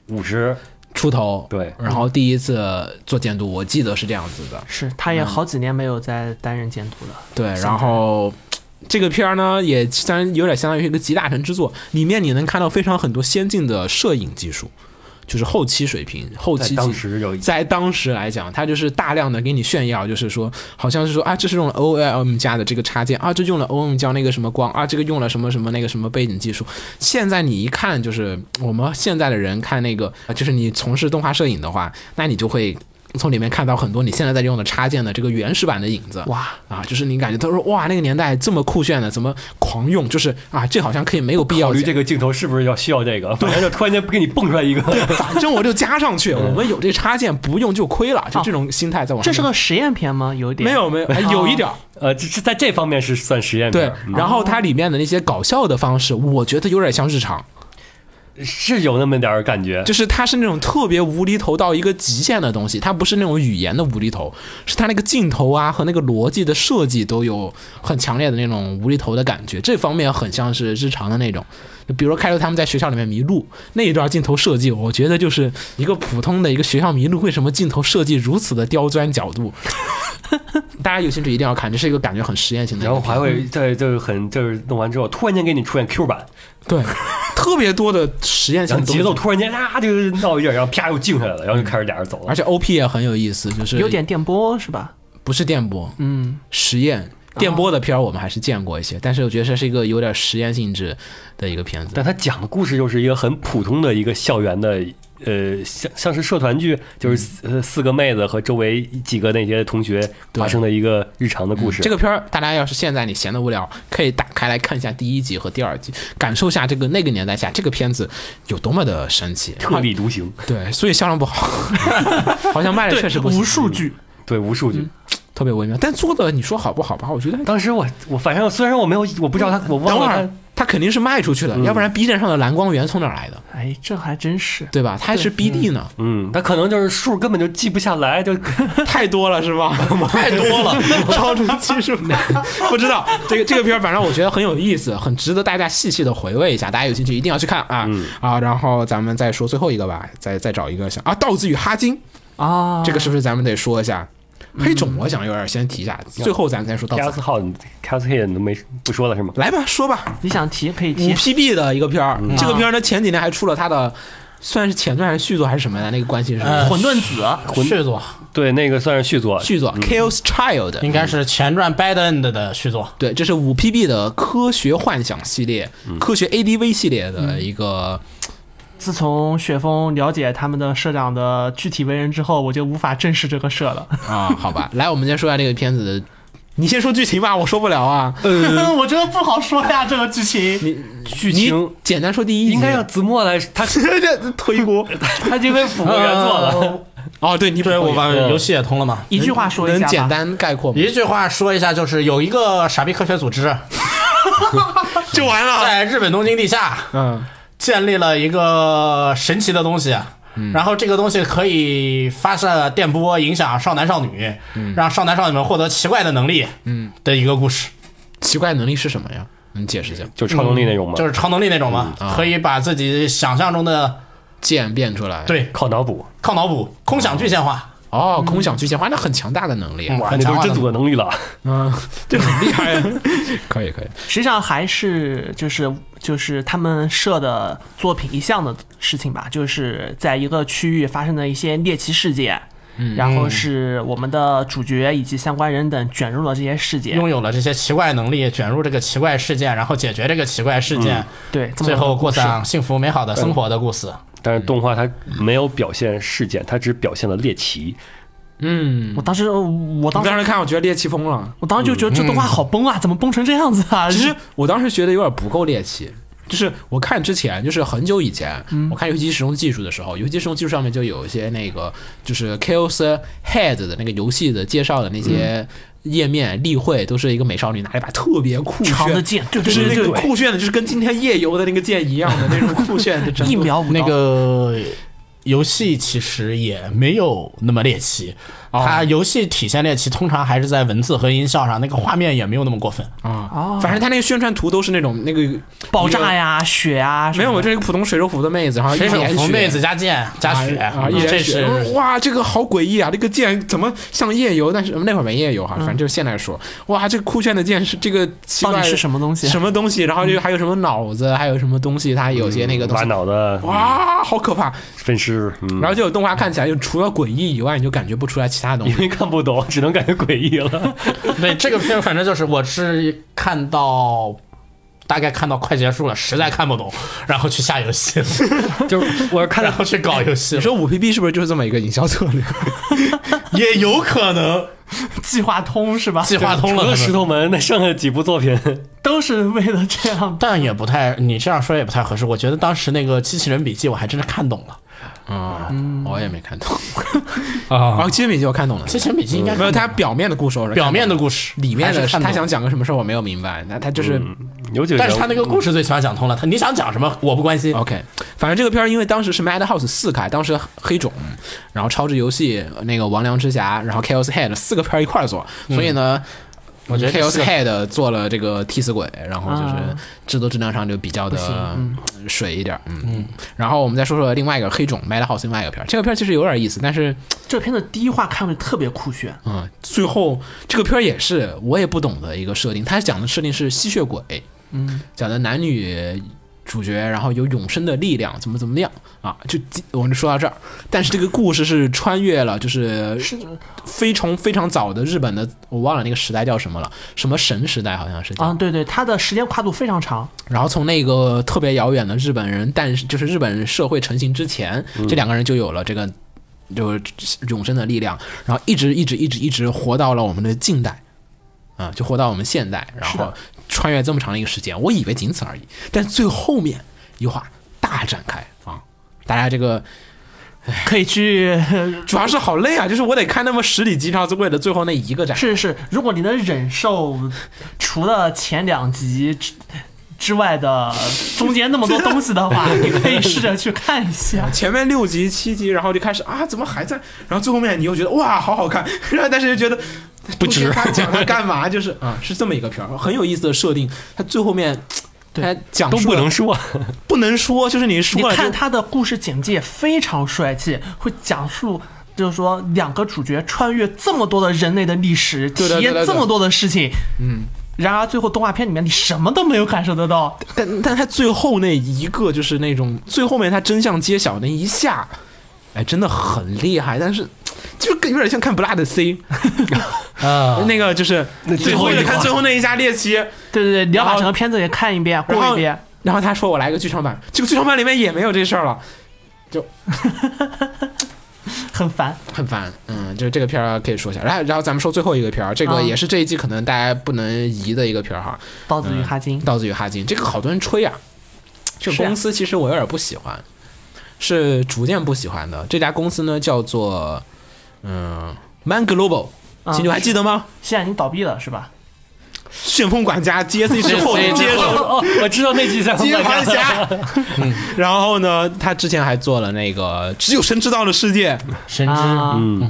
Speaker 3: 五十，
Speaker 2: 出头，
Speaker 3: 对
Speaker 2: 然后第一次做监督，我记得是这样子的，
Speaker 6: 是他也好几年没有在担任监督了。
Speaker 2: 对，然后。这个片儿呢，也虽然有点相当于一个集大成之作，里面你能看到非常很多先进的摄影技术，就是后期水平，后
Speaker 3: 在
Speaker 2: 期
Speaker 3: 当
Speaker 2: 技
Speaker 3: 时有一
Speaker 2: 在当时来讲，它就是大量的给你炫耀，就是说，好像是说啊，这是用了 OLM 加的这个插件啊，这用了 OM 加那个什么光啊，这个用了什么什么那个什么背景技术。现在你一看，就是我们现在的人看那个，就是你从事动画摄影的话，那你就会。从里面看到很多你现在在用的插件的这个原始版的影子，
Speaker 6: 哇
Speaker 2: 啊，就是你感觉他说哇那个年代这么酷炫的，怎么狂用？就是啊，这好像可以没有必
Speaker 3: 考
Speaker 2: 要
Speaker 3: 虑
Speaker 2: 剪
Speaker 3: 这个镜头是不是要需要这个， [LAUGHS] 反正就突然间给你蹦出来一个，
Speaker 2: 反正我就加上去，
Speaker 3: 嗯
Speaker 2: 我们有这插件不用就亏了，就这种心态在往上。
Speaker 6: 这是个实验片吗？有一点
Speaker 2: 没有没有，哎嗯有一点儿
Speaker 3: 呃，这这在这方面是算实验嗯片
Speaker 2: 对
Speaker 3: 儿，，
Speaker 2: 然后它里面的那些搞笑的方式，我觉得有点像日常，
Speaker 3: 是有那么点儿感觉。
Speaker 2: 就是它是那种特别无厘头到一个极限的东西，它不是那种语言的无厘头，是它那个镜头啊和那个逻辑的设计都有很强烈的那种无厘头的感觉，这方面很像是日常的那种。就比如说开头他们在学校里面迷路那一段镜头设计，我觉得就是一个普通的一个学校迷路，为什么镜头设计如此的刁钻角度？ [LAUGHS] 大家有兴趣一定要看，这是一个感觉很实验性的一
Speaker 3: 然
Speaker 2: 个
Speaker 3: 后
Speaker 2: 片子。
Speaker 3: 还会在就是很就是弄完之后，突然间给你出现 Q 版，
Speaker 2: 对特别多的实验性
Speaker 3: 然后
Speaker 2: 的东西
Speaker 3: 节奏突然间啊就闹一阵儿，然后啪又静下来了，然后就开始俩人走了
Speaker 2: 而。且 OP 也很有意思，就是
Speaker 6: 有点电波是吧？
Speaker 2: 不是电波，
Speaker 6: 嗯，
Speaker 2: 实验电波的片儿我们还是见过一些，但是我觉得这是一个有点实验性质的一个片子。
Speaker 3: 但他讲的故事又是一个很普通的一个校园的，呃，像像是社团剧，就是四、呃四个妹子和周围几个那些同学
Speaker 2: 对
Speaker 3: 发生的一嗯个日常的故事。
Speaker 2: 这个片儿，大家要是现在你闲得无聊，可以打开来看一下第一集和第二集，感受下这个那个年代下这个片子有多么的神奇。
Speaker 3: 特立独行，
Speaker 2: 对，所以销量不好，好像卖的
Speaker 6: 对，
Speaker 2: 哎确实不行
Speaker 6: 无数据，
Speaker 3: 对无数据。
Speaker 2: 特别微妙。但做的你说好不好吧？我觉得还
Speaker 3: 当时我我反正虽然我没有我不知道他我
Speaker 2: 等
Speaker 3: 忘
Speaker 2: 会
Speaker 3: 了
Speaker 2: 儿
Speaker 3: 他
Speaker 2: 它肯定是卖出去的，要不然 B 站上的蓝光源从哪儿来的？
Speaker 6: 哎，这还真是。
Speaker 2: 对吧？它还是 BD 呢，
Speaker 3: 嗯，他可能就是数根本就记不下来， [LAUGHS] 就
Speaker 2: [LAUGHS] 太多了是吧？ [LAUGHS] 太多了， [LAUGHS] 超出技 [LAUGHS] 术难。不知道这个这个片儿，反正我觉得很有意思，很值得大家细细的回味一下。大家有兴趣一定要去看啊、啊！然后咱们再说最后一个吧，再再找一个想啊，《道子与哈金》
Speaker 6: 啊，
Speaker 2: 这个是不是咱们得说一下？黑种我想有点先提一下，最后咱们再说道
Speaker 3: Cas
Speaker 2: 子。
Speaker 3: 号 Cas K 你都没不说了是吗？
Speaker 2: 来吧，说吧，
Speaker 6: 你想提可以
Speaker 2: 五
Speaker 6: 提，
Speaker 2: PB 的一个片儿，这个片儿呢前几年还出了它的。算是前传还是续作还是什么的？那个关系是
Speaker 4: 呃
Speaker 6: 混沌子
Speaker 4: 续作
Speaker 3: 对，那个算是啊续作，
Speaker 2: 续作《Chaos Child》，
Speaker 4: 应该是前传《Bad End》的续作。
Speaker 2: 对，这是五 PB 的科学幻想系列、科学 ADV 系列的一个，
Speaker 6: 自从雪峰了解他们的社长的具体为人之后，我就无法正视这个社了。
Speaker 2: 啊，好吧，来，我们先说一下这个片子的，你先说剧情吧，我说不了啊，
Speaker 6: [LAUGHS] 我觉得不好说呀，这个剧情。
Speaker 3: 剧
Speaker 2: 你
Speaker 3: 情
Speaker 2: 简单说第一集，
Speaker 3: 应该让子墨来， [LAUGHS] 他
Speaker 2: 推锅
Speaker 3: 他因为
Speaker 2: [LAUGHS]
Speaker 3: 辅助原
Speaker 2: 嗯
Speaker 3: 作了，
Speaker 2: 哦，对，你
Speaker 4: 对，我把
Speaker 3: 嗯
Speaker 4: 游戏也通了嘛。
Speaker 6: 一句话说一
Speaker 2: 能
Speaker 6: 下
Speaker 2: 简
Speaker 6: 吧，
Speaker 2: 单概括吗？
Speaker 4: 一句话说一下，就是有一个傻逼科学组织
Speaker 2: 就完了，
Speaker 4: 在日本东京地下
Speaker 2: 嗯，
Speaker 4: 建立了一个神奇的东西，然后这个东西可以发射电波影响少男少女，让少男少女们获得奇怪的能力，嗯，的一个故事，
Speaker 2: 奇怪能力是什么呀？你解释一下，
Speaker 3: 就是超能力那种嘛，
Speaker 4: 嗯就是超能力那种嘛，
Speaker 2: 嗯啊
Speaker 4: 可以把自己想象中的
Speaker 2: 渐变出来，，
Speaker 4: 对
Speaker 3: 靠脑补，
Speaker 4: 靠脑补空想具现化，
Speaker 2: 哦，空想巨型化，那很强大的能力，啊
Speaker 4: 嗯，
Speaker 3: 那
Speaker 4: 很强
Speaker 3: 都
Speaker 4: 化
Speaker 3: 是
Speaker 4: 的
Speaker 3: 真组的能力了。
Speaker 2: 嗯，这很厉害， [LAUGHS] 可以可以，
Speaker 6: 实际上还是就是就是他们社的作品一项的事情吧，就是在一个区域发生的一些猎奇事件。
Speaker 2: 嗯
Speaker 6: 然后是我们的主角以及相关人等卷入了这些事件，
Speaker 4: 拥有了这些奇怪能力，卷入这个奇怪事件，然后解决这个奇怪事件，
Speaker 6: 对，这么
Speaker 4: 最后过
Speaker 6: 一个故事
Speaker 4: 上幸福美好的生活的故事。
Speaker 3: 但是动画它没有表现事件，它只表现了猎奇。
Speaker 2: 嗯，
Speaker 6: 我当时我
Speaker 2: 我
Speaker 6: 当时
Speaker 2: 当时看我觉得猎奇疯了。
Speaker 6: 我当时就觉得这动画好崩啊，怎么崩成这样子啊？
Speaker 2: 嗯其实我当时觉得有点不够猎奇，就是我看之前，就是很久以前，
Speaker 6: 嗯
Speaker 2: 我看游戏使用技术的时候，游戏使用技术上面就有一些那个就是 Chaos Head 的那个游戏的介绍的那些
Speaker 6: 嗯
Speaker 2: 页面、例会，都是一个美少女拿一把特别酷
Speaker 6: 长的
Speaker 2: 炫。
Speaker 6: 剑，对对
Speaker 2: 就是那
Speaker 6: 对
Speaker 2: 个
Speaker 6: 对
Speaker 2: 酷炫的，就是跟今天夜游的那个剑一样的那种酷
Speaker 6: [LAUGHS]
Speaker 2: 炫的程
Speaker 6: 对，
Speaker 2: 度
Speaker 6: 一秒五刀
Speaker 4: 那个游戏其实也没有那么猎奇，
Speaker 2: 哦
Speaker 4: 它游戏体现猎奇通常还是在文字和音效上，那个画面也没有那么过分。
Speaker 2: 啊，反正他那个宣传图都是那种那个
Speaker 6: 哦爆炸呀、血啊呀，
Speaker 2: 没有，我这是一个普通水手服的妹子，然后
Speaker 4: 水手服妹子
Speaker 2: 加
Speaker 4: 加剑加血嗯
Speaker 2: 啊，一
Speaker 4: 这
Speaker 2: 脸血，我
Speaker 6: 嗯
Speaker 4: 是
Speaker 2: 说哇，这个好诡异啊！这个剑怎么像夜游？但是那会儿没夜游哈，反正就是现在说，哇，这个酷炫的剑是这个奇
Speaker 6: 到
Speaker 2: 怪
Speaker 6: 底是什么东西？啊
Speaker 2: 什么东西？然后就还有什么脑子，还有什么东西？它有些那个东
Speaker 3: 把
Speaker 2: 西，
Speaker 3: 脑袋
Speaker 2: 哇，好可怕！
Speaker 3: 分尸，嗯
Speaker 2: 然后这种动画看起来就除了诡异以外，你就感觉不出来其他东
Speaker 3: 因
Speaker 2: 西。
Speaker 3: 为看不懂，只能感觉诡异了。
Speaker 4: 对这个片，反正就是我是看到。大概看到快结束了，实在看不懂，然后去下游戏了， [LAUGHS]
Speaker 3: 就是我是看
Speaker 4: 然
Speaker 3: 到
Speaker 4: 后去搞游戏
Speaker 2: 你
Speaker 4: 了，
Speaker 2: 说五 PB 是不是就是这么一个营销策略？
Speaker 4: [LAUGHS] 也有
Speaker 2: [LAUGHS]
Speaker 4: 可能
Speaker 6: 计划通是吧？
Speaker 4: 计划通
Speaker 3: 除
Speaker 4: 了
Speaker 3: 了
Speaker 4: 可
Speaker 3: 石
Speaker 4: 能，
Speaker 3: 头门，那剩下几部作品，
Speaker 6: 都是为了这样。
Speaker 4: 但也不太，你这样说也不太合适。我觉得当时那个《机器人笔记》，我还真是看懂了
Speaker 2: 啊，我也没看懂。
Speaker 4: 啊，
Speaker 2: 啊，其实米奇我看懂了，
Speaker 4: 《机器人笔记》应该
Speaker 2: 没有
Speaker 4: 看懂
Speaker 2: 他表面的故事，我是看懂
Speaker 4: 表面的故事，
Speaker 2: 里面
Speaker 4: 还
Speaker 2: 的
Speaker 4: 是看懂
Speaker 2: 他想讲个什么事儿我没有明白，那他就是、
Speaker 3: 有几个人物，
Speaker 4: 但是他那个故事最起码讲通了，他你想讲什么我不关心。
Speaker 2: OK。反正这个片儿因为当时是 Madhouse 四开，当时黑种，
Speaker 4: 嗯
Speaker 2: 然后超智游戏那个王良之侠，然后 Chaos Head 四个片儿一块儿做，所以呢。
Speaker 4: 嗯我觉得
Speaker 2: Chaos
Speaker 4: 这个
Speaker 2: Head 做了这个替死鬼，然后就是
Speaker 6: 啊
Speaker 2: 制作质量上就比较的
Speaker 6: 行嗯
Speaker 2: 水一点，嗯。然后我们再说说另外一个黑种 Madhouse 另外一个片儿，这个片儿其实有点意思，但是
Speaker 6: 这片子第一话看上去特别酷炫，
Speaker 2: 嗯，最后这个片儿也是我也不懂的一个设定，它讲的设定是吸血鬼，嗯，讲的男女主角，然后有永生的力量，怎么怎么样啊？就我们就说到这儿。但是这个故事是穿越了，就是非常非常早的日本的，我忘了那个时代叫什么了，什么神时代好像是叫
Speaker 6: 啊，对对，它的时间跨度非常长，
Speaker 2: 然后从那个特别遥远的日本人，但是就是日本社会成型之前，
Speaker 6: 嗯
Speaker 2: 这两个人就有了这个就是永生的力量，然后一直一直一直一直活到了我们的近代，啊、就活到我们现代，然
Speaker 6: 是
Speaker 2: 后
Speaker 6: 的
Speaker 2: 穿越这么长的一个时间，我以为仅此而已，但最后面一话大展开啊，大家这个
Speaker 6: 可以去。 [LAUGHS]
Speaker 2: 主要是好累啊，就是我得看那么十几集，然后是为了最后那一个展开。
Speaker 6: 是是，如果你能忍受除了前两集之之外的中间那么多东西的 [LAUGHS] 话，你可以试着去看一下。
Speaker 2: 前面六集、七集，然后就开始啊，怎么还在？然后最后面你又觉得哇，好好看， [LAUGHS] 然后但是又觉得不
Speaker 4: 值
Speaker 2: 他讲他干嘛？就是啊，是这么一个片儿，很有意思的设定。他最后面，他讲
Speaker 3: 都
Speaker 2: 述
Speaker 3: 不
Speaker 2: 了
Speaker 3: 能说，
Speaker 2: 不能说，就是你
Speaker 6: 你
Speaker 2: 说了就
Speaker 6: 看他的故事简介非常帅气，会讲述。就是说，两个主角穿越这么多的人类的历史，体
Speaker 2: 对的对
Speaker 6: 验
Speaker 2: 的
Speaker 6: 这么多的事情，嗯，然而最后动画片里面你什么都没有感受得到，
Speaker 2: 但但他最后那一个就是那种最后面他真相揭晓那一下，哎，真的很厉害，但是。就是有点像看《Blood C》
Speaker 4: 啊，
Speaker 2: 哦那个，就是最后
Speaker 3: 最后一
Speaker 2: 看最后那一下猎奇，
Speaker 6: 对对对，你要
Speaker 2: 然
Speaker 6: 把
Speaker 2: 后
Speaker 6: 整个片子也看一遍，过一遍，
Speaker 2: 然后他说我来个剧场版，这个剧场版里面也没有这事儿了，
Speaker 6: 很烦。
Speaker 2: 很烦，嗯，就是这个片儿可以说一下，然后然后咱们说最后一个片儿，这个
Speaker 6: 啊
Speaker 2: 也是这一季可能大家不能移的一个片儿哈，
Speaker 6: 刀子
Speaker 2: 嗯
Speaker 6: 与哈金，
Speaker 2: 《刀子与哈金》这个好多人吹啊，这个
Speaker 6: 是啊
Speaker 2: 公司其实我有点不喜欢，是逐渐不喜欢的。这家公司呢叫做嗯 Man Global，
Speaker 6: 啊
Speaker 2: 秦九还记得
Speaker 6: [LAUGHS]
Speaker 2: 吗？
Speaker 6: 现在已经倒闭了是吧？
Speaker 2: 旋风管家 GSC 之后
Speaker 4: GSC
Speaker 2: 接
Speaker 4: 之
Speaker 2: 手
Speaker 3: 哦，我知道那集在
Speaker 2: 接盘
Speaker 6: [LAUGHS]
Speaker 2: 侠，
Speaker 6: 嗯
Speaker 2: 然后呢，他之前还做了那个只有神知道的世界，
Speaker 4: 神
Speaker 2: 嗯
Speaker 4: 之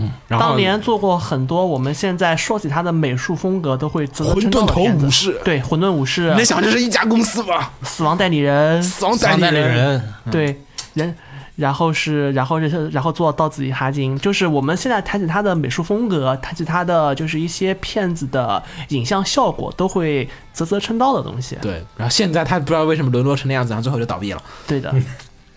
Speaker 6: 啊，
Speaker 2: 然后
Speaker 6: 当年做过很多，我们现在说起他的美术风格都会啧啧
Speaker 2: 混
Speaker 6: 称
Speaker 2: 沌
Speaker 6: 道的
Speaker 2: 头
Speaker 6: 片子啊
Speaker 2: 武。士，
Speaker 6: 对，混沌武士
Speaker 2: 你能、想这是一家公司吗？
Speaker 6: 死亡代理人，
Speaker 2: 死亡
Speaker 4: 三代
Speaker 2: 理
Speaker 4: 理
Speaker 2: 人。
Speaker 4: 人，
Speaker 6: 对人，然后是，然后是，然后做到自己哈金，就是我们现在谈起他的美术风格，谈起他的就是一些片子的影像效果，都会啧啧称道的东西。
Speaker 2: 对，然后现在他不知道为什么沦落成那样子，然后最后就倒闭了。
Speaker 6: 对的，
Speaker 2: 嗯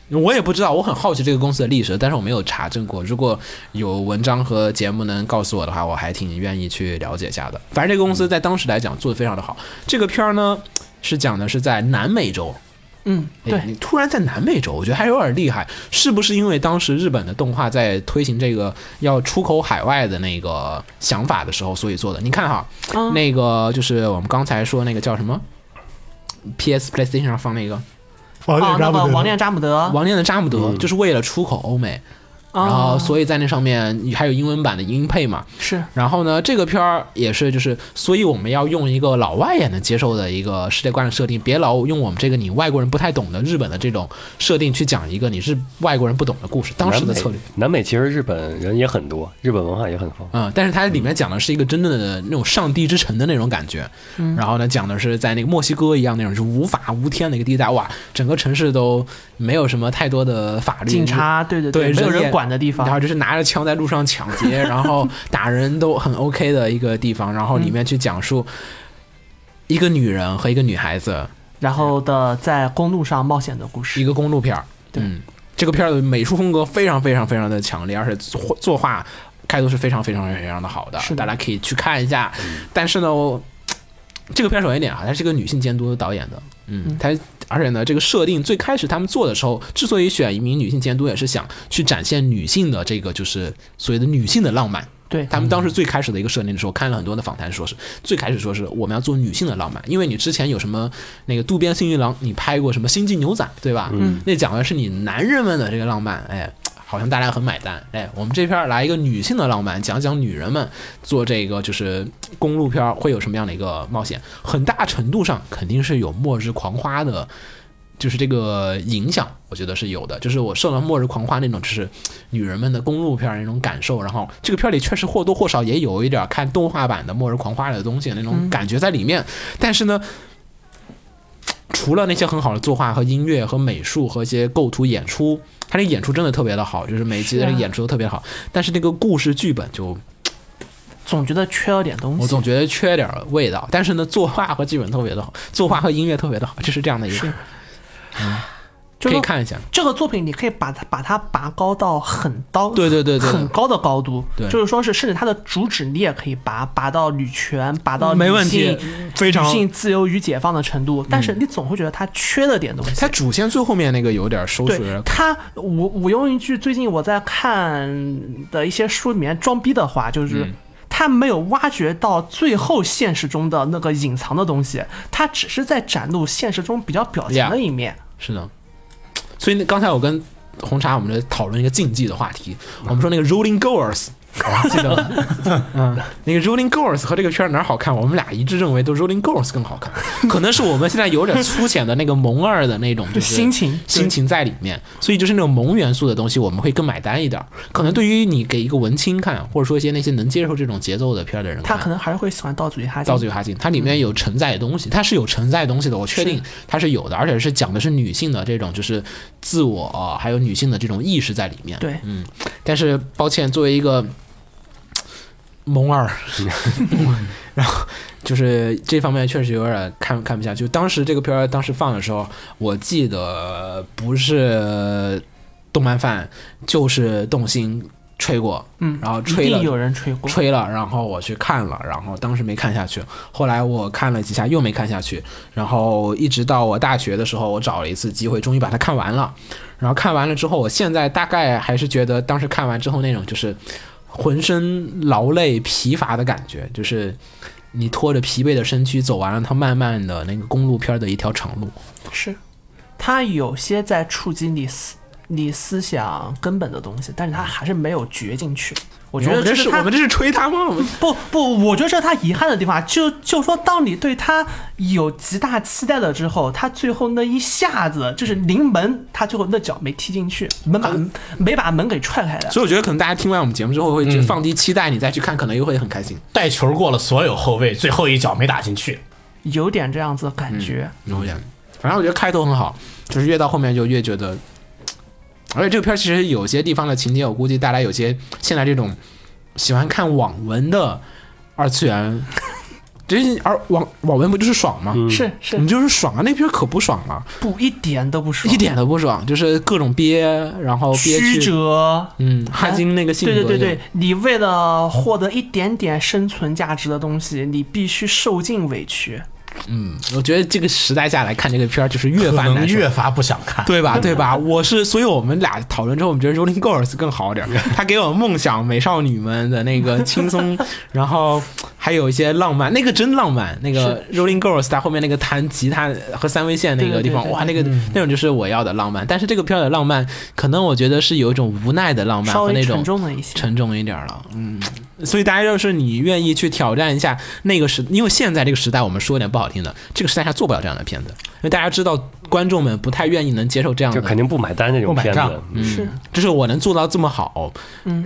Speaker 2: 我也不知道，我很好奇这个公司的历史，但是我没有查证过。如果有文章和节目能告诉我的话，我还挺愿意去了解一下的。反正这个公司在当时来讲做的非常的好。这个片儿呢，是讲的是在南美洲。
Speaker 6: 嗯，
Speaker 2: 哎
Speaker 6: 对，
Speaker 2: 你突然在南美洲，我觉得还有点厉害。是不是因为当时日本的动画在推行这个要出口海外的那个想法的时候，所以做的？你看哈，
Speaker 6: 嗯
Speaker 2: 那个就是我们刚才说那个叫什么？P.S. PlayStation 上放那个
Speaker 5: 王
Speaker 6: 啊
Speaker 5: 者，
Speaker 6: 那
Speaker 5: 扎
Speaker 6: 个
Speaker 5: 不得。
Speaker 6: 王恋扎姆德
Speaker 2: 《王恋的扎姆德》，就是为了出口欧美。
Speaker 6: 嗯
Speaker 2: 然
Speaker 6: 哦
Speaker 2: 后所以在那上面还有英文版的英配嘛。
Speaker 6: 是
Speaker 2: 然后呢，这个片儿也是就是，所以我们要用一个老外也能接受的一个世界观的设定，别老用我们这个你外国人不太懂的日本的这种设定去讲一个你是外国人不懂的故事，当时的策略。
Speaker 3: 南美其实日本人也很多，日本文化也很丰富。
Speaker 2: 嗯，但是它里面讲的是一个真正的那种上帝之城的那种感觉，
Speaker 6: 嗯
Speaker 2: 然后呢，讲的是在那个墨西哥一样那种是无法无天的一个地带，哇，整个城市都没有什么太多的法律，
Speaker 6: 警察，对对
Speaker 2: 对
Speaker 6: 没有
Speaker 2: 人也
Speaker 6: 人管的地
Speaker 2: 然
Speaker 6: 方，
Speaker 2: 后就是拿着枪在路上抢劫，然
Speaker 6: [LAUGHS]
Speaker 2: 后打人都很 OK 的一个地方，然后里面去讲述一个女人和一个女孩子
Speaker 6: 然后的在公路上冒险的故
Speaker 2: 一
Speaker 6: 事。
Speaker 2: 个公路片儿，
Speaker 6: 对
Speaker 2: 嗯，这个片儿的美术风格非常非常非常的强烈，而且作作画态度是非常非常非常的好的，
Speaker 6: 是的嗯
Speaker 2: 大家可以去看一下。但是呢，我这个片儿首先一点啊，它是一个女性监督导演的，嗯，它而且呢，这个设定最开始他们做的时候，之所以选一名女性监督，也是想去展现女性的这个就是所谓的女性的浪漫。
Speaker 6: 对，
Speaker 2: 他们当时最开始的一个设定的时候，看了很多的访谈，说是最开始说是我们要做女性的浪漫，因为你之前有什么那个渡边信一郎，你拍过什么《星际牛仔》对吧？
Speaker 3: 嗯，
Speaker 2: 那讲的是你男人们的这个浪漫，哎，好像大家很买单。哎，我们这片儿来一个女性的浪漫，讲讲女人们做这个就是公路片儿会有什么样的一个冒险，很大程度上肯定是有《末日狂花》的。就是这个影响，我觉得是有的。就是我受了《末日狂花》那种，就是女人们的公路片儿那种感受。然后这个片儿里确实或多或少也有一点儿看动画版的《末日狂花》的东西那
Speaker 6: 嗯
Speaker 2: 种感觉在里面。但是呢，除了那些很好的作画和音乐和美术和一些构图演出，他那演出真的特别的好，就是每一集的
Speaker 6: 是啊
Speaker 2: 演出都特别好。但是那个故事剧本就
Speaker 6: 总觉得缺了点东西。
Speaker 2: 我总觉得缺点儿味道。但是呢，作画和剧本特别的好，作画和音乐特别的好，就是这样的一个
Speaker 6: 是，
Speaker 2: 可
Speaker 6: 就是
Speaker 2: 以
Speaker 6: 说
Speaker 2: 看一下。
Speaker 6: 这个作品，你可以把它把它拔高到很高，
Speaker 2: 对对对对对
Speaker 6: 很高的高度。
Speaker 2: 对
Speaker 6: 就是说是甚至它的主旨你也可以拔拔到女权，拔
Speaker 2: 嗯
Speaker 6: 到
Speaker 5: 没
Speaker 6: 女
Speaker 5: 问题
Speaker 6: 性，
Speaker 5: 非常
Speaker 6: 女性自由与解放的程度，但是
Speaker 2: 嗯
Speaker 6: 你总会觉得它缺了点东西。
Speaker 2: 它主线最后面那个有点收
Speaker 6: 对
Speaker 2: 拾，
Speaker 6: 他，我我用一句最近我在看的一些书里面装逼的话，就是。
Speaker 2: 嗯
Speaker 6: 他没有挖掘到最后现实中的那个隐藏的东西，他只是在展露现实中比较表层
Speaker 2: Yeah
Speaker 6: 的一面。
Speaker 2: 是的。所以那刚才我跟红茶我们在讨论一个竞技的话题，
Speaker 6: 嗯
Speaker 2: 我们说那个 Rolling Girls。记得吗？
Speaker 6: [LAUGHS]
Speaker 2: 嗯，那个 Rolling Girls 和这个圈儿哪儿好看？我们俩一致认为都 Rolling Girls 更
Speaker 6: [LAUGHS]
Speaker 2: 好看，可能是我们现在有点粗浅的那个萌二的那种就是
Speaker 6: [LAUGHS] 心情
Speaker 2: 心情在里面，所以就是那种萌元素的东西，我们会更买单一点儿。可能对于你给一个文青看，或者说一些那些能接受这种节奏的片儿的人看，
Speaker 6: 他可能还是会喜欢盗嘴哈欠。
Speaker 2: 造嘴哈金，它里面有承载的东西，它是有承载的东西的，我确定它是有的，而且是讲的是女性的这种就是自我、呃还有女性的这种意识在里面。嗯
Speaker 6: 对，
Speaker 2: 但是抱歉，作为一个嗯萌二， [LAUGHS] 然后就是这方面确实有点看看不下去。当时这个片儿当时放的时候，我记得不是动漫范就是动心吹过，
Speaker 6: 嗯，
Speaker 2: 然后
Speaker 6: 一
Speaker 2: 吹了
Speaker 6: 定有人吹过。
Speaker 2: 吹了，然后我去看了，然后当时没看下去，后来我看了几下又没看下去，然后一直到我大学的时候，我找了一次机会，终于把它看完了。然后看完了之后，我现在大概还是觉得当时看完之后那种就是浑身劳累疲乏的感觉，就是你拖着疲惫的身躯走完了它漫漫的那个公路片的一条长路。
Speaker 6: 是，他有些在触及你思你思想根本的东西，但是他还是没有掘进去。我
Speaker 2: 我
Speaker 6: 觉得
Speaker 2: 这是
Speaker 6: 他
Speaker 2: 我们这是吹他吗？我 [LAUGHS] 们
Speaker 6: 不不，我觉得这是他遗憾的地方。就就说，当你对他有极大期待了之后，他最后那一下子就是临门，他最后那脚没踢进去，门把、
Speaker 2: 嗯
Speaker 6: 没把门给踹开的。
Speaker 2: 所以我觉得可能大家听完我们节目之后会去放低期待，你再去看，可能又会很开心。
Speaker 4: 带球过了所有后卫，最后一脚没打进去。
Speaker 6: 有点这样子的感觉。
Speaker 2: 有点，反正我觉得开头很好，就是越到后面就越觉得，而且这个片儿其实有些地方的情节，我估计大家有些现在这种喜欢看网文的二次
Speaker 6: [LAUGHS]
Speaker 2: 元，就是而网网文不就是爽吗？
Speaker 6: 是是
Speaker 2: 你，就是爽啊！那片儿可不爽了，
Speaker 6: 不一点都不爽，
Speaker 2: 一点都不爽，就是各种憋，然后憋
Speaker 6: 曲
Speaker 2: 屈，
Speaker 6: 折。
Speaker 2: 嗯，哈金那个性
Speaker 6: 对
Speaker 2: 格，
Speaker 6: 对对对，，你为了获得一点点生存价值的东西，你必须受尽委屈。
Speaker 2: 嗯，我觉得这个时代下来看这个片儿，就是越
Speaker 4: 可
Speaker 2: 发
Speaker 4: 能
Speaker 2: 难受。
Speaker 4: 越发不想
Speaker 2: [LAUGHS]
Speaker 4: 看。
Speaker 2: 对吧？对
Speaker 6: [LAUGHS]
Speaker 2: 吧？我是，所以我们俩讨论之后，我们觉得《Rolling Girls》更好点儿。
Speaker 6: [LAUGHS]
Speaker 2: 它给我梦想美少女们的那个轻松，然后还有一些浪漫，那个真浪漫。那个《Rolling Girls》它后面那个弹吉他和三味线那个地方，
Speaker 6: 对对对对
Speaker 2: 哇，那个那种就是我要的浪漫。但是这个片儿的浪漫，可能我觉得是有一种无奈的浪漫
Speaker 6: 稍
Speaker 2: 和
Speaker 6: 微
Speaker 2: 那种
Speaker 6: 沉重了一些。
Speaker 2: 沉重一点儿了，嗯。所以大家就是你愿意去挑战一下那个时，因为现在这个时代，我们说点不好听的，这个时代下做不了这样的片子，因为大家知道观众们不太愿意能接受这样
Speaker 3: 就
Speaker 2: 的，
Speaker 3: 肯定不买单那种
Speaker 4: 不买
Speaker 3: 片
Speaker 4: 账
Speaker 3: 子。嗯
Speaker 6: 是，
Speaker 2: 就是我能做到这么好，
Speaker 6: 嗯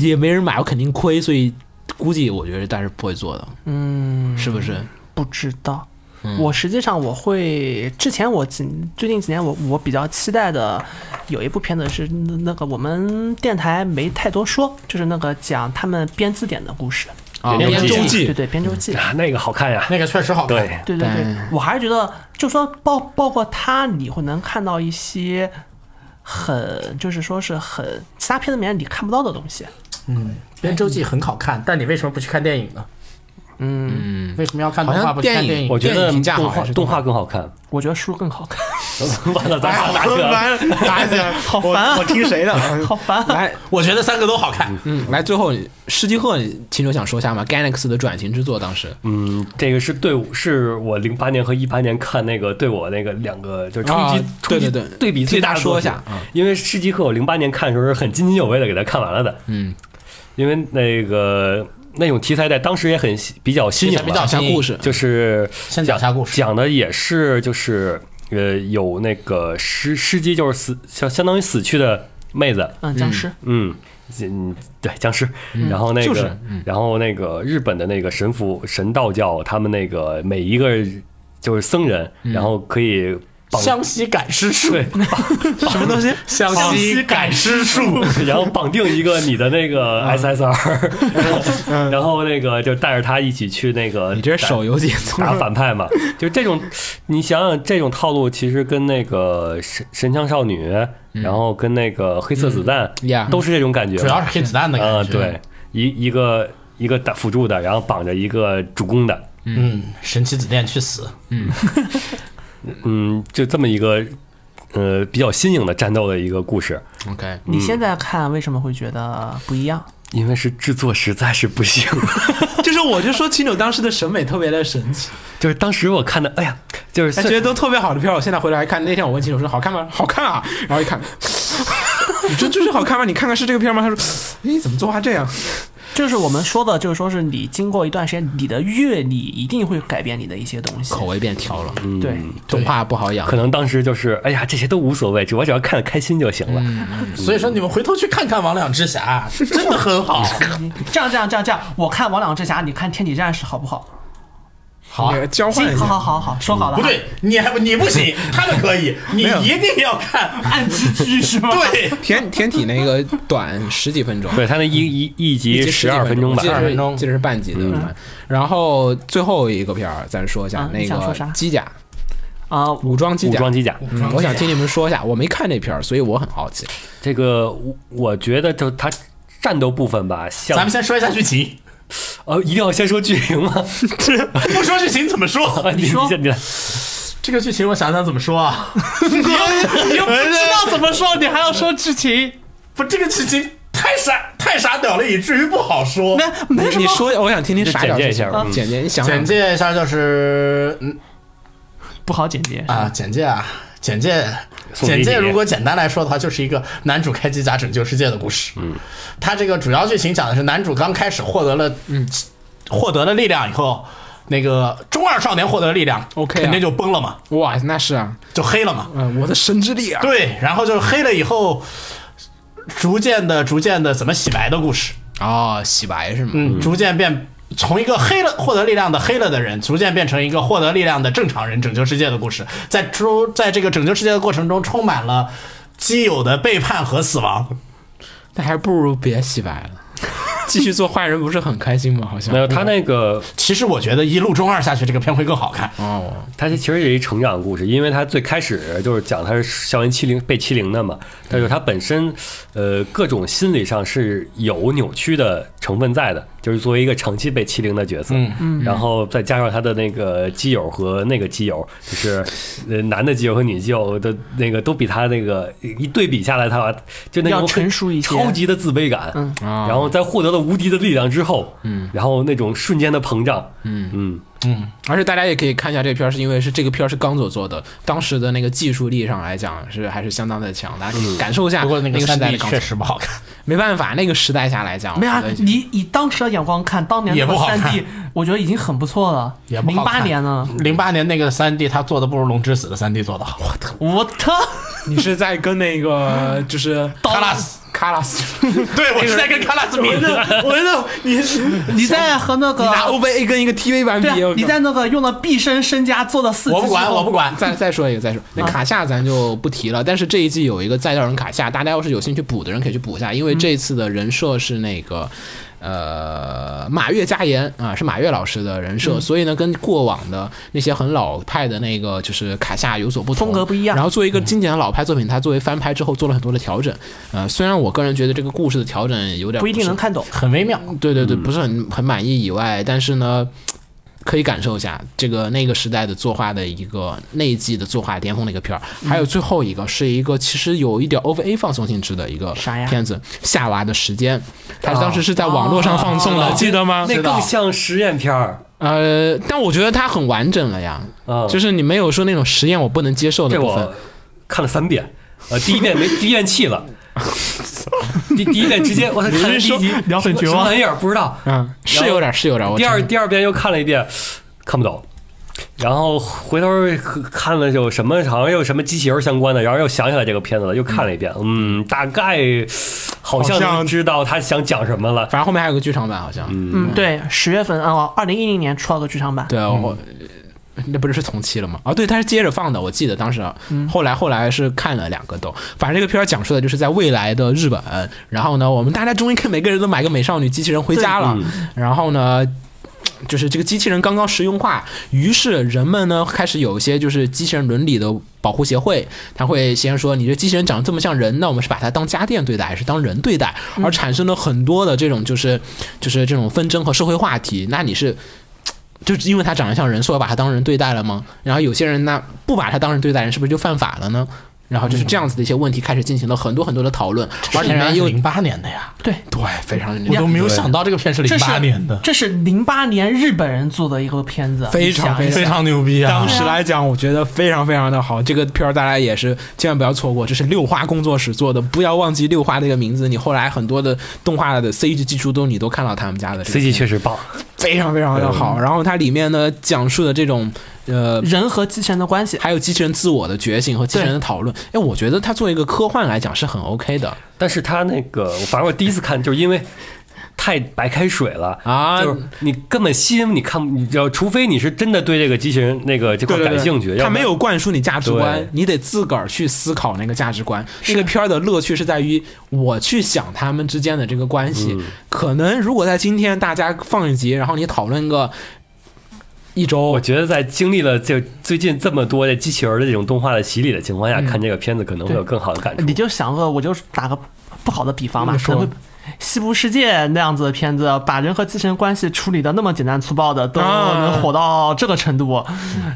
Speaker 2: 也没人买，我肯定亏，所以估计我觉得大家是不会做的，
Speaker 6: 嗯，
Speaker 2: 是不是？
Speaker 6: 不知道。
Speaker 2: 嗯
Speaker 6: 我实际上我会，之前我几最近几年我我比较期待的有一部片子是那那个我们电台没太多说，就是那个讲他们编字典的故事，
Speaker 2: 啊，
Speaker 3: 编
Speaker 2: 编
Speaker 3: 辑
Speaker 2: 周
Speaker 3: 记
Speaker 2: 记
Speaker 6: 对，对，编周记。
Speaker 3: 啊，那个好看呀。
Speaker 4: 那个确实好看，
Speaker 3: 对，
Speaker 6: 对对对
Speaker 2: 但，
Speaker 6: 我还是觉得，就说包包括他，你会能看到一些很，就是说是很其他片子里面你看不到的东西。
Speaker 4: 编周记很好看，但你为什么不去看电影呢？
Speaker 6: 嗯，
Speaker 4: 为什么要看
Speaker 2: 好
Speaker 4: 动
Speaker 2: 像
Speaker 4: 画不去看
Speaker 2: 电
Speaker 4: 电
Speaker 2: 影
Speaker 4: 影？
Speaker 3: 我觉
Speaker 2: 电影
Speaker 3: 得
Speaker 2: 评价好
Speaker 3: 动
Speaker 2: 还
Speaker 3: 画
Speaker 2: 是
Speaker 3: 动画更好看。 [LAUGHS]
Speaker 6: 我觉得书更好看， [LAUGHS]
Speaker 3: 完了，咱俩打起来了。
Speaker 4: 完了打起来了，
Speaker 6: 好烦啊！我听谁的？好烦啊！
Speaker 2: [LAUGHS] 来，
Speaker 4: 我觉得三个都好看。
Speaker 2: 嗯，来，最后施基赫，你秦州想说一下吗？Galaxy 的转型之作，当时
Speaker 3: 嗯，这个是对我，是我零八年和一八年看那个对我那个两个就是冲击
Speaker 2: 啊
Speaker 3: 冲
Speaker 2: 对
Speaker 3: 击
Speaker 2: 对对
Speaker 3: 对比最大的
Speaker 2: 听他说一下啊
Speaker 3: 作品因为《世纪课》我零八年看的时候是很津津有味的给他看完了的，
Speaker 2: 嗯，
Speaker 3: 因为那个那种题材在当时也很新比较新颖吧，
Speaker 4: 比较
Speaker 2: 讲
Speaker 4: 新颖
Speaker 2: 故事，
Speaker 3: 就是
Speaker 4: 先讲下故事，
Speaker 3: 讲的也是就是呃有那个尸尸机就是死相相当于死去的妹子，
Speaker 6: 嗯，僵尸，
Speaker 3: 嗯，嗯，对，僵尸。然后那个，
Speaker 2: 嗯就是
Speaker 3: 然后那个日本的那个神符神道教，他们那个每一个就是僧人，
Speaker 2: 嗯
Speaker 3: 然后可以绑，
Speaker 4: 湘西赶尸术，
Speaker 2: [LAUGHS] 什么东西？
Speaker 4: 湘西赶尸术，
Speaker 3: 然后绑定一个你的
Speaker 2: [LAUGHS]
Speaker 3: 那个
Speaker 2: 嗯
Speaker 3: SSR，然后然后那个就带着他一起去那个
Speaker 2: 你这是
Speaker 3: 打
Speaker 2: 手游节奏 [LAUGHS]
Speaker 3: 打反派嘛，就这种，你想想这种套路，其实跟那个神神枪少女，
Speaker 2: 嗯
Speaker 3: 然后跟那个黑色子弹，
Speaker 2: 呀，
Speaker 3: 都是这种感觉嘛，
Speaker 4: 主要是黑子弹的
Speaker 3: 呃，
Speaker 4: 感觉。
Speaker 3: 对，，一一个一个打辅助的，然后绑着一个主攻的，
Speaker 4: 嗯，神奇子弹去死，
Speaker 3: 嗯，就这么一个呃比较新颖的战斗的一个故事，
Speaker 2: OK，
Speaker 6: 你现在看为什么会觉得不一样？
Speaker 3: 因为是制作实在是不行， [LAUGHS]
Speaker 2: 就是我就说秦九当时的审美特别的神奇，
Speaker 3: 就是当时我看的，哎呀，就是
Speaker 2: 哎
Speaker 3: 虽
Speaker 2: 觉得都特别好的片儿，我现在回来看，那天我问秦九说 [LAUGHS] 好看吗？好看啊，然后一看， [LAUGHS] 你说这是好看吗？你看看是这个片儿吗？他说， [LAUGHS] 哎，怎么做画这样？
Speaker 6: 就是我们说的，就是说是你经过一段时间，你的阅历一定会改变你的一些东西。
Speaker 2: 口味变挑了，
Speaker 3: 嗯
Speaker 6: 对，
Speaker 2: 动画不好养
Speaker 3: 可。能当时就是，哎呀，这些都无所谓，只我只要看得开心就行了。
Speaker 4: 所以说你们回头去看看《王两之侠》，真的很 [LAUGHS] 好。
Speaker 6: 这样这样这样这样，我看《王两之侠》，你看《天启战士》好不好？
Speaker 4: 好啊
Speaker 2: 那个，交换一 [LAUGHS]
Speaker 6: 行，好
Speaker 2: 下，
Speaker 6: 好好好，说好了。
Speaker 4: 不，对，你还不你不行，他们可 [LAUGHS] 以，你一定要看。
Speaker 6: 暗之居是吧？
Speaker 4: 对，
Speaker 2: 天天体那个短十几分钟，
Speaker 3: 对他那一一一
Speaker 2: 一
Speaker 3: 集
Speaker 2: 集
Speaker 3: [LAUGHS] 十二
Speaker 2: 分
Speaker 3: 分钟吧
Speaker 2: 记，得
Speaker 4: 12分
Speaker 2: 是
Speaker 4: 钟
Speaker 2: 记得是半集的。嗯然后最后一个片儿，咱说一下
Speaker 6: 啊
Speaker 2: 那
Speaker 6: 你想说啥
Speaker 2: 个机甲
Speaker 6: [LAUGHS] 啊，
Speaker 2: 武装机
Speaker 3: 武
Speaker 2: 甲
Speaker 3: 装。机甲。
Speaker 2: 嗯我想听你们说一下，我没看这片儿，所以我很好奇。
Speaker 3: 这个我我觉得就他战斗部分吧，
Speaker 4: 咱
Speaker 3: 像
Speaker 4: 们先说一下剧 [LAUGHS] 情，
Speaker 3: 呃一定要先说剧情吗？ [LAUGHS]
Speaker 4: 不说剧情怎么说？
Speaker 3: 啊，你
Speaker 6: 说
Speaker 3: 你你来
Speaker 4: [LAUGHS] 这个剧情我想想怎么说啊？
Speaker 6: 你又不知道怎么说，你还要说剧情？
Speaker 4: [LAUGHS] 不，这个剧情太傻太傻屌了，以至于不好说。
Speaker 6: 那没什
Speaker 2: 你
Speaker 6: 么。
Speaker 2: 说，我想听听啥
Speaker 3: 简
Speaker 2: 点
Speaker 3: 介
Speaker 2: 儿
Speaker 3: 一下
Speaker 2: 事
Speaker 3: 吧
Speaker 2: 情
Speaker 3: 嗯
Speaker 2: 简介，你想想
Speaker 4: 简介一下就是，嗯
Speaker 6: 不好简洁。
Speaker 4: 啊，简介啊，简介。
Speaker 3: 送给
Speaker 4: 简
Speaker 3: 你
Speaker 4: 介如果简单来说的话，就是一个男主开机甲拯救世界的故事。嗯，他这个主要剧情讲的是男主刚开始获得了，嗯，获得了力量以后，那个中二少年获得了力量
Speaker 2: OK 啊
Speaker 4: 肯定就崩了嘛，
Speaker 2: 哇，那是啊，
Speaker 4: 就黑了嘛。
Speaker 2: 嗯，我的神之力啊，
Speaker 4: 对，然后就是黑了以后，逐渐的、逐渐的怎么洗白的故事。
Speaker 2: 哦，洗白是吗？
Speaker 4: 嗯，逐渐变从一个黑了获得力量的黑了的人，逐渐变成一个获得力量的正常人，拯救世界的故事，在周在这个拯救世界的过程中，充满了基友的背叛和死亡。
Speaker 2: 那还不如别洗白了， [LAUGHS] 继续做坏人不是很开心吗？好像
Speaker 3: 没有他那个
Speaker 4: 其实我觉得一路中二下去，这个片会更好看。
Speaker 2: 哦，
Speaker 3: 他其实也是一成长故事，因为他最开始就是讲他是校园欺凌被欺凌的嘛，但是他本身呃各种心理上是有扭曲的成分在的，就是作为一个长期被欺凌的角色，嗯，然后再加上他的那个基友和那个基友，就是呃男的基友和女基友的那个都比他那个一对比下来，他就那
Speaker 6: 要
Speaker 3: 种
Speaker 6: 成熟一些
Speaker 3: 超级的自卑感，
Speaker 6: 嗯
Speaker 2: 啊
Speaker 3: 然后在获得了无敌的力量之后，嗯，然后那种瞬间的膨胀，嗯嗯，
Speaker 2: 而且大家也可以看一下这片儿，是因为是这个片儿是刚佐做的，当时的那个技术力上来讲是还是相当的强，大家可以感受一下
Speaker 5: 不过
Speaker 2: 嗯那
Speaker 5: 那个
Speaker 2: 时
Speaker 5: 三
Speaker 2: 代
Speaker 5: D
Speaker 2: 的钢
Speaker 5: 确
Speaker 2: 索。
Speaker 5: 实不好看，
Speaker 2: 没办法，那个时代下来讲，
Speaker 6: 没有、啊
Speaker 2: 我觉得，
Speaker 6: 你以当时的眼光看，当年
Speaker 5: 也
Speaker 6: 那个
Speaker 5: 不好
Speaker 6: 三
Speaker 5: 看
Speaker 6: D，我觉得已经很不错了。
Speaker 5: 也不
Speaker 6: 零
Speaker 5: 好
Speaker 6: 八
Speaker 5: 看
Speaker 6: 年呢，
Speaker 5: 零八年那个三 D 他做的不如《龙之死》的三 D 做的好。我的
Speaker 6: 我的
Speaker 2: [LAUGHS] 你是在跟那个 [LAUGHS] 就是
Speaker 5: 卡拉斯，
Speaker 2: 卡拉斯，
Speaker 5: 对我是在跟卡拉斯比的。
Speaker 2: [LAUGHS] 我操，你 [LAUGHS] 你
Speaker 6: 你在和那个
Speaker 2: 拿 OVA 跟一个 TV 版比
Speaker 6: 对，啊，你在那个用了毕生身家做了四，
Speaker 5: 我不管，我不。管。
Speaker 2: 再再说一个，再说那卡夏咱就不提了。但是这一季有一个再造人卡夏，大家要是有兴趣补的人可以去补一下，因为
Speaker 6: 嗯
Speaker 2: 这次的人设是那个。呃，马月加言啊，是马月老师的人设，
Speaker 6: 嗯
Speaker 2: 所以呢，跟过往的那些很老派的那个就是卡夏有所不同，
Speaker 6: 风格不一样嗯
Speaker 2: 然后作为一个经典的老派作品，它作为翻拍之后做了很多的调整。呃，虽然我个人觉得这个故事的调整有点
Speaker 6: 不一定
Speaker 2: 是
Speaker 6: 能看懂，
Speaker 5: 很微妙，
Speaker 2: 对对对，不是很很满意以外，但是呢，可以感受一下这个那个时代的作画的一个那一季的作画巅峰的一个片儿。还有最后一个是一个其实有一点 OVA 放松性质的一个
Speaker 6: 啥呀
Speaker 2: 片子，《夏娃的时间》，它当时是在网络上放送的，
Speaker 3: 哦
Speaker 2: [LAUGHS] 记得吗？
Speaker 3: 那更像实验片儿，
Speaker 2: 呃，但我觉得它很完整了呀，
Speaker 3: 啊，
Speaker 2: 就是你没有说那种实验我不能接受的
Speaker 3: 这
Speaker 2: 部分
Speaker 3: 我。看了三遍，呃，第一遍没，第一遍弃了，第第一遍直接我才看了第一集，
Speaker 6: 聊很绝
Speaker 3: 什么
Speaker 6: 望
Speaker 3: 玩意儿不知道，
Speaker 2: 嗯，是有点，是有点。我
Speaker 3: 第
Speaker 2: 承
Speaker 3: 二
Speaker 2: 认
Speaker 3: 第二遍又看了一遍，看不懂。然后回头看了有什么，好像有什么机器人相关的，然后又想起来这个片子了，又看了一遍。嗯，大概好像
Speaker 2: 好像
Speaker 3: 能知道他想讲什么了。
Speaker 2: 反正后面还有个剧场版，好像。
Speaker 6: 嗯，对，十月份啊，二零一零年出了个剧场版，
Speaker 2: 对啊，我、呃那不是是同期了吗？啊，对，它是接着放的，我记得当时，啊后来后来是看了两个都，反正这个片儿讲述的就是在未来的日本，然后呢，我们大家终于可以每个人都买个美少女机器人回家了，
Speaker 3: 嗯
Speaker 2: 然后呢。就是这个机器人刚刚实用化，于是人们呢开始有一些就是机器人伦理的保护协会，他会先说你这机器人长得这么像人，那我们是把它当家电对待还是当人对待？
Speaker 5: 嗯
Speaker 2: 而产生了很多的这种就是就是这种纷争和社会话题。那你是就是因为他长得像人，所以把他当人对待了吗？然后有些人呢不把他当人对待，人是不是就犯法了呢？然后就是这样子的一些问题开始进行了很多很多的讨论，而且呢又
Speaker 5: 零八年的呀，
Speaker 2: 对非常
Speaker 5: 我都没有想到这个片是
Speaker 6: 这
Speaker 5: 零
Speaker 6: 是
Speaker 5: 八年的，
Speaker 6: 这是零八年日本人做的一个片子，
Speaker 2: 非常
Speaker 6: 你想一
Speaker 2: 非
Speaker 5: 非
Speaker 6: 想
Speaker 5: 常牛逼啊！
Speaker 2: 当时来讲，我觉得非常非常的好。这个片儿大家也是千万不要错过，这是六花工作室做的，不要忘记六花这个名字。你后来很多的动画的 CG 技术都你都看到他们家的
Speaker 3: CG 确实棒，
Speaker 2: 非常非常的好。然后它里面呢讲述的这种呃
Speaker 6: 人和机器人的关系，
Speaker 2: 还有机器人自我的觉醒和机器人的讨论。哎，我觉得它作为一个科幻来讲是很 OK 的
Speaker 3: 但是他那个，反正我第一次看就是因为太白开水了。
Speaker 2: 啊。
Speaker 3: 就是你根本新，你看不，你要除非你是真的对这个机器人那个这块
Speaker 2: 对对对
Speaker 3: 感兴趣，要
Speaker 2: 它
Speaker 3: 不
Speaker 2: 没
Speaker 3: 然
Speaker 2: 有灌输你价值观
Speaker 3: 对，
Speaker 2: 你得自个儿去思考那个价值观。这个片儿的乐趣是在于我去想他们之间的这个关系。
Speaker 6: 嗯
Speaker 2: 可能如果在今天大家放一集，然后你讨论个一周
Speaker 3: 我，觉得在经历了就最近这么多的机器人儿的这种动画的洗礼的情况
Speaker 2: 嗯
Speaker 3: 下，看这个片子可能会有更好的感触。
Speaker 6: 你就想个，我就打个不好的比方嘛，可能会。西部世界那样子的片子，把人和机器人关系处理的那么简单粗暴的，都
Speaker 2: 啊
Speaker 6: 能火到这个程度，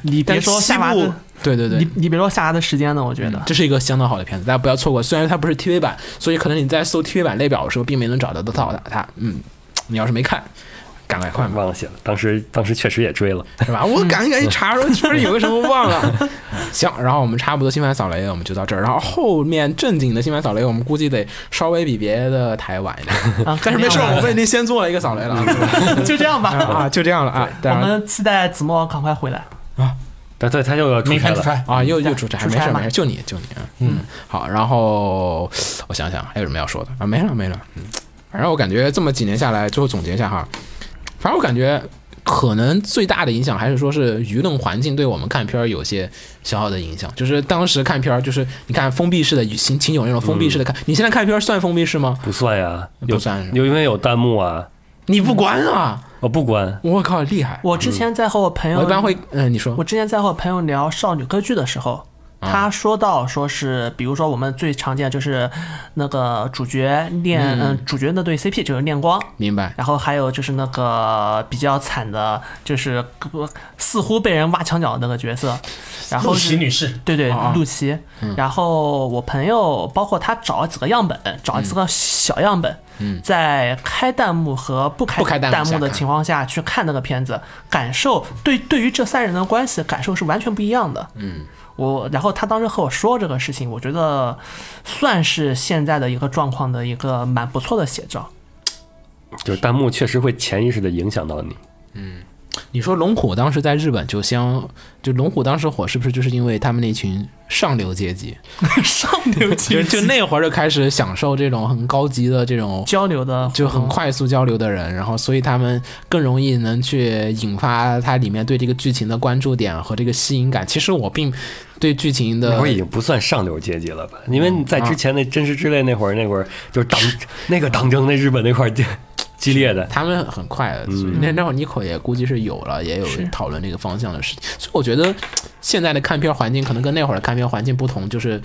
Speaker 6: 你别
Speaker 2: 但
Speaker 6: 说
Speaker 2: 西
Speaker 6: 夏娃的
Speaker 2: 部，，对对对，
Speaker 6: 你你别说夏娃的时间呢，我觉得
Speaker 2: 这是一个相当好的片子，大家不要错过。虽然它不是 TV 版，所以可能你在搜 TV 版列表的时候，并没能找得到它。嗯，你要是没看，赶快看吧，
Speaker 3: 忘了写了，当时当时确实也追了，
Speaker 2: 是吧？我赶紧赶紧查，说确实有个什么忘了。嗯 [LAUGHS] 行，然后我们差不多新番扫雷我们就到这儿，然后后面正经的新番扫雷我们估计得稍微比别的台晚一点，[LAUGHS]
Speaker 6: 啊，
Speaker 2: 但是嗯没事， [LAUGHS]
Speaker 6: 看
Speaker 2: 我们已经先做了一个扫雷了啊
Speaker 6: 就这样吧。
Speaker 2: [LAUGHS] 啊，就这样了啊。嗯
Speaker 6: 我
Speaker 2: 当然
Speaker 6: 们期待子墨赶快回来。
Speaker 3: 但对他又要出
Speaker 5: 没
Speaker 3: 差
Speaker 5: 看出
Speaker 3: 了。
Speaker 5: 来，
Speaker 2: 啊，又又出差，
Speaker 6: 出
Speaker 2: 没
Speaker 6: 差
Speaker 2: 事
Speaker 6: 嘛
Speaker 2: 没事，就你就你啊，嗯，好，然后我想想还有什么要说的啊，没了没了，嗯，反正我感觉这么几年下来，最后总结一下哈，反正我感觉可能最大的影响还是说是舆论环境对我们看片儿有些小小的影响，就是当时看片儿就是你看封闭式的秦秦九那种封闭式的看，你现在看片儿算封闭式吗？
Speaker 3: 不算呀，有
Speaker 2: 不算是吧
Speaker 3: 有因为有弹幕啊，
Speaker 2: 你不管啊，
Speaker 3: 我不关。
Speaker 2: 我靠，厉害！
Speaker 6: 我之前在和我朋友，
Speaker 2: 我一般会，嗯，你说
Speaker 6: 我之前在和我朋友聊少女歌剧的时候，
Speaker 2: 嗯
Speaker 6: 他说到说是，比如说我们最常见就是那个主角念，嗯、主角那对 CP 就是念光，
Speaker 2: 明白。
Speaker 6: 然后还有就是那个比较惨的，就是似乎被人挖墙脚的那个角色，然后
Speaker 5: 露
Speaker 6: 是
Speaker 5: 琪女士，
Speaker 6: 对对
Speaker 2: 啊，
Speaker 6: 陆琪。然后我朋友包括他找了几个样本，找了几个小样本，在开弹幕和不开
Speaker 2: 不开弹幕
Speaker 6: 弹
Speaker 2: 下
Speaker 6: 幕的
Speaker 2: 看
Speaker 6: 情况下去看那个片子，感受对对于这三人的关系感受是完全不一样的。嗯。我，然后他当时和我说这个事情，我觉得算是现在的一个状况的一个蛮不错的写照。
Speaker 3: 就是弹幕确实会潜意识的影响到你。
Speaker 2: 你说龙虎当时在日本就相，就龙虎当时火是不是就是因为他们那群上流阶级，
Speaker 6: 上流
Speaker 2: 就就那会儿就开始享受这种很高级的这种
Speaker 6: 交流的
Speaker 2: 就很
Speaker 6: 活动
Speaker 2: 快速交流的人，然后所以他们更容易能去引发他里面对这个剧情的关注点和这个吸引感。其实我并对剧情
Speaker 3: 那
Speaker 2: 的
Speaker 3: 会儿已经不算上流阶级了吧？因为你
Speaker 2: 嗯
Speaker 3: 在
Speaker 2: 啊
Speaker 3: 之前那真实之泪那会儿，那会儿就是党那个党争，那日本那块儿就激烈的。嗯
Speaker 2: 他们很快的，所以那那会儿妮可也估计是有了，也有讨论这个方向的事情。所以我觉得现在的看片环境可能跟那会儿的看片环境不同，就是。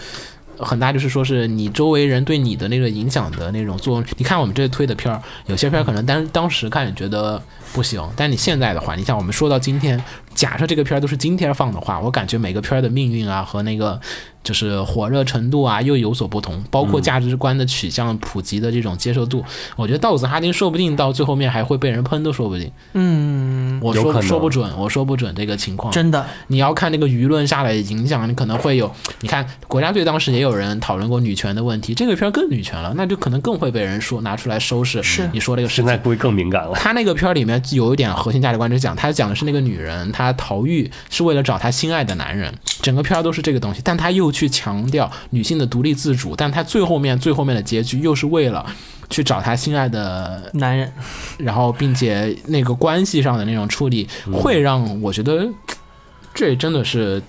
Speaker 2: 很大就是说，是你周围人对你的那个影响的那种作用。你看我们这推的片儿，有些片儿可能当当时看你觉得不行，但你现在的话，你像我们说到今天，假设这个片儿都是今天放的话，我感觉每个片儿的命运啊和那个就是火热程度啊又有所不同，包括价值观的取向、普及的这种接受度。
Speaker 6: 嗯
Speaker 2: 我觉得道子哈丁说不定到最后面还会被人喷都说不定。嗯，我
Speaker 3: 有可
Speaker 2: 说
Speaker 3: 能
Speaker 2: 说不准，我说不准这个情况。
Speaker 6: 真的，
Speaker 2: 你要看那个舆论下来的影响，你可能会有。你看国家队当时也有人讨论过女权的问题，这个片儿更女权了，那就可能更会被人说拿出来收拾。
Speaker 6: 是
Speaker 2: 你说这个事
Speaker 3: 现
Speaker 2: 情
Speaker 3: 在。估计更敏感了。
Speaker 2: 他那个片儿里面有一点核心价值观，就是讲他讲的是那个女人，她逃狱是为了找她心爱的男人，整个片儿都是这个东西。但他又去强调女性的独立自主，但他最后面最后面的结局又是为了去找她心爱的，
Speaker 6: 男人
Speaker 2: 然后并且那个关系上的那种处理，会让我觉得这真的是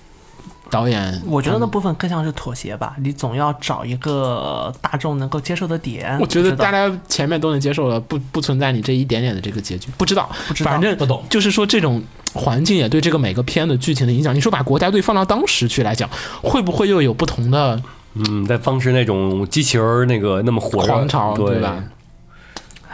Speaker 2: 导演，
Speaker 6: 我觉得那部分更像是妥协吧，你总要找一个大众能够接受的点。
Speaker 2: 我觉得
Speaker 6: 不知道
Speaker 2: 大家前面都能接受了，不不存在你这一点点的这个结局，不知道，
Speaker 6: 不知道
Speaker 2: 反正
Speaker 5: 不懂
Speaker 2: 就是说这种环境也对这个每个片的剧情的影响。你说把国家队放到当时去来讲，会不会又有不同的
Speaker 3: 嗯，在当时那种机器人儿那个那么火热，
Speaker 2: 狂潮，
Speaker 3: 对
Speaker 2: 对吧？？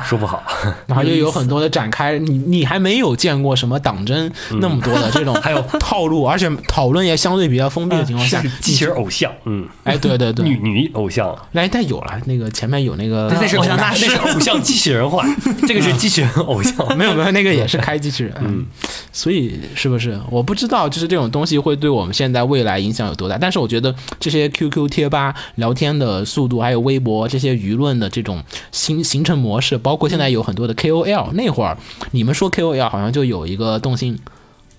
Speaker 3: 说不好，
Speaker 2: 然后又有很多的展开，你你还没有见过什么党争
Speaker 3: 嗯
Speaker 2: 那么多的这
Speaker 3: [LAUGHS]
Speaker 2: 种还有套路，而且讨论也相对比较封闭的情况下，
Speaker 3: 机器人偶像，嗯，
Speaker 2: 哎，对嗯对
Speaker 3: 女
Speaker 2: 对，
Speaker 3: 女偶像，
Speaker 2: 来，但有了那个前面有那个
Speaker 3: 那是
Speaker 6: 偶
Speaker 3: 偶像，
Speaker 6: 像大
Speaker 3: 那
Speaker 6: 师
Speaker 3: 是偶像机器
Speaker 2: [LAUGHS]
Speaker 3: 人化，这个是机器人偶像。
Speaker 2: 没有没有，那个也是开机器人。嗯，所以是不是我不知道，就是这种东西会对我们现在未来影响有多大？但是我觉得这些 QQ 贴吧聊天的速度，还有微博这些舆论的这种形形成模式，包括现在有很多的 KOL，那会儿你们说 KOL 好像就有一个动心。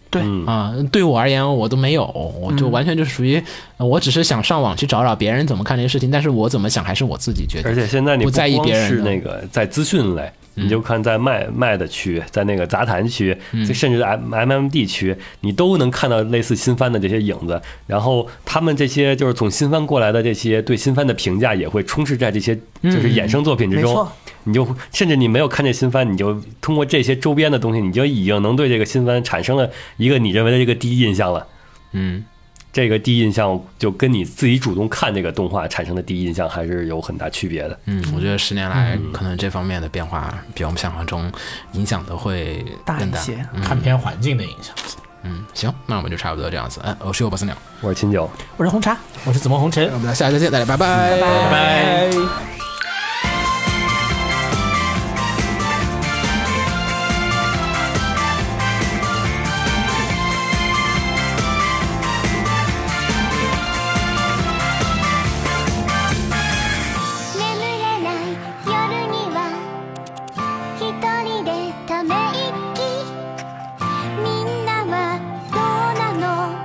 Speaker 6: 对
Speaker 3: 嗯
Speaker 2: 啊、对我而言我都没有，我就完全就属于，呃我只是想上网去找找别人怎么看这些事情，但是我怎么想还是我自己决定。
Speaker 3: 而且现在你
Speaker 2: 不在意
Speaker 3: 光
Speaker 2: 别人
Speaker 3: 是
Speaker 2: 的嗯
Speaker 3: 那个在资讯类，你就看在卖卖的区，在那个杂谈区，就甚至 M M M D 区，你都能看到类似新番的这些影子。然后他们这些就是从新番过来的这些对新番的评价，也会充斥在这些就是
Speaker 2: 嗯
Speaker 3: 衍生作品之
Speaker 6: 没
Speaker 3: 中
Speaker 6: 错。
Speaker 3: 你就甚至你没有看这新番，你就通过这些周边的东西，你就已经能对这个新番产生了一个你认为的这个第一印象了。
Speaker 2: 嗯，
Speaker 3: 这个第一印象就跟你自己主动看这个动画产生的第一印象还是有很大区别的。
Speaker 2: 嗯，我觉得十年来可能这方面的变化比我们想象中影响的会
Speaker 6: 大
Speaker 2: 更
Speaker 6: 一
Speaker 2: 大。
Speaker 6: 些。
Speaker 5: 看片环境的影响。
Speaker 2: 嗯，行，那我们就差不多这样子。哎，我是我不思鸟，
Speaker 3: 我是秦九。
Speaker 6: 我是红茶，
Speaker 5: 我是紫梦红尘
Speaker 2: 那。我们下期再见，大家拜拜，拜
Speaker 5: 拜。
Speaker 1: 眠れない夜には一人でため息みんなはどうなの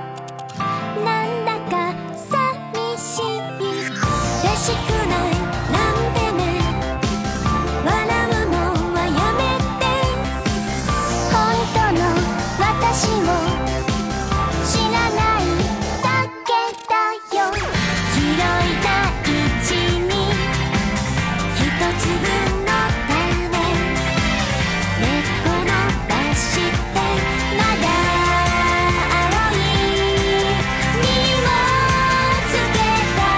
Speaker 1: なんだか寂しいらしくないなんてね笑うのはやめて本当の私を知らないだけだよ広い大地に一粒の種根っこ伸ばしてまだ青い実を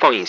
Speaker 7: 放映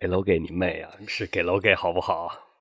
Speaker 3: 给楼给你妹啊！是给楼给好不好？